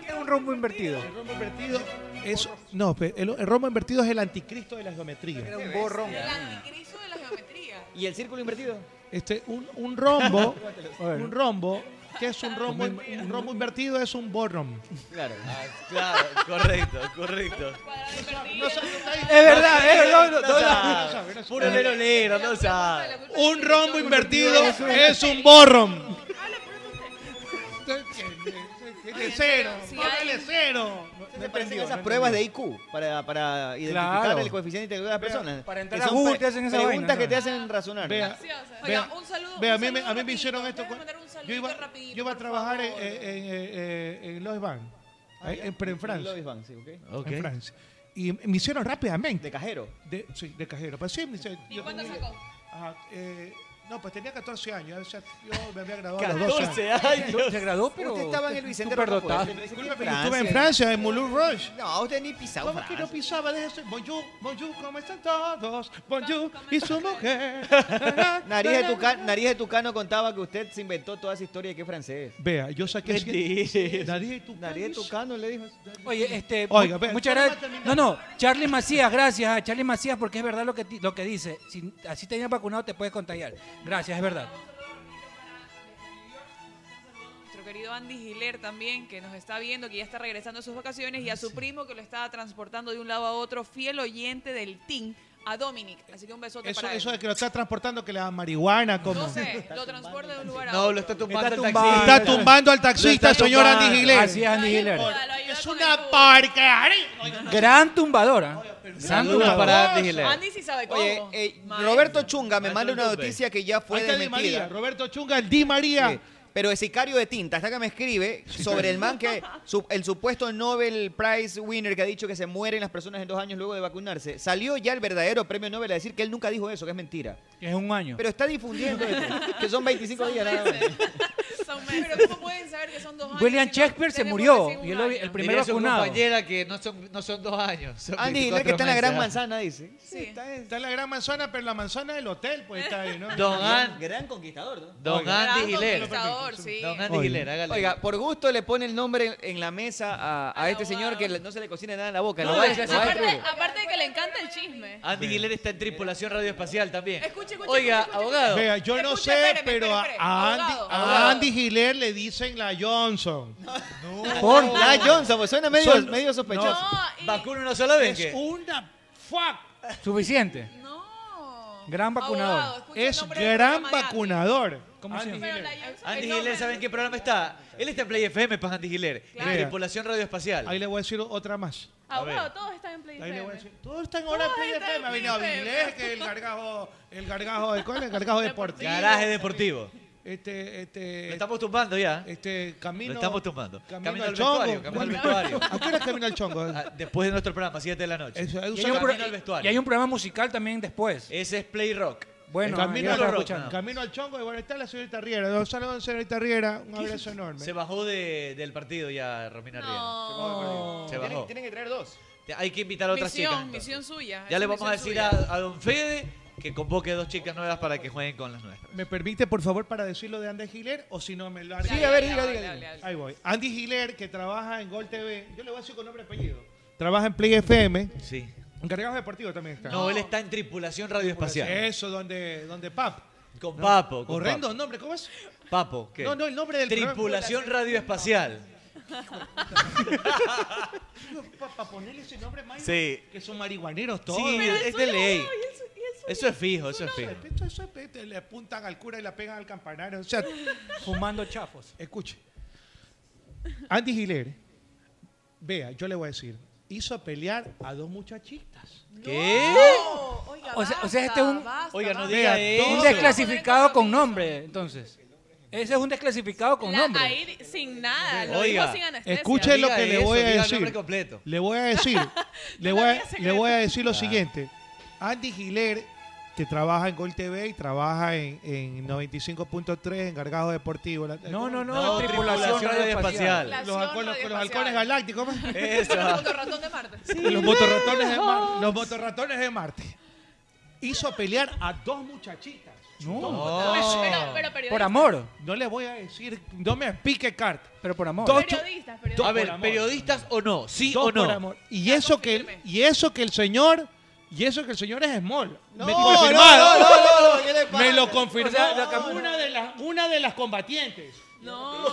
¿Qué es un rombo invertido? el rombo invertido es... No, pe- el, el rombo invertido es el anticristo de la geometría. Era un borrón. El anticristo de la geometría. ¿Y el círculo invertido? Este, un, un rombo, A ver. un rombo, ¿qué es un rombo? in- Un rombo invertido es un borrom. Claro. Claro, correcto, correcto. Cuadrado No invertido. sabe, no Es está ahí. verdad, es verdad. No, sabe, Puro verolero, no sabe. Un rombo invertido es un borrom. Tiene cero. Póngale cero. Me parecen esas pruebas de IQ para, para identificar Claro. el coeficiente intelectual de las personas. para entrar Que a son Google pre- te hacen esa Preguntas vaina, que te ¿no? hacen razonar. Vea, vea, Oiga, un saludo. vea, a un mí me, saludo a mí me hicieron rapidito. esto. ¿Puedes mandar un Yo iba, saludito rapidito, yo iba a por trabajar en, favor? en, en- en- en Lois Van, ahí, en, pero en Francia. Ah, Lois Van, sí, ok. En Ok. Francia. Y me hicieron rápidamente. ¿De cajero? sí, de cajero. Pues sí, me hicieron- ¿Y yo cuánto tenía- sacó? Ajá, eh, no, pues tenía 14 años. o sea, yo me había graduado a los 12 14 años. Se graduó, pero Usted estaba en el Vicente Rojo, superdotado. pues. Disculpe, pero Francia. estuve en Francia, en Moulin Rouge. No, usted ni pisaba. ¿Cómo que no pisaba? Déjese. Bonjour, bonjour, ¿cómo están todos? Bonjour y su mujer. Nariz de, tucano, Nariz de Tucano contaba que usted se inventó toda esa historia de que es francés. Vea, yo saqué. Mentira. Nariz de Tucano. Nariz de Tucano le dijo. Oye, este, Oiga, mu- ve- muchas gracias. No, no, Charlie Macías, gracias a Charlie Macías porque es verdad lo que, ti- lo que dice. Si así te hayan vacunado te puedes contagiar. Gracias, es verdad. Nuestro querido Andy Giler también, que nos está viendo, que ya está regresando a sus vacaciones, Ah, y a su primo que lo estaba transportando de un lado a otro, fiel oyente del team, a Dominic. Así que un besote Eso, para eso él. de que lo está transportando, que le dan marihuana, como. No sé, lo transporta de un lugar a No, otro. lo está tumbando Está el tumbando. taxista. Está tumbando al taxista, Lo está señor tumbando. Andy Giler. Así es, Andy Giler. Es una porca. Gran tumbadora. Gran Saludos tumbadora. para Andy Giler. Andy sí sabe cómo. Oye, eh, Roberto Chunga me manda una noticia que ya fue Ahí está Di desmentida. María, Roberto Chunga, el Di María. Sí, Pero es sicario de tinta, hasta que me escribe sobre el man que su- el supuesto Nobel Prize winner que ha dicho que se mueren las personas en dos años luego de vacunarse. Salió ya el verdadero premio Nobel a decir que él nunca dijo eso, que es mentira. Que es un año. Pero está difundiendo esto, que son 25 días nada más. Son meses. Pero ¿cómo pueden saber que son dos años? William si no Shakespeare se tenemos murió. recién Y un él lo- año? el primer su vacunado. compañera que no son, no son dos años. son Andy Giler, 24 que está en la gran meses. manzana, dice. Sí. Está, en la gran manzana, pero en la manzana del hotel, pues está ahí, ¿no? Don An- Gran conquistador, ¿no? Don Oiga. Andy Gran Giler. conquistador, sí. Don Andy Giler, hágale. Oiga, por gusto le pone el nombre en, en la mesa a, a este señor que le- no se le cocina nada en la boca. No, lo va a- es que lo va a aparte- destruir. Aparte de que le encanta el chisme. Ah, Andy Giler está en tripulación radioespacial también. Escuche, escuche, Oiga, escuche, escuche. abogado. Vea, yo no sé, espéreme, pero a- espéreme, a, Andy, abogado, a abogado. Andy Giler le dicen la Johnson. Por la Johnson, pues suena medio, Son- medio sospechoso. Vacuna una sola vez. Es una fuck. Suficiente. Gran vacunador. Es gran vacunador. ¿Cómo se llama? Andy Giler, ¿saben qué programa está? Él está en Play FM, para Andy Giler. Claro. En tripulación radioespacial. Ahí le voy a decir otra más. Abogado, todos están en Play Ahí le voy FM. a decir. Todo está en hora Play FM. Ha venido Play Avilés, que el gargajo, el gargajo de cuál, el gargajo deportivo. Garaje deportivo. Este, este. Lo estamos tumbando ya. Este, camino. Lo estamos tumbando. Camino, Camino al, al chongo. vestuario, camino al vestuario. ¿A qué hora camina el chongo? Ah, Después de nuestro programa, 7 de la noche. Eso, Y hay, Camino un pro- al y vestuario. hay un programa musical también después. Ese es Play Rock. Bueno, El camino ya al estaba rock, escuchando. nada más. Camino al chongo. Y bueno, está la señorita Riera. Don Salvador, señorita Riera. Un abrazo enorme. Se bajó de- del partido ya Romina Riera. Se bajó. que traer dos. Te- Hay que invitar a otras misión, chicas. entonces. misión suya. Ya es le una vamos a misión decir a, suya. a Don Fede que convoque dos chicas nuevas para que jueguen con las nuestras. ¿Me permite, por favor, para decir lo de Andy Giler o si no me lo Sí, a ver, diga, diga, diga. Ahí voy. Andy Giler, que trabaja en Gol TV. Yo le voy a decir con nombre y apellido. Trabaja en Play FM. Sí. Encargados deportivo también está. No, él está en tripulación radioespacial. Eso, donde, donde Pap. Con Papo. Con Horrendo Papo. nombre, ¿cómo es? Papo. ¿qué? No, no, el nombre del Tripulación radioespacial. Para ponerle ese nombre, Mike. Sí. Que son marihuaneros todos. Sí, es de ley. Eso es fijo, eso es No, fijo. esto- eso es- te- le apuntan al cura y la pegan al campanario. O sea, Fumando chafos. Escuche. Andy Giler, vea, yo le voy a decir, hizo pelear a dos muchachitas. ¿Qué? O sea, o sea, este es un, Oiga, no Vea, diga un eso. desclasificado con nombre, entonces. Ese es un desclasificado con La- nombre. ahí sin nada, lo Oiga, dijo sin anestesia. Escuche lo que le voy a diga el nombre decir. completo. Le voy a decir, le, voy a, le voy a decir lo siguiente. Andy Giler, que trabaja en Gol TV y trabaja en, en 95.3, en Gargajo Deportivo. La- No, no, no, No, tripulación radioespacial. Los, halcones- los halcones galácticos. ¿cómo es? Esa. Motorratón de Marte. los motorratones de Marte. Los motorratones de Marte. Hizo pelear a dos muchachitas. Dos muchachitas. Pero- pero periodistas. Por amor. No le voy a decir, no me pique cart. Pero por amor. Dos chu- Periodistas, periodistas. Dos A por ver, amor. periodistas o no, sí Dos o por no. Ah, amor. Y eso que el- y eso que el señor y eso que el señor es small. me confirmado. no, no, no, no, ¿qué le pasa? me lo confirmó. O sea, la cam- una de las una de las combatientes. No.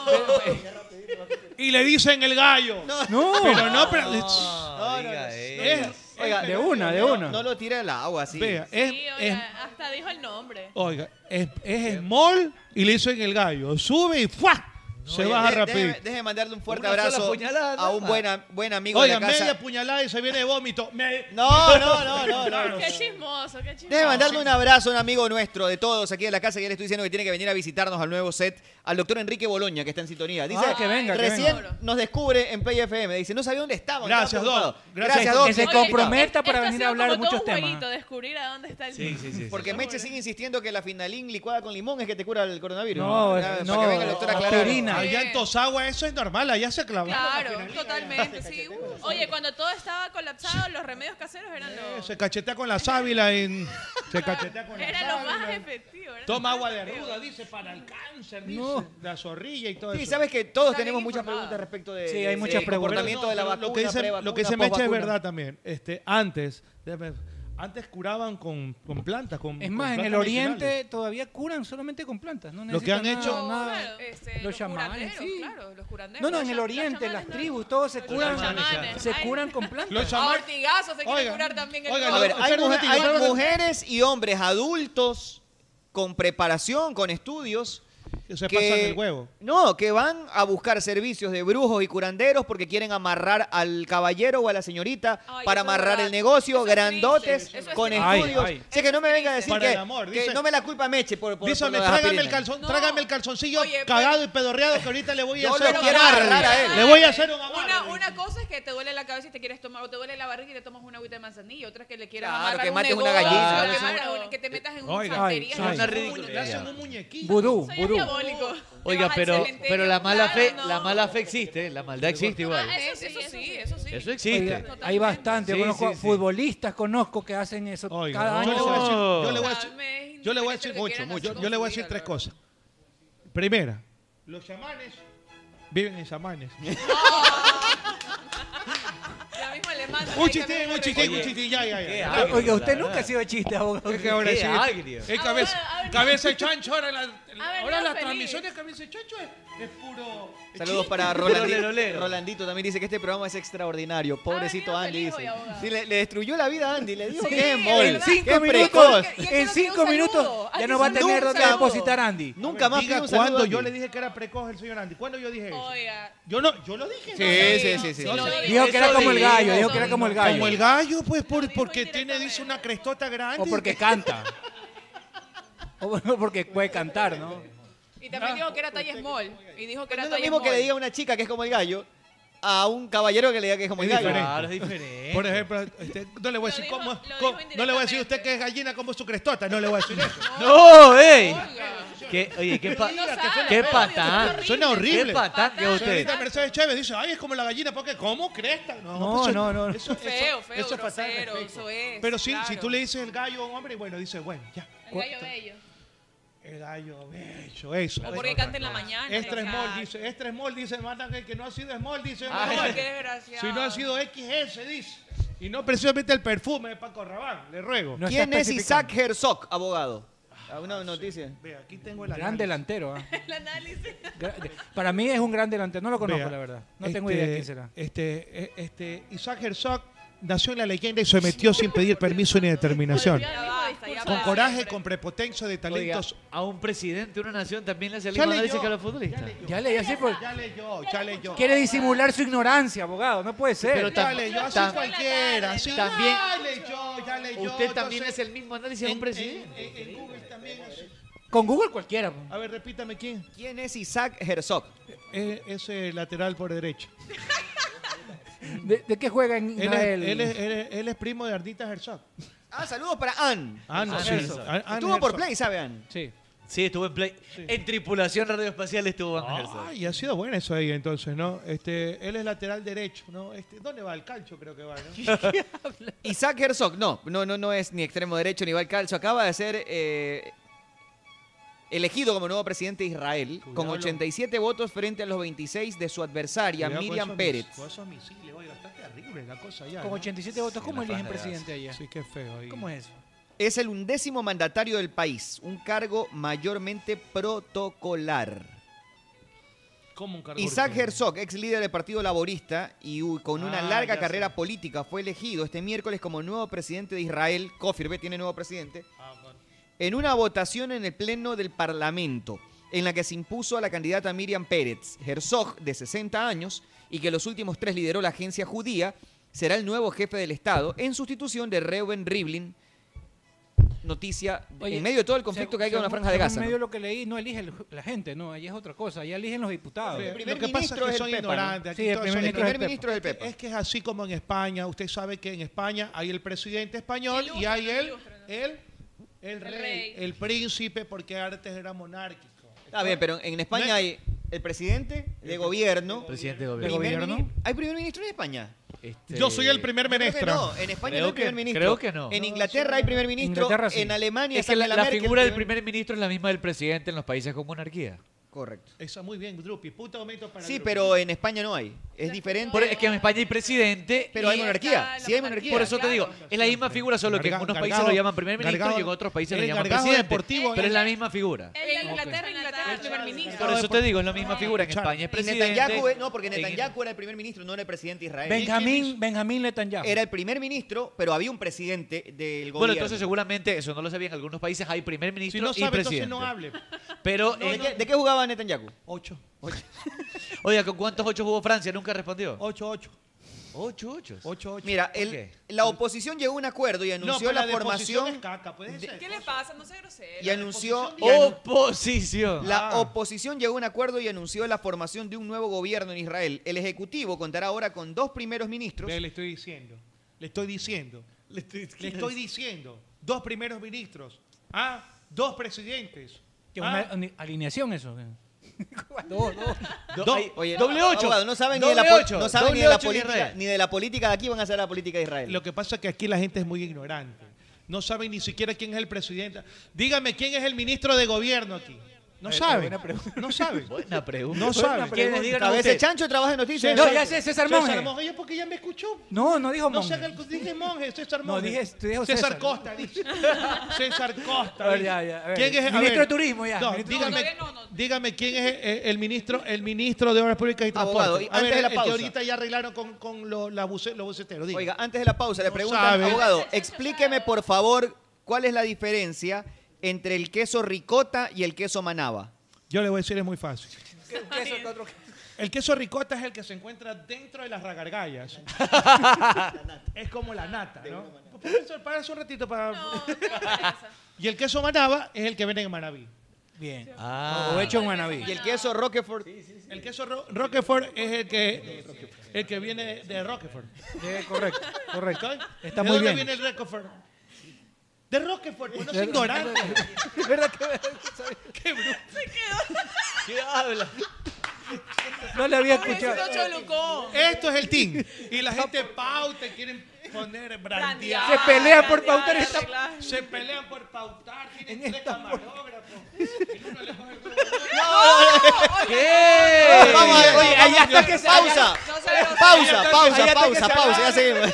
Y le dicen el gallo. No. Pero no, pero No, diga es, eso. Oiga, De una, de una. Eh, No lo tira al agua, sí. vea, Sí, es, es- oiga, hasta dijo el nombre. oiga, es, es small y le dicen el gallo. Sube y ¡fua! se Oye, baja de- rapidito. Deje, deje mandarle un fuerte Una sola abrazo puñalada, a un nada. buen, am- buen amigo Oiga, de la casa. media puñalada y se viene de vómito. Me- No, no, no, no, no, no. Qué chismoso, qué chismoso. Debe mandarle un abrazo a un amigo nuestro de todos aquí de la casa. que Ya le estoy diciendo que tiene que venir a visitarnos al nuevo set, al doctor Enrique Boloña, que está en sintonía. Dice Ah, que venga, que recién venga. nos descubre en Play FM. Dice, no sabía dónde estaba. Gracias, estaba preocupado". Doc. Gracias, Doc. Que se Doc. comprometa Esto ha sido como todo un jueguito, descubrir a dónde está el Porque ¿eh? Meche sigue insistiendo que la finalín licuada con limón es que te cura el coronavirus. Ya, No, es- para no, que venga el doctor a la aclarar. teorina. Allá en Tosagua eso es normal, allá se clavaron. Claro, totalmente, sí. Uh, Oye, cuando todo estaba colapsado, los remedios caseros eran los, Se cachetea con la sábila en... Se cachetea con la eran los sábila. más efectivos. eran Toma los agua más de efectivos. ruda, dice, para el cáncer, dice. No. La zorrilla y todo Sí, eso. sabes que todos tenemos muchas preguntas respecto de, Sí, hay de- muchas del preguntas. comportamiento de la Pero vacuna, no, lo que dice- prevacuna, Lo que dice Mecha es posvacuna. verdad también. Este, antes, déjame- antes curaban con, con plantas, con Es más, con en el plantas oriente medicinales. todavía curan solamente con plantas. No Lo que han necesitan nada- hecho- nada. Claro, este, Los los chamanes, curanderos, sí. claro, los curanderos. No, no, Los en el cha- oriente, los las chamanes, tribus, todos se Los curan, chamanes, se ay. curan con plantas. Los A chamanes- ortigazos se quiere Oiga, curar también el oiga, COVID. A ver, Ustedes hay, no mujer- hay utilizaron- mujeres y hombres adultos con preparación, con estudios. Que se pasan el huevo. No, que van a buscar servicios de brujos y curanderos porque quieren amarrar al caballero o a la señorita Ay, para eso es amarrar verdad. el negocio, Eso es grandotes, triste. Eso es con triste. Ay, estudios. ay. Sé que no me venga a decir Para que, el amor, que dice- no me la culpa Meche por, por, Dísame, por lo de tráigame el, aspirina. calzón, tráigame el calzoncillo cagado y pedorreado que ahorita le voy a Yo hacer lo un quiero amarre. agarrar a él. Le voy a hacer un amarre. Una, una cosa es que te duele la cabeza y te quieres tomar, o te duele la barriga y te tomas una agüita de manzanilla, otra es que le quieras Claro, amarrar que un mates una negocio, gallina, que, eso. amarras una- que te metas en una Oiga, santería. ay, ay. Le hacen un muñequito. Vudú, Soy vudú. diabólico. Te Oiga, vas al pero, cementerio, pero la mala claro, fe, no. la mala fe existe, la maldad existe igual. Ah, Eso sí, eso sí, eso sí. Eso existe. Oiga, hay bastante. Yo Sí, conozco sí, sí. futbolistas, conozco que hacen eso cada yo, año. le voy a decir- yo le voy a No. decir, yo le voy a decir mucho, mucho. Yo, le voy a decir tres cosas. Primera, los chamanes viven en chamanes. La misma alemana. un chistín, un chistín, un chistín, ya, ya, ya. Oye, Ya. Oiga, usted nunca ha sido chiste, abogado. Es que ahora sí. Es cabeza, cabeza de chancho. Ahora, la, ahora las feliz. transmisiones de cabeza de chancho es, es puro. es Saludos chiste. para Puro Rolandito. lolero. Rolandito también dice que este programa es extraordinario. Pobrecito Andy feliz hoy, dice. abogado. Sí, le, le destruyó la vida a Andy. Le dijo Sí, que es en mol, cinco que es minutos, precoz. y en En cinco cinco minutos saludo. ya Andy, no va a saludo. tener dónde Nunca- depositar Andy. Nunca más Diga pide un saludo cuándo a yo Andy. le dije que era precoz el señor Andy. ¿Cuándo yo dije eso? Yo no, yo lo dije. Sí, ¿no? sí, sí, sí. No, Dijo sí. que era Eso como el dijo, gallo, dijo que era como el gallo. Como el gallo, pues, por- porque tiene, dice, una crestota grande. O porque canta. O bueno, porque puede cantar, ¿no? Y también dijo que era talla small. Y dijo No que era es lo talla mismo que le small. diga a una chica que es como el gallo a un caballero que le diga que es como el gallo. Por ejemplo, este, no le voy a decir cómo, cómo- no le voy a decir usted que es gallina como su crestota, no le voy a decir eso. ¡No, ey! ¿Qué, oye, qué, pa- No sabe, qué obvio, patán. Suena horrible. Qué patán que es usted. Señorita Mercedes Chévez dice, ay, es como la gallina, porque ¿cómo cresta? No, No, pues eso- no, no, no. Eso, eso- Feo, feo, eso es fatal de grosero, respeto. eso es, Pero sí, si claro. tú le dices el gallo a un hombre, bueno, dice, bueno, ya. El gallo bello. El gallo bello, eso. O porque canta en la mañana. Es tres o sea, mol, dice, es tres mol, dice, mata que el que no ha sido small, dice. Ay, no, qué desgraciado. Si no ha sido XS, dice. Y no precisamente el perfume de Paco Rabanne, le ruego. ¿Quién es Isaac Herzog, abogado? ¿Alguna noticia? Ve, Ah, aquí tengo el Gran delantero. ¿ah? El análisis. Gra- Para mí es un gran delantero. No lo conozco, Vea, la verdad. No este, tengo idea de quién será. Este, eh, este, Isaac Herzog nació en la leyenda y se metió sin pedir permiso ni determinación. Ya basta, ya Con basta. coraje, con prepotencia de Oiga, talentos. a un presidente de una nación también le Ya salimos análisis leyó, que a los futbolistas. Ya leí así por... Ya leyó, ya leyó. Quiere disimular su ignorancia, abogado. No puede ser. Pero tam- Ya leyó, así tam- cualquiera. así, también- Ya leyó, ya leyó. Usted también es entonces, el mismo análisis de en- un presidente. en- en- en Google también, así. Con Google cualquiera. A ver, repítame quién. ¿Quién es Isaac Herzog? Es, el lateral por derecho. ¿De, de qué juega en Él es, Israel? él es- él es- él es primo de Ardita Herzog. Ah, saludos para Ann. Ann, Ann sí. Herzog. Ann- Ann Estuvo por Herzog. Play, ¿sabe Ann? Sí. Sí, estuvo en play. En tripulación radioespacial estuvo Van Herzog. Ay, ha sido bueno eso ahí entonces, ¿no? Este, Ah. él es lateral derecho, ¿no? Este, ¿Dónde va? El calcho creo que va, ¿no? Isaac Herzog, no, no, no, no es ni extremo derecho ni va al calcio. Acaba de ser eh, elegido como nuevo presidente de Israel con lo- 87 votos frente a los 26 de su adversaria Cuidado con Miriam esos Pérez. mis- Con esos misiles, oiga, está terrible la cosa allá. Con ¿no? 87 votos, ¿cómo la eligen franja de presidente Gaza. allá? Sí, qué feo. ahí. ¿Cómo es eso? Es el undécimo mandatario del país, un cargo mayormente protocolar. ¿Cómo un cargo Isaac urgente? Herzog, ex líder del Partido Laborista y u- con una Ah, larga ya carrera política, fue elegido este miércoles como nuevo presidente de Israel. Ah, Kofir, ve, tiene nuevo presidente. En una votación en el Pleno del Parlamento. en la que se impuso a la candidata Miriam Pérez Herzog, de 60 años, y que los últimos tres lideró la agencia judía, será el nuevo jefe del Estado en sustitución de Reuben Rivlin. Noticia, Oye, en medio de todo el conflicto según- que hay con la según- Franja de según Gaza. ¿no? medio lo que leí, no elige el- la gente, no, ahí es otra cosa, ahí eligen los diputados. Lo que pasa es que son ignorantes. aquí Sí, el todos primer son ministro es el ignorantes. Pepa. Es que- Es que es así como en España. Usted sabe que en España hay el presidente español y hay el, el, el rey, rey. el príncipe, porque antes era monárquico. Está bien, pero en España hay el presidente de gobierno. Presidente de primer gobierno. mini- ¿Hay primer ministro en España? Yo soy el primer Creo que ministro. No, en España Este, Creo no hay que- primer ministro. creo que no. En Inglaterra hay primer ministro. Inglaterra sí. En Alemania es que la, Angela la Merkel, figura del primer- primer ministro es la misma del presidente en los países con monarquía. Correcto. Eso muy bien, Drupi. Puta momento para Sí, Drupi. pero en España no hay. Es diferente. es que en España hay presidente. Pero hay monarquía. Sí hay monarquía. Por eso te digo, es la misma figura, solo que en Gargado- unos países Gargado- lo llaman primer ministro Gargado- y en otros países lo el llaman Gargado presidente. deportivo pero es- es la misma figura. El de Inglaterra, Inglaterra, el primer ministro. Por eso te digo, es la misma figura. En España es Y presidente. Netanyahu, eh, no, porque en- Netanyahu era el primer ministro, no era el presidente de Israel. Benjamín, Benjamín Netanyahu. Era el primer ministro, pero había un presidente del gobierno. Bueno, entonces seguramente, eso no lo sabía, en algunos países hay primer ministro Si no y sabe, presidente. entonces no hable. Pero, ¿De, qué, de qué jugaba Netanyahu? Ocho. Oiga, ¿con cuántos ocho jugó Francia? Nunca respondió. Ocho, ocho. Ocho, ocho. Ocho, ocho. Mira, el- la oposición llegó a un acuerdo y No, anunció pero la, de oposición formación es caca, puede ser. ¿Qué le pasa? No sé Eh, grosero. y anunció y anu- oposición. La Ah. oposición llegó a un acuerdo y anunció la formación de un nuevo gobierno en Israel. El ejecutivo contará ahora con dos primeros ministros. Ve, le estoy diciendo. Le estoy diciendo. Le estoy, diciendo. Dos primeros ministros. Ah, dos presidentes. Que es ah, una ani- alineación eso. Dos, dos. Do- oye, abogado, no saben ni de la, pol- no saben ni de la política, ni de la política de aquí van a saber la política de Israel. Lo que pasa es que aquí la gente es muy ignorante. No saben ni siquiera quién es el presidente. Dígame quién es el ministro de gobierno aquí. No Eh, saben. buena No saben. Buena pregunta. No saben. ¿Quiénes digan Cabeza ustedes? chancho trabaja en noticias. No, ya sé, César Monge. Oye, porque ya me escuchó. No, no dijo No monje. sé, dije monje, César No, Monge. dije- te dijo César César. Costa, dice. César Costa. A ver, dice. ya, ya, a ver. ¿Quién es? a Ministro de ver, Turismo, ya, No, ministro de dígame, Turismo. dígame quién es eh, el ministro, el ministro de Obras Públicas y Transporte. Abogado, y a antes ver, de la el pausa. que ahorita ya arreglaron con, con lo- la buce- los buceteros. diga. Oiga, antes de la pausa, le No preguntan, sabe. abogado, explíqueme por favor cuál es la diferencia entre el queso ricota y el queso manaba. Yo le voy a decir, es muy fácil. Queso, que otro- El queso ricota es el que se encuentra dentro de las ragargallas. es como la nata, ¿no? Por eso, Para eso un ratito para... y el queso manaba es el que viene en Manaví. Bien. Ah. O hecho en Manaví. Y el queso Roquefort. El queso Ro- Roquefort es el que, el que viene de Roquefort. Eh, correcto, correcto. ¿Ok? Está ¿De muy dónde bien. viene el Roquefort? De Roquefort, uno es De- ignorante. ¿Verdad que Qué bruto. ¿Qué habla? no le había Pobrecito escuchado? Cholucón. Esto es el team. Y la gente pauta y quieren poner brandear. Se pelea por pautar esta- arreglar. Se pelean por pautar. Tienen tres camarógrafos. El uno le coge el otro. ¿Qué? Vamos, Oye, oye, ahí hasta que que se- pausa. No se ve- Pausa, Ahí pausa, hasta que pausa, se pausa, ya agarra. seguimos.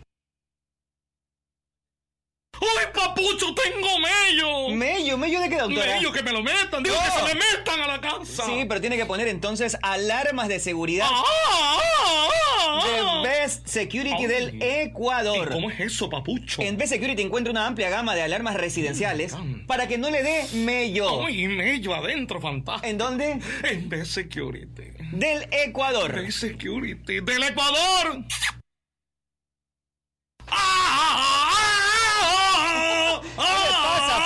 ¡Uy, papucho, tengo mello! ¿Mello? ¿Mello de qué, doctora? Oh. Mello, que me lo metan, digo, que se me metan a la casa. Sí, pero tiene que poner entonces alarmas de seguridad. Ah, ah, ah, The ah. Best Security Ay. del Ecuador. ¿Y cómo es eso, papucho? En Best Security encuentra una amplia gama de alarmas residenciales para que no le dé mello. Uy, mello adentro, fantástico. ¿En dónde? En The Security. Del Ecuador. The Security. ¡Del Ecuador! ¡Ah! ¿Qué pasa,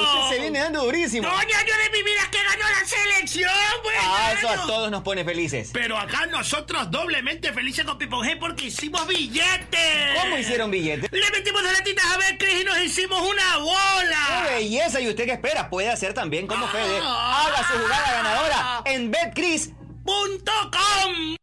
Usted se viene dando durísimo. ¡Coño, yo de mi vida que ganó la selección, güey! Ah, eso a Ganó. todos nos pone felices. Pero acá nosotros doblemente felices con Pipo G porque hicimos billetes. ¿Cómo hicieron billetes? Le metimos las latitas a ver, Cris, y nos hicimos una bola. ¡Qué belleza! ¿Y usted qué espera? Puede hacer también Ah. como Fede. Haga su jugada ganadora en betcris.com.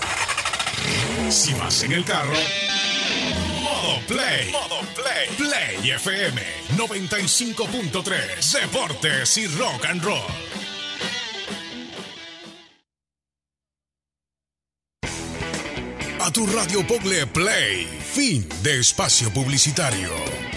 Si vas en el carro, modo play. Modo play. Play FM 95.3. Deportes y rock and roll. A tu radio Pogle Play. Fin de espacio publicitario.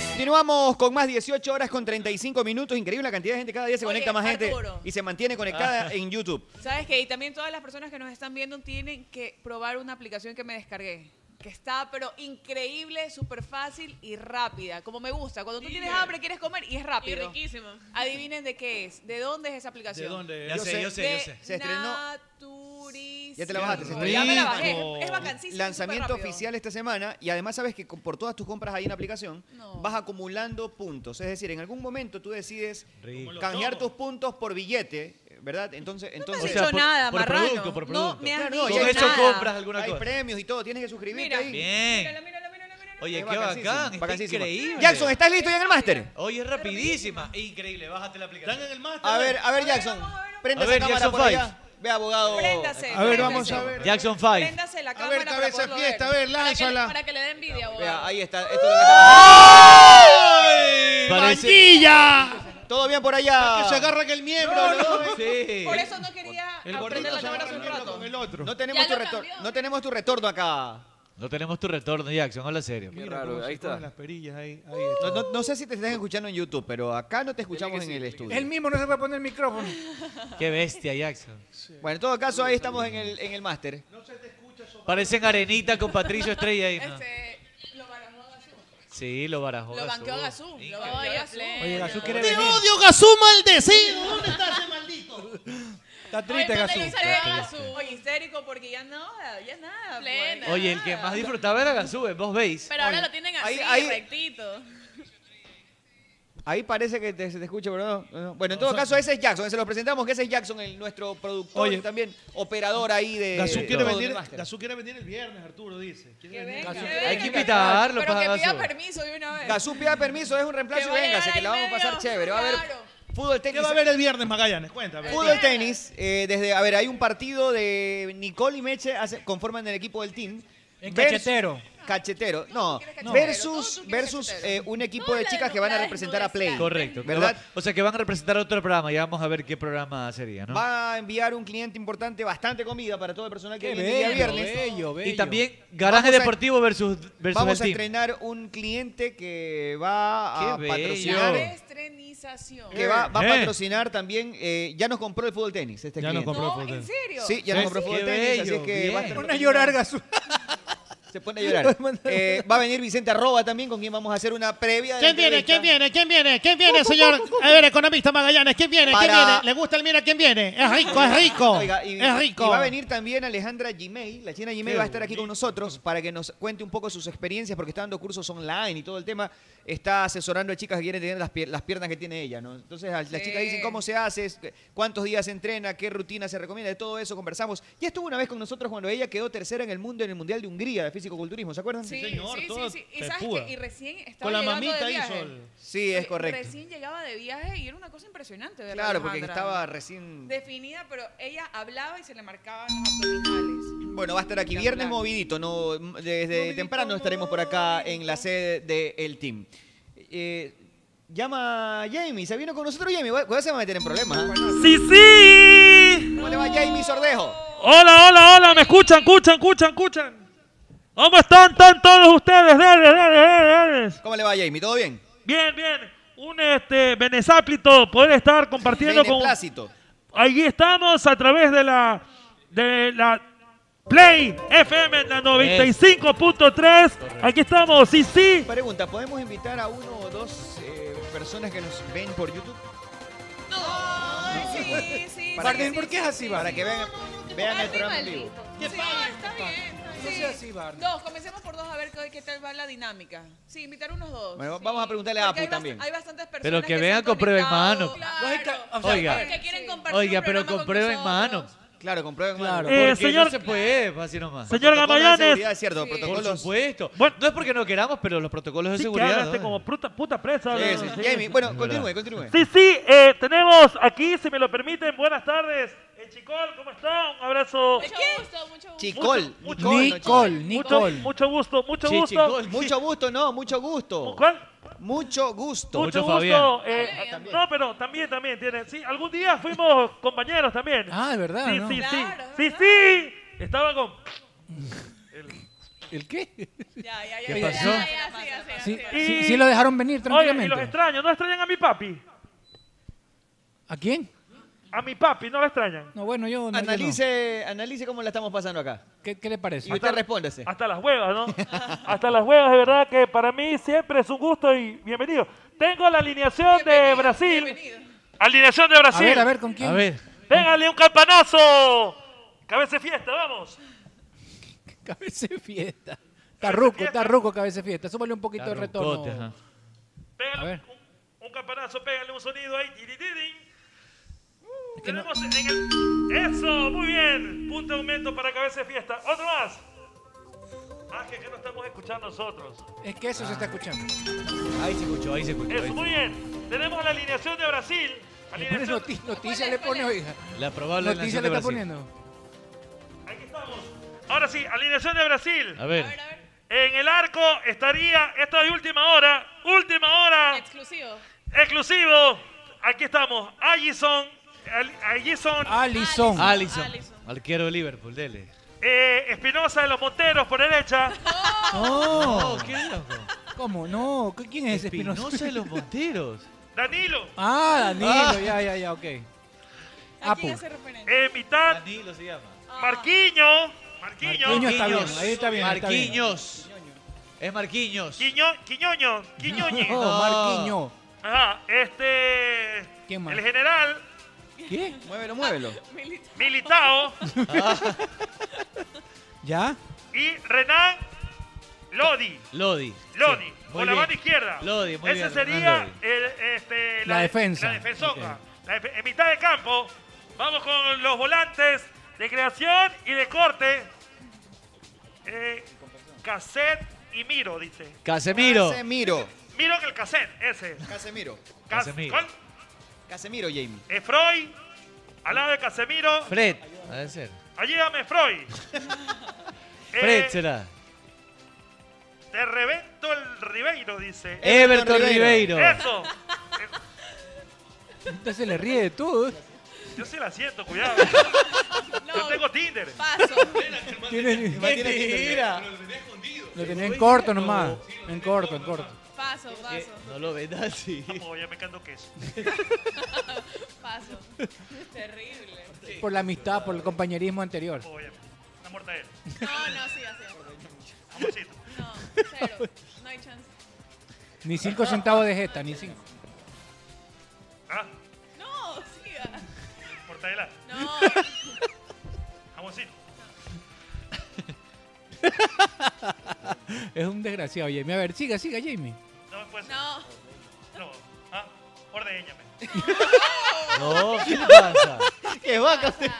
Continuamos con más 18 horas con 35 minutos. Increíble la cantidad de gente. Cada día se Oye, conecta más gente Arturo. y se mantiene conectada Ah. en YouTube. ¿Sabes qué? Y también todas las personas que nos están viendo tienen que probar una aplicación que me descargué. Que está, pero increíble, súper fácil y rápida. Como me gusta. Cuando tú tienes hambre, quieres comer y es rápido. Y riquísimo. Adivinen de qué es. ¿De dónde es esa aplicación? ¿De dónde? Ya Yo sé, sé. yo sé, yo sé. Se estrenó. Naturísimo. Ya te la bajaste. se Ya me la estrenó. bajé. Es- Es vacancísimo. Lanzamiento súper rápido. oficial esta semana y además sabes que con- por todas tus compras ahí en la aplicación vas acumulando puntos. Es decir, en algún momento tú decides canjear tus puntos por billete, ¿verdad? Entonces, entonces dicho O sea, por- nada, por marrano. producto, por producto. No, me no, has no, dicho y hay- nada. compras alguna Hay cosa. premios y todo, tienes que suscribirte Mira. ahí. Bien. Mírala, Oye, Es qué vacancísimo, bacán, está vacancísimo. increíble. Jackson, ¿estás listo ya en el máster? Oye, es rapidísima. Increíble, bájate la aplicación. en el A ver, a ver Jackson, prende A esa ver, cámara Jackson por Five. allá. Ve abogado. Préndase, A ver, vamos a ver. Jackson Five. Préndase la cámara cámara para para poderlo poderlo ver. ver, Para que le- lánzala. Para que le den envidia, abogado. Vea, ahí está, esto es lo que está- Parece- Todo bien por allá. Que se agarran el miembro. No, ¿no? no. Por eso no quería El aprender gordito la se cámara hace agarra un el miembro rato. con el otro. No tenemos, tu retorno, no tenemos tu retorno acá. No tenemos tu retorno, Jackson, habla serio. Mira cómo se ponen Las perillas ahí. ahí No, no- no sé si te estás escuchando en YouTube, pero acá no te escuchamos en el estudio. Él mismo no se puede poner el micrófono. Qué bestia, Jackson. Bueno, en todo caso, ahí estamos en el, en el máster. Parecen arenita con Patricio Estrella ahí. ¿no? Este, lo Sí, lo barajó. Lo Gazú. banqueó Gazú. Lo Oye, banqueó Gazú. Oye, Gazú quiere Te venir. odio, Gazú maldecido. ¿Dónde está ese maldito? Está Oye, triste, ponte Gazú. histérico, Está triste. Oye, histérico, porque ya nada, ya nada. pues. Oye, el que más disfrutaba era Gazú, ¿eh? vos veis. Pero ahora Oye, lo tienen así, ahí- ahí- rectito. Ahí parece que te, se te escucha, pero no, no, no. Bueno, en todo caso, ese es Jackson. Se lo presentamos que ese es Jackson, el, nuestro productor Oye. y también operador ahí de. Gazú de quiere, todo, venir, del máster. Gazú quiere venir el viernes, Arturo dice. Quiere Que venir. venga, Gazú. que venga, que venga. Pero que pida permiso de una vez. Gazú pida permiso, es un reemplazo Que y va a véngase, llegar que la ahí vamos a pasar medio- chévere. Va a haber claro. fútbol tenis. ¿Qué va a haber el viernes, Magallanes? Cuéntame. Fútbol tenis, eh, desde, a ver, hay un partido de Nicole y Meche hace- conforman el equipo del team. En Vers- cachetero. Cachetero, no. cachetero, Versus, versus eh, un equipo de chicas que van a representar a Play. Correcto. ¿Verdad? O sea, que van a representar otro programa. Ya vamos a ver qué programa sería, ¿no? Va a enviar un cliente importante bastante comida para todo el personal que Qué viene el día bello, viernes. Y también Garaje Vamos a- Deportivo versus, versus Vamos el a team. estrenar un cliente que va a Qué bello. patrocinar. Estrenización. Que va, va a Eh. patrocinar también. eh, ya nos compró el fútbol tenis. Este Ya cliente. nos compró el No, ¿en serio? Sí, ya nos ¿Sí? compró el fútbol Qué tenis. Así es bello, que va a bien. estar Pone a llorar, patrocinando. Se pone a llorar. Eh, va a venir Vicente Arroba también, con quien vamos a hacer una previa. de ¿Quién viene? entrevista. ¿Quién viene? ¿Quién viene? ¿Quién viene, señor? A ver, economista Magallanes, ¿quién viene? ¿Quién Para- viene? ¿Le gusta el mira quién viene? Es rico, es rico. Oiga, y- es rico. Y va a venir también Alejandra Gimei. La china Gimei Qué va a estar aquí con nosotros para que nos cuente un poco sus experiencias, porque está dando cursos online y todo el tema. Está asesorando a chicas que quieren tener las, pier- las piernas que tiene ella, ¿no? Entonces, a- las Sí. chicas dicen cómo se hace, es- cuántos días se entrena, qué rutina se recomienda, de todo eso conversamos. Ya estuvo una vez con nosotros cuando ella quedó tercera en el mundo en el Mundial de Hungría de físico-culturismo, ¿se acuerdan? Sí, sí, sí, sí. Y sabes pepúa. que y recién estaba Con la llegando mamita de hizo viaje. el- Sí, es Oye, correcto. Recién llegaba de viaje y era una cosa impresionante. De Claro, porque Alejandra. estaba recién- Definida, pero ella hablaba y se le marcaban los abdominales. Bueno, va a estar aquí viernes movidito, no m- desde temprano estaremos por acá en la sede del team. Eh, llama a Jamie, se vino con nosotros Jamie, ¿cuál cuál se va a meter en problemas? ah? ¡Sí, sí! ¿Cómo le va Jamie Sordejo? Hola, hola, hola, me escuchan, escuchan, escuchan, escuchan. ¿Cómo están tan todos ustedes? Dale, dale, dale, dale. ¿Cómo le va, Jamie? ¿Todo bien? Bien, bien. Un este benesáplito poder estar compartiendo con. Beneplácito. Allí estamos a través de la de la Play FM en la 95.3. Aquí estamos, sí, sí. Pregunta, ¿podemos invitar a uno o dos eh, personas que nos ven por YouTube? Sí, sí. Para que- sí, sí, sí, sí. Para que vean, vean el Así, programa en vivo. maldito. Sí, está bien. No sí. sea así, Barney. Dos, comencemos por dos a ver qué, qué tal va la dinámica. Sí, invitar unos dos. Bueno, vamos a preguntarle a Apu Porque hay bast- también. Hay bastantes personas. Pero que se vean han con prueba en conectado. mano. Claro. Oiga. Que quieren compartir Oiga, un pero programa con prueba en mano. Claro, con prueba en mano. Porque Eh, señor- no se puede, así nomás. Señor Protocolos de Magallanes. seguridad, es cierto, Sí. protocolos. Por supuesto. no es porque no queramos, pero los protocolos de Sí, que seguridad. hablaste como puta, puta presa. Sí, ¿no? sí. Jamie, bueno, Es continúe, verdad. continúe. Sí, sí, eh, tenemos aquí, si me lo permiten, buenas tardes. El Chicol, ¿cómo está? Un abrazo. Chicol. Mucho, Nicol, mucho, Nicol. mucho gusto, mucho Sí, gusto. Chicol, Mucho gusto, no, mucho gusto. ¿Cuál? Mucho gusto. Mucho gusto. eh, no, pero también, también tiene. Sí, algún día fuimos compañeros también. Ah, es verdad. Sí, ¿no? sí, sí. Claro, sí, sí. Estaba con. ¿El qué? Ya, ya, ya. ¿Qué ya, pasó? ya, ya, sí, ya, sí, ya, sí. Sí, sí, sí lo dejaron venir Oye, y los tranquilamente. extraño, ¿no extrañan a mi papi? ¿A quién? A mi papi, no lo extrañan. No, bueno, yo no. Analice, analice cómo la estamos pasando acá. ¿Qué, le parece? Y usted respóndase. Hasta las huevas, ¿no? Hasta las huevas, de verdad que para mí siempre es un gusto y bienvenido. Tengo la alineación de Brasil. Alineación de Brasil. A ver, a ver, ¿con quién? A ver. Pégale un campanazo. Cabeza de fiesta, vamos. Cabeza de fiesta. Tarruco, tarruco, cabeza de fiesta. Súmale un poquito de retorno. Tarrucote, ajá. Pégale A ver. un campanazo, pégale un sonido ahí. Tiritiri. Tenemos en el... Eso, muy bien. Punto de aumento para cabeza de fiesta. Otro más. Ah, que, que no estamos escuchando nosotros. Es que eso se está escuchando. Ahí se escuchó, ahí se Eh, escuchó. ahí Eso, se- muy bien. Tenemos la alineación de Brasil. Le pone Alineación- noti- noticia le pone, oiga. La probable Noticia alineación le de está Brasil. poniendo. Aquí estamos. Ahora sí, alineación de Brasil. A ver. En el arco estaría, esta de última hora, última hora, Exclusivo. exclusivo. Aquí estamos, Allison, Al- Allison, Alison. Alison. Arquero de Liverpool, dele. eh, Espinosa de los Monteros por derecha. No. No, qué loco. ¿Cómo? No. ¿Qué- ¿Quién es ese Espinosa? Espinosa de los Monteros. Danilo. Ah, Ah. Danilo, ya, ya, ya, ok. Apu. En Eh, mitad, Danilo se llama. Ah. Marquiño. Marquiño. Marquiño está bien, ahí está bien, está bien. Marquinhos. Es Marquinhos. Quiño, Quiñoño. Quiñoñe. No, Marquiño. Ajá, este. ¿Quién más? El general ¿Qué? Muévelo, muévelo. Militao Ah. ¿Ya? y Renan Lodi. Lodi. Lodi, Sí, muy con la bien. mano izquierda. Lodi, muy Ese bien, sería Hernán Lodi. el, este, La defensa. La defensoca. La def- en mitad de campo, vamos con los volantes de creación y de corte. Eh, cassette y Miro, dice. Casemiro. Casemiro. Miro que el cassette, ese. Casemiro. Cas- Casemiro. ¿cuál? Casemiro, Jamie. Eh, Freud, al lado de Casemiro. Fred. Ha de ser. Ayúdame, Freud. Eh, Fred será. Te revento el Ribeiro, dice. Everton Ribeiro. Eso. Usted Este se le ríe de todo. ¿eh? Yo sí la siento, cuidado. Yo tengo Tinder. Tiene- Mentira. Lo tenía en corto nomás. En corto, en corto. Paso, Eh, paso. Eh, No lo ven así. Vamos, Ah, pues, ya me canto queso. Paso. Terrible. Por la amistad, por el compañerismo anterior. Una mortadela. No, no, sí, así. Amorcito. No, cero. No hay chance. Ni cinco centavos de gesta, ni cinco. Ah, No, siga. mortadela. No. Jamoncito. Es un desgraciado, Jamie. A ver, siga, siga, Jamie. No me puedes. No. No. Ah, ordeñame. No, ¿qué le pasa? ¡Qué vaca usted!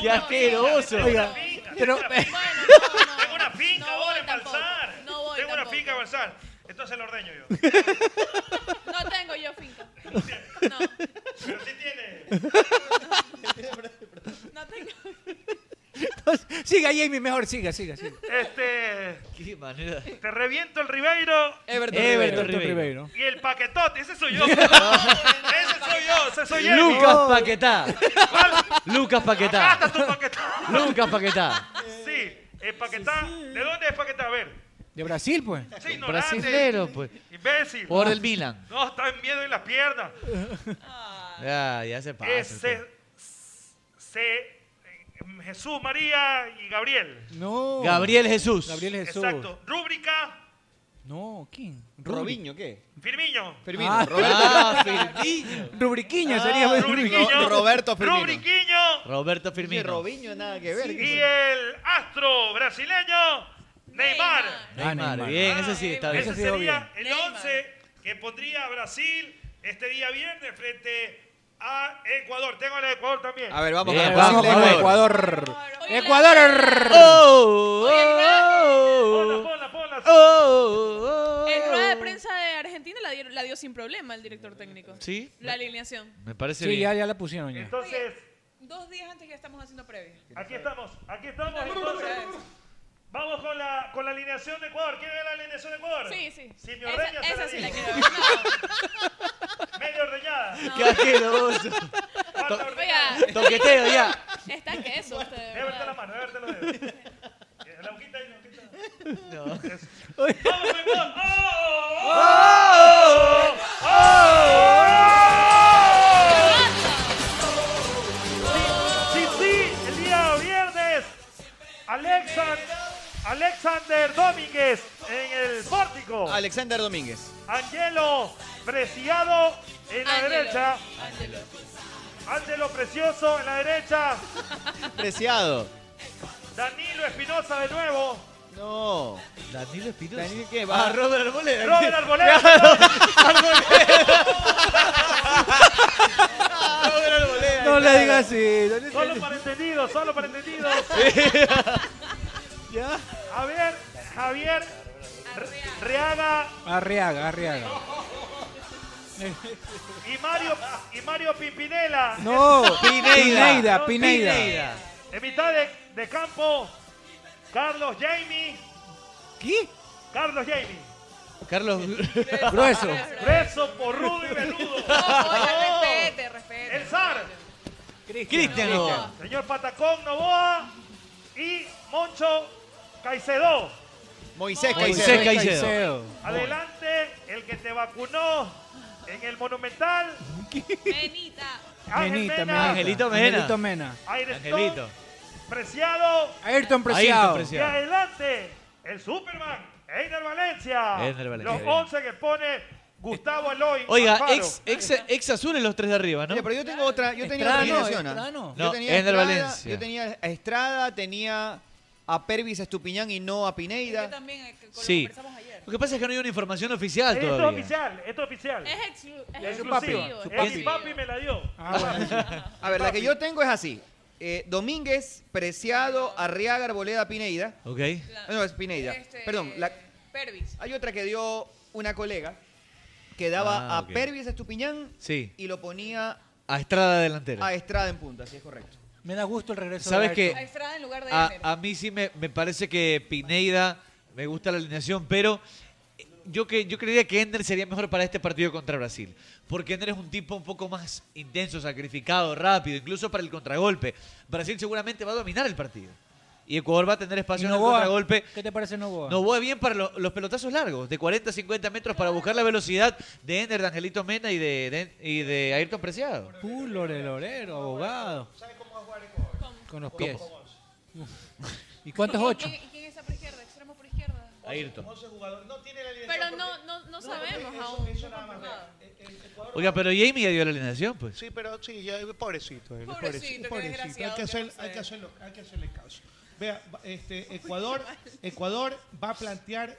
¡Qué asqueroso! Oiga, pero. Tengo una finca ahora en Balsar. No voy Tengo una tampoco. finca en Balsar. Entonces lo ordeño yo. No tengo yo finca. No. Pero sí tiene. No tengo. siga, Jamie, mejor, siga, siga, siga. Este. Qué manera. Te reviento el Ribeiro. Everton, Everton Ribeiro. Ribeiro. Y el paquetote, ese soy yo. ese soy yo, ese soy yo. Lucas Paquetá. Lucas Paquetá. Hasta tu paquetote. Lucas Paquetá. Sí, Eh, Paquetá, ¿de dónde es Paquetá? A ver. De Brasil, pues. Sí, ignorante. Brasilero, pues. Imbécil. Por el Milan. No, está en miedo en las piernas. Ya, ya se pasa. Es tío. se, se- Jesús, María y Gabriel. No. Gabriel Jesús. Gabriel Jesús. Exacto. Rúbrica, No, ¿quién? Robinho, ¿qué? Firmiño. Firmino. Ah. Roberto. Ah, Firmino. Rubriquiño sería. Ah, Ro- Roberto Firmino. Rubriquiño. Roberto Firmino. Oye, Robinho, nada que ver. Y el astro brasileño, Neymar. Ah, Neymar, bien, ese sí está bien. Ese sería el 11 que pondría a Brasil este día viernes frente a Ecuador. Tengo al Ecuador también. A ver, vamos Bien, con vamos con Ecuador. Ecuador. Oh, En rueda Oh. de prensa de Argentina la dio, la dio sin problema el director técnico. Sí. La alineación. Me parece sí, bien. ya, ya la pusieron ya. Entonces, Dos días antes ya estamos haciendo previa. aquí estamos, aquí estamos. Entonces, vamos con la, con la alineación de Ecuador. ¿Quiere ver la alineación de Ecuador? Sí, sí. Si me Esa- ordeña, se esa sí la digo. quiero ver. Medio ordeñada. Qué asqueroso. Falta ordeñada. Oiga. Toqueteo ya. Está queso usted. de Debe verte la verdad. mano, debe verte los dedos. Eh, La boquita y la boquita. No. ¡Vamos, Ecuador! ¡Oh! ¡Oh! Sí, sí, el día viernes, Alexan- Alexander Domínguez en el pórtico. Alexander Domínguez. Angelo Preciado en la derecha. Angelo Precioso en la derecha. Preciado. Danilo Espinosa de nuevo. No. Danilo Espinosa. Danilo, ¿qué? Va. Ah, Robert Arboleda. Robert Arboleda. Robert Arboleda. No le digas así. no le- Solo para entendidos, solo para entendidos. Ya. A ver, Javier Re- Reaga Arriaga, arriaga. y Mario, y Mario Pimpinela. No, Pineida. Pineida, Pineida. Pineida. En mitad de, de campo, Carlos Jamie. ¿Qué? Carlos Jamie. Carlos. Grueso. Preso por rudo y veludo. Oiga, respete, respete. El zar. Cristian Novoa. Señor Patacón Novoa y Moncho Caicedo. Moisés Moisés Caicedo. Caicedo. Adelante, el que te vacunó en el Monumental. Benita. Ángel Menita, Mena. Menita. Angelito Mena. Angelito Mena. Ayrton Angelito. Preciado. Ayrton Ayrton Preciado. Y Preciado. adelante, el Superman, Einer Valencia. Einer Valencia. Eh, Los 11 que pone Gustavo Eloy. Oiga, Alfaro. ex, ex, ex azul en los tres de arriba, ¿no? Oye, pero yo tengo otra, yo tenía Estrada, otra no, alineación, ¿ah? Estrada no. Yo No, tenía Ender Estrada, Valencia. Yo tenía a Estrada, tenía a Pervis Estupiñán y no a Yo Pineida. también, eh, que- con lo Sí. que conversamos ayer. Lo que pasa es que no hay una información oficial Esto es todavía. oficial, esto es oficial. Es, exclu- es Es exclusivo. exclusivo. es Es mi exclusivo. papi me la dio. Ah, A ver, la que yo tengo es así. Eh, Domínguez, Preciado, Arriaga, Arboleda, Pineida. Ok. Ah, No, es Pineida. Este, Perdón, la- Pervis. hay otra que dio una colega que daba Ah, a ok. Pervis Estupiñán Sí. y lo ponía A Estrada a delantera. Estrada en punta, si es correcto. Me da gusto el regreso ¿Sabes de qué? Ayrton. A Estrada en lugar de A, Ener. a mí sí me, me parece que Pineida me gusta la alineación, pero yo que yo creería que Ender sería mejor para este partido contra Brasil, porque Ender es un tipo un poco más intenso, sacrificado, rápido, incluso para el contragolpe. Brasil seguramente va a dominar el partido y Ecuador va a tener ¿Y espacio en el Novoa? contragolpe. ¿Qué te parece Novoa? No voy bien para lo- los pelotazos largos, de 40 a 50 metros, para buscar la velocidad de Ender, de Angelito Mena y de, de- y de Ayrton Preciado. Uh, Lore Lorero, abogado. ¿Sabes cómo va a jugar Ecuador? Con los pies. ¿Y cuántos ocho? ¿Quién, quién está por izquierda? Extremo por izquierda. Ayrton. 11 jugadores. No tiene la alineación. Pero no, no, no sabemos eso- aún. eso no nada más. confirmado. Oiga, pero Jamie ya dio la alineación, pues. Sí, pero sí, ya, pobrecito. él, Pobrecito, qué desgraciado, Hay que, qué hacer- cosa hay, que es. hacerlo, hay que hacerle caso. Vea, va- este, Ecuador, Ecuador va a plantear,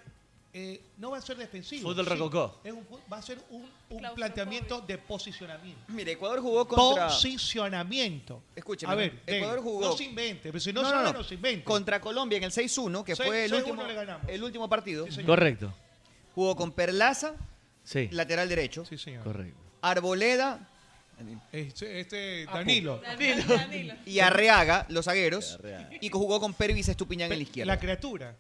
eh, no va a ser defensivo. Fútbol sí, rococó. es un fu- va a ser un, un planteamiento de posicionamiento. Mire, Ecuador jugó contra... Posicionamiento. Escúcheme, A ver, Ecuador David, jugó- No se invente, pero si no, sabe, no, se invente. Contra Colombia en el 6-1, que Seis- fue el 6-1 último, le ganamos. el último partido. señor. Correcto. Jugó con Perlaza, Sí, lateral derecho. Sí, señor. correcto. Arboleda Este, este, Danilo. Danilo. Danilo. y Arreaga, los zagueros. Y jugó con Pervis Estupiñán en la La izquierda. criatura.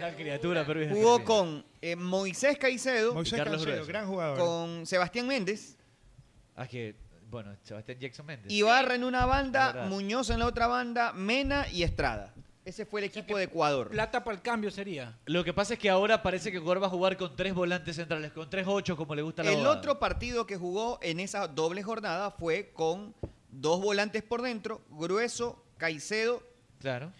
La criatura, pero bien. Jugó con eh, Moisés Caicedo, Moisés Carlos Cancedo, Grueso. gran jugador. con Sebastián Méndez. Ah, que, bueno, Sebastián Jackson Méndez. Ibarra en una La banda, verdad. Muñoz en la otra banda, Mena y Estrada. Ese fue el equipo de Ecuador. Plata para el cambio sería. Lo que pasa es que ahora parece que Ecuador va a jugar con tres volantes centrales, con tres ocho, como le gusta a la El bobada. otro partido que jugó en esa doble jornada fue con dos volantes por dentro, Grueso, Caicedo, Claro.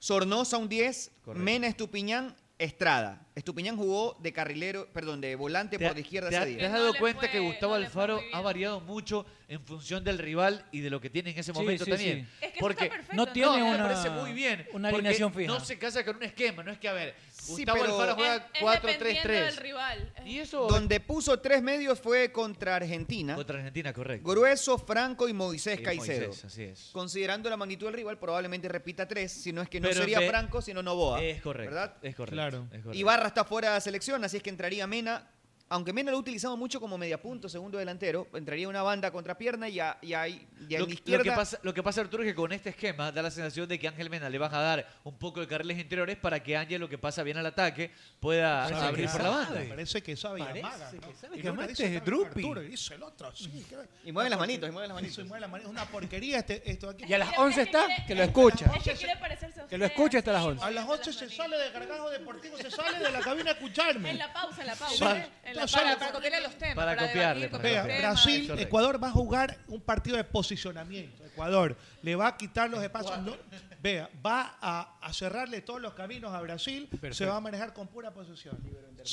Sornosa un 10, Correcto. Mena Estupiñán, Estrada. Estupiñán jugó de carrilero, perdón, de volante por la izquierda ¿Te, ese ha- día. te has dado cuenta que Gustavo Alfaro ha variado mucho en función del rival y de lo que tiene en ese Sí, momento sí, también? sí. Es que eso porque está perfecto, No tiene a mí me una- parece muy bien. una porque alineación fija. No se casa con un esquema, no es que a ver, Gustavo pero- Alfaro Es- juega es 4-3-3. rival. ¿Y eso? Donde puso tres medios fue contra Argentina. Contra Argentina, correcto. Grueso, Franco y Moisés Y Caicedo. Moisés, así es. Considerando la magnitud del rival, probablemente repita tres, si no es que no Pero sería ve- Franco, sino Novoa. Es correcto. ¿Verdad? Es correcto. Claro. es correcto. Ibarra está fuera de la selección, así es que entraría Mena. Aunque Mena lo ha utilizado mucho como mediapunto, segundo delantero, entraría una banda contra pierna y, a- y, a- y a la Lo, lo izquierda. que pasa, lo que pasa, Arturo, es que con este esquema da la sensación de que Ángel Mena le van a dar un poco de carriles interiores para que Ángel, lo que pasa bien al ataque, Ah, pueda Parece que abrir por la sabe, banda. Parece que sabe Parece Yamaga, ¿no? que sabe Y que una Amante dice, es "Dame Drupi". Arturo", Y dice el otro, sí. Y mueve las manitos, y mueve las manitos. Y mueve las manitos. Es una porquería este, esto aquí. Y a las 11 está, que lo escucha. Es que quiere parecerse a Que lo usted. escuche hasta las 11. A las 11 se sale de Gargajo Deportivo, se sale de la cabina a escucharme. En la pausa, en la pausa. Sí. En la Entonces, pausa. para- Para copiarle los temas. para copiarle, debatir, para copiar Vea, los temas. Brasil, correcto. Ecuador va a jugar un partido de posicionamiento. Ecuador le va a quitar los espacios. no- vea, va a, a cerrarle todos los caminos a Brasil. Se va a manejar con pura posición.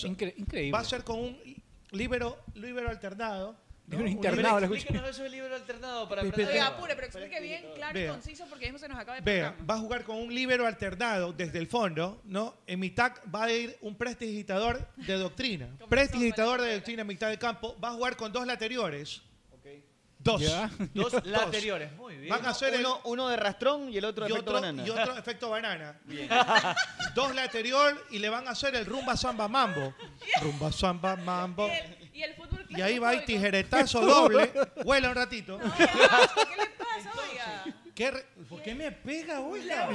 Incre- increíble. Va a ser con un libero, libero alternado. ¿no? Libero Un internado, libero- lo Explíquenos eso del libro alternado para Pe- pe- aprender. pe- Oiga, apure, pero explique bien, claro y Vea. conciso, porque mismo se nos acaba de Vea, va a jugar con un libero alternado desde el fondo, ¿no? En mitad va a ir un prestidigitador de doctrina. Prestidigitador de doctrina en mitad del campo. Va a jugar con dos lateriores. Dos. Ya. Dos lateriores, muy bien. Van a hacer el- uno, uno de rastrón y el otro de y efecto otro, banana. y otro efecto banana. Dos laterior y le van a hacer el rumba samba mambo. Rumba samba mambo. Y el fútbol Y ahí va el claustrofóbico. tijeretazo doble. Huela un ratito. ¿Qué le pasa, oiga? ¿Qué re- ¿Por qué me pega, oiga?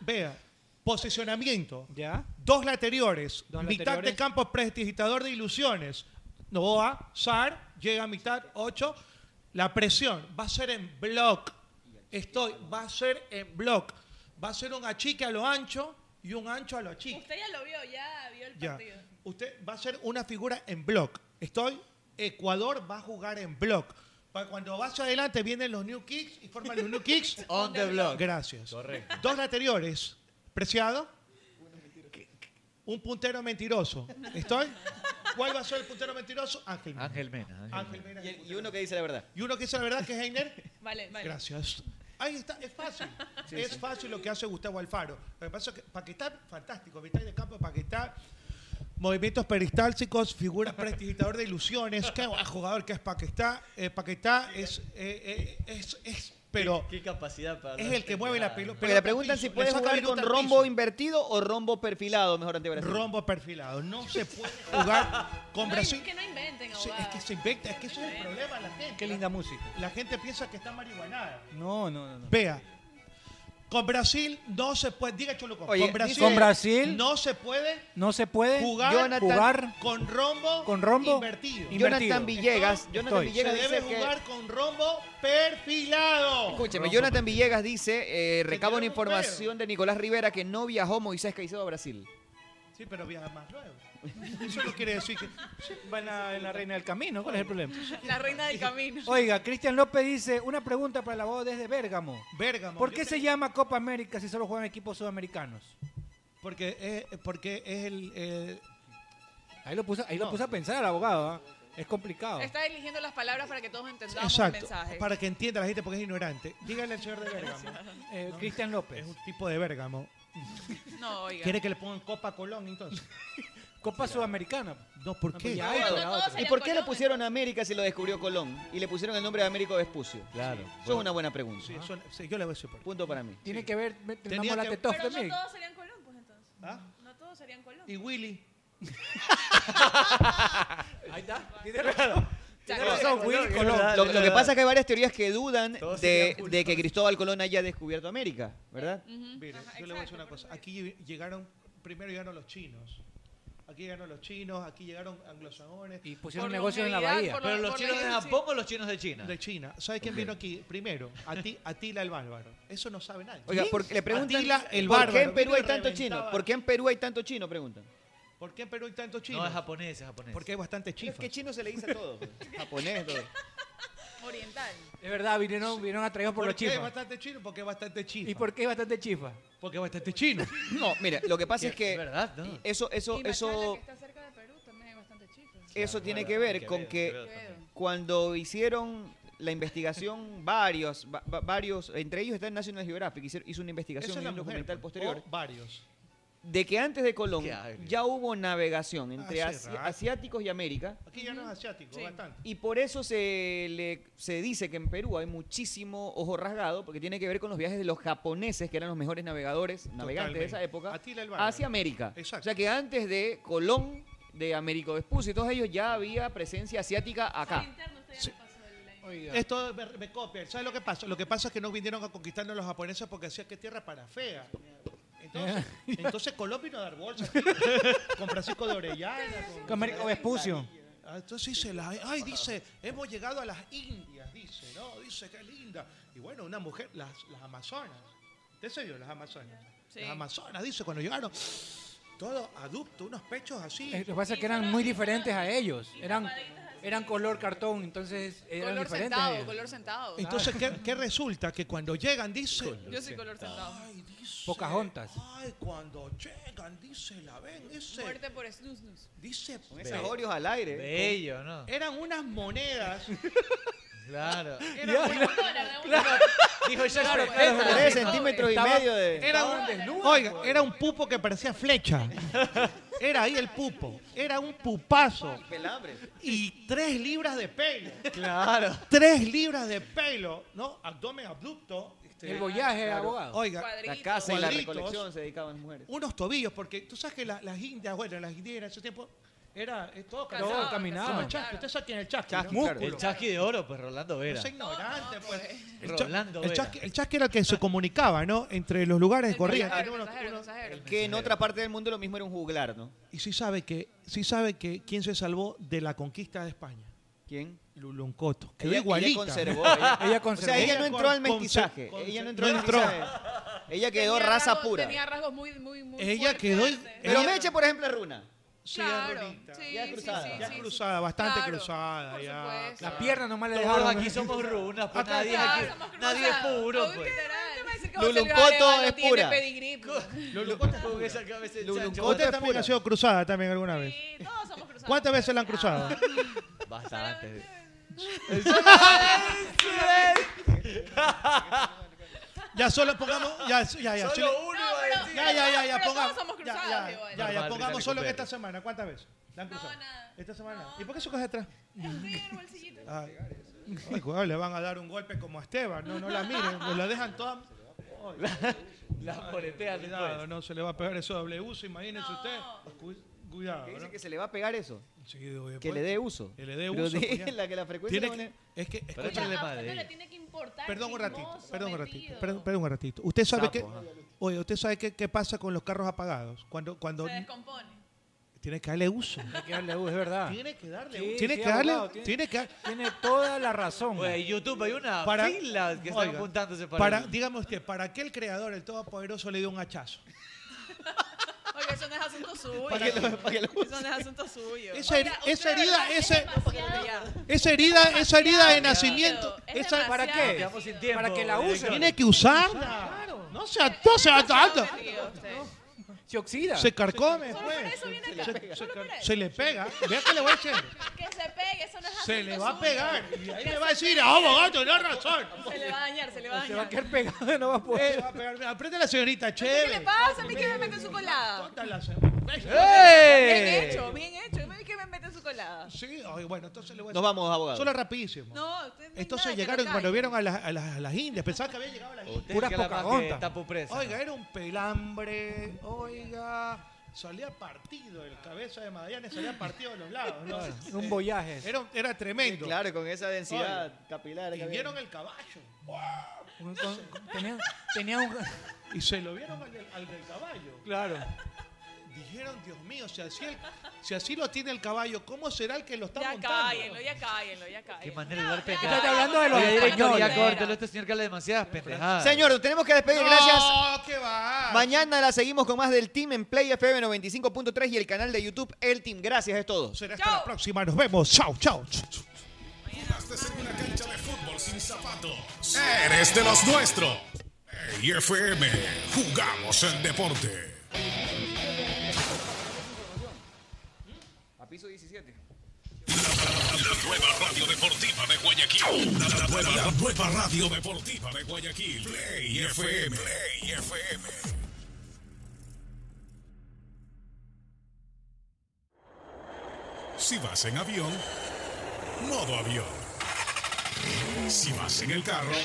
Vea, posicionamiento. ¿Ya? Dos lateriores. Dos mitad de lateriores. campo prestigitador de ilusiones. Novoa, Sar, llega a mitad, 8. La presión va a ser en block. Estoy, va a ser en block. Va a ser un achique a lo ancho y un ancho a lo achique. Usted ya lo vio, ya vio el Ya. partido. Usted va a ser una figura en block. Estoy, Ecuador va a jugar en block. Pa- Cuando vas adelante vienen los new kicks y forman los new kicks. On the block. Gracias. Correcto. Dos lateriores. Preciado. Un puntero mentiroso. ¿Estoy? ¿Cuál va a ser el puntero mentiroso? Ángel. Mena. Ángel Mena. Ángel Ángel Mena. Y, y uno que dice la verdad. Y uno que dice la verdad que es Heiner. Vale, vale. Gracias. Ahí está, es fácil. es fácil lo que hace Gustavo Alfaro. Lo que pasa es que Paquetá, fantástico, mitad de campo, Paquetá, movimientos peristálticos, figura prestigitador de ilusiones, qué buen jugador que es Paquetá. Eh, Paquetá es, eh, eh, es, es, pero Qué capacidad para es el que mueve la pelo- pelota. Porque le preguntan al si piso, puede le saca la jugar pelota con al rombo piso. invertido o rombo perfilado, mejor ante Brasil. Rombo perfilado. No se puede jugar con No, Brasil. Que no inventen, Sí, abogado. es que se inventa, es que eso es el problema de la gente. Qué linda música. La gente piensa que está marihuanada. No, no, no. no. Vea, con Brasil no se puede, diga Choluco, Oye, con, Brasil, con Brasil- no se puede No se puede jugar, Jonathan- jugar con rombo, con rombo invertido. in- Invertido. Jonathan Villegas, Estoy. Jonathan Estoy. se Villegas debe dice que jugar con rombo perfilado. Escúcheme, Jonathan Villegas dice, eh, recaba una tenemos un perro. información de Nicolás Rivera que no viajó Moisés Caicedo a Brasil. Sí, pero viaja más luego. Eso no quiere decir que sí, Van a en la reina del camino, ¿cuál es el problema? La reina del camino. Oiga, Cristian López dice, una pregunta para el abogado desde Bérgamo. Bérgamo. ¿Por yo qué te- se llama Copa América si solo juegan equipos sudamericanos? Porque es, porque es el, eh, el- Ahí lo puse, ahí lo puse a pensar al abogado, ¿ah? es complicado. Está eligiendo las palabras para que todos entendamos el Exacto. mensaje. Para que entienda la gente porque es ignorante. Dígale al señor de Bérgamo. Eh, Cristian López, Es un tipo de Bérgamo. No, oiga. ¿Quiere que le pongan Copa Colón entonces? Copa Sudamericana. No, ¿por No, qué? pues ya hay, No, pues, no, la otra. todos ¿Y por qué le pusieron a América si lo descubrió Colón? Y le pusieron el nombre de Américo Vespucio. Claro. Eso es una buena pregunta. Sí, eso- sí, yo le voy a decir por qué. Punto para mí. Tiene que ver, me- Tenía tenemos la que- Tetoff Pero también. no todos serían Colón, pues entonces. ¿Ah? No todos serían Colón. Y Willy. Ahí está, tiene razón. Tiene razón, Willy es Colón. verdad, Lo, es lo que verdad. pasa es que hay varias teorías que dudan Todos de, serían Julio. de que Cristóbal Colón haya descubierto América, ¿verdad? Ujú. Mire, Ajá, yo le voy a exacto, decir una por cosa. eso Aquí llegaron, primero llegaron los chinos, Aquí llegaron los chinos, aquí llegaron anglosajones. Y pusieron negocios en la bahía. Pero los chinos de Japón o los chinos de China. De China. ¿Sabes quién vino aquí? Primero, Ati- Atila el Bárbaro. Eso no sabe nadie. Oiga, ¿Quién? porque le preguntan Atila el ¿por Bárbaro. qué en Perú Vino y hay tanto reventaba- chino? ¿Por qué en Perú hay tanto chino? Preguntan. ¿Por qué en Perú hay tanto chino? es japonés, es japonés. Porque hay bastante chifas. que chino se le dice a todo. Japonés, todo. Oriental. Es verdad, vinieron, vinieron atraídos por, los qué hay chifas. bastante chino? Porque hay bastante chifa. ¿Y por qué hay bastante chifa? Porque hay bastante chino. No, mira, lo que pasa es que verdad, no. eso, eso, Y Machala, eso, que está cerca de Perú, también hay bastante chifre. eso tiene que ver con que cuando hicieron la investigación varios, va- va- varios, entre ellos está el National Geographic, hizo- hizo una investigación Esa es y la un mujer, documental pues. posterior O varios. de que antes de Colón ya hubo navegación entre Hace asi- rato. asiáticos y América Aquí ya no es asiático, bastante. y por eso se, le, se dice que en Perú hay muchísimo ojo rasgado porque tiene que ver con los viajes de los japoneses que eran los mejores navegadores, navegantes de esa Totalmente. época Atila el Bárbaro. hacia América. Exacto. O sea que antes de Colón, de Américo Vespucio y todos ellos ya había presencia asiática acá. Esto me, me copia. ¿Sabes lo que pasa? Lo que pasa es que no vinieron a conquistarnos los japoneses porque hacían que tierra para fea. Entonces, entonces Colón vino a dar bolsas. con Francisco de Orellana. Con, Américo Vespucio. Ah, Entonces dice, la- ay, dice, hemos llegado a las Indias, dice, ¿no? Dice, qué linda. Y bueno, una mujer, las, las Amazonas. ¿Usted se vio las Amazonas? Sí. Las Amazonas, dice, cuando llegaron, todo aducto, unos pechos así. Eh, Lo que pasa es que eran muy diferentes a ellos. Eran, eran color cartón, entonces eran Color diferentes. a sentado, ellos. color sentado. Entonces, ¿qué, qué resulta? Que cuando llegan, dice, Yo soy color sentado. Pocahontas. ay, cuando llegan, dice, la ven, ese, Muerte por snusnus. dice, Con esos orios al aire. Bello, ¿no? eran unas monedas. Claro. Eran unas- Dijo ya Claro, es profeta. claro, tres centímetros y Estaba- medio de... Era un, oiga, era un pupo que parecía flecha. Era ahí el pupo. Era un pupazo. Pelambre. Y tres libras de pelo. Claro. Tres libras de pelo, ¿no? Abdomen abrupto. este, El voyaje, Claro. abogado. Oiga, La casa y la cuadritos, recolección se dedicaban mujeres. unos tobillos, porque tú sabes que la- las indias, bueno, las indias en ese tiempo era eh, todo Todo caminaba. caminaba. Como el chasqui. Usted sabe quién es el chasqui, Chasqui, ¿no? claro. El chasqui de oro, pues Rolando Vera. Es ignorante, pues. El, cha- Rolando el Vera. chasqui, el chasqui era el Ah. que se comunicaba, ¿no? Entre los lugares que corrían. mensajero, Ah, Uno- Mensajero, mensajero. Que en otra parte del mundo lo mismo era un juglar, ¿no? Y sí sabe que, sí sabe que quién se salvó de la conquista de España. ¿Quién? Luluncoto. Quedó ella, igualita. Ella conservó. Ella, Ella o sea, ella no entró al mestizaje. Conce- ella no entró no al entró. mestizaje. Ella quedó Tenía raza rasgos- pura. Tenía rasgos muy, muy, muy Ella fuertes. quedó. Pero ella- Meche, por ejemplo, es runa. sí, es Claro. rubí. Sí, Ya sí, cruzada. sí, Ya sí, sí. cruzada, bastante Claro, cruzada. por Ya. supuesto. Las piernas nomás le Todos dejaban. aquí somos runas, pues Acá- nadie, es Claro, aquí- somos cruzados. nadie es puro. Obvio que Pues. no, no me dicen que Lulu José Lugares Cotto Valo es tiene pura. pedigrí, pues. Luluncoto. Con esa cabeza de Luluncoto. chancho. Usted también ha sido cruzada también alguna vez. Sí, todos somos cruzados. ¿Cuántas veces la han cruzado? Bastante. ya solo pongamos. Ya, ya, ya. Solo uno iba a decir. ya, ya, ya, ya, Pero pongamos. todos somos ya, cruzados, ya, digo, eh. ya, ya, Normal, pongamos Ricardo solo que Copete. esta semana. ¿Cuántas veces? ¿La han cruzado? nada. Esta semana. ¿Y por qué se coge atrás? Sí, el bolsillito. Ah. Ay, cuidado, le van a dar un golpe como a Esteban. No, no la miren. Nos la dejan toda. Las poleteas Cuidado, después. no se le va a pegar eso W, uso, imagínese usted. Cu- Cuidado. Que ¿no? dice que se le va a pegar eso. Sí, después- Que le dé uso. Que le dé Pero uso, di- pues, ya. la que la frecuencia Tiene le que, pone- es que, Pero escucha, échale a usted madre no le ahí. tiene que importar. Perdón un ratito, chismoso, perdón un ratito, metido. perdón, perdón un ratito. Usted sabe que, Sapo, ajá. oye, usted sabe qué, qué pasa con los carros apagados. Cuando, cuando Se descompone. tiene que darle uso. Hay que darle uso, es verdad. tiene que darle Sí, uso. Tiene sí, que darle, abogado, tiene, tiene- que dar- Tiene toda la razón. Güey, en YouTube hay una Para- fila que Oiga, están apuntándose para, para, el- digamos que para qué el creador, el todopoderoso, le dio un hachazo. Oye, eso no es asunto suyo. Para que lo- para que lo- Eso no es asunto suyo. Esa, heri- Oiga, esa usted, herida, ¿verdad? ese, Ya. esa herida, esa herida de nacimiento, Es esa- ¿Para Nos qué? quedamos sin tiempo. Para que la use. tiene que usarla. No se no se Demasiado ataca. metido usted. Se oxida. Se carcome, Solo por pues. eso viene acá. Se, Solo por car- eso. se le pega. Vea que le voy a echar. Que se pegue, eso no es Se asunto le va a suyo. pegar. Y ahí le va a decir, "Ah, abogado, tenés razón. Se le va a dañar, se le va a Se va a dañar. quedar pegado y no va a Eh, poder. va a pegar. Aprende la señorita, ¿Qué le chévere. pasa? A mí que me mete su colada. Córtala, se- Bien hecho, bien hecho. A mí que me mete su colada. Sí, ay, bueno, entonces le voy a Nos decir. vamos, abogado. Pues, Solo rapidísimo. No, usted no hay nada Entonces que llegaron le caiga. cuando vieron a las, a las, a las indias. Pensaban que había llegado a las indias. Usted puras que la más que Pocahontas. tapó presa. Oiga, era un pelambre. Oiga, salía partido. El cabeza de Magallanes salía partido de los lados. ¿no? Un Eh, voyaje. Era, era tremendo. Claro, con esa densidad capilar. que Y había. vieron el caballo. Un- con- Tenía, tenía un. Y se lo vieron al, del- al del caballo. Claro. Dijeron, Dios mío, si así, el- si así lo tiene el caballo, ¿cómo será el que lo está Ya montando? cállenlo, ya cállenlo, ya cállenlo. Qué manera de dar ya, pendejadas. Estás hablando de los Oye, director, ya españoles. córtelo. Este señor que habla demasiadas pendejadas. Señor, tenemos que despedir. No, Gracias. qué va. Mañana la seguimos con más del Team en Play FM 95.3 y el canal de YouTube El Team. Gracias, es todo. Será hasta la próxima. Nos vemos. Chao, chao. Fútbol sin zapatos. Eres de los nuestros. Y FM, jugamos el deporte. A piso 17. La nueva radio deportiva de Guayaquil. La, la nueva, la nueva radio deportiva de Guayaquil. Play FM. Play FM. Si vas en avión, modo avión. Si vas en el carro,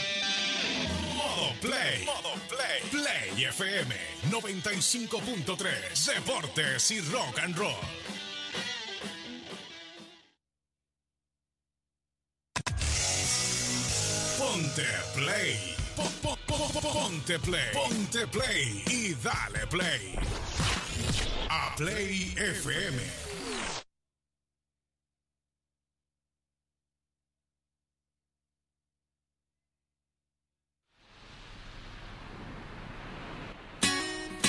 modo play. Modo play. Play FM 95.3. Deportes y rock and roll. Ponte play. Po- po- po- po- Ponte play. Ponte play y dale play. A Play FM.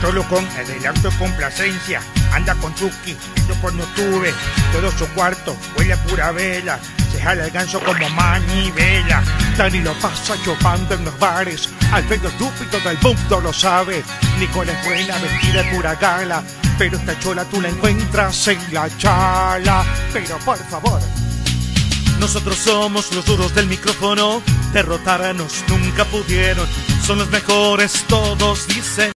Solo con adelanto y complacencia, anda con Chucky, yo por no tuve, todo su cuarto huele a pura vela, se jala el ganso como manivela. Dani lo pasa chupando en los bares. Alfredo estúpido del mundo lo sabe. Nicole es buena, vestida de pura gala. Pero esta chola tú la encuentras en la chala. Pero por favor, Nosotros somos los duros del micrófono, derrotarnos nunca pudieron. Son los mejores, todos dicen.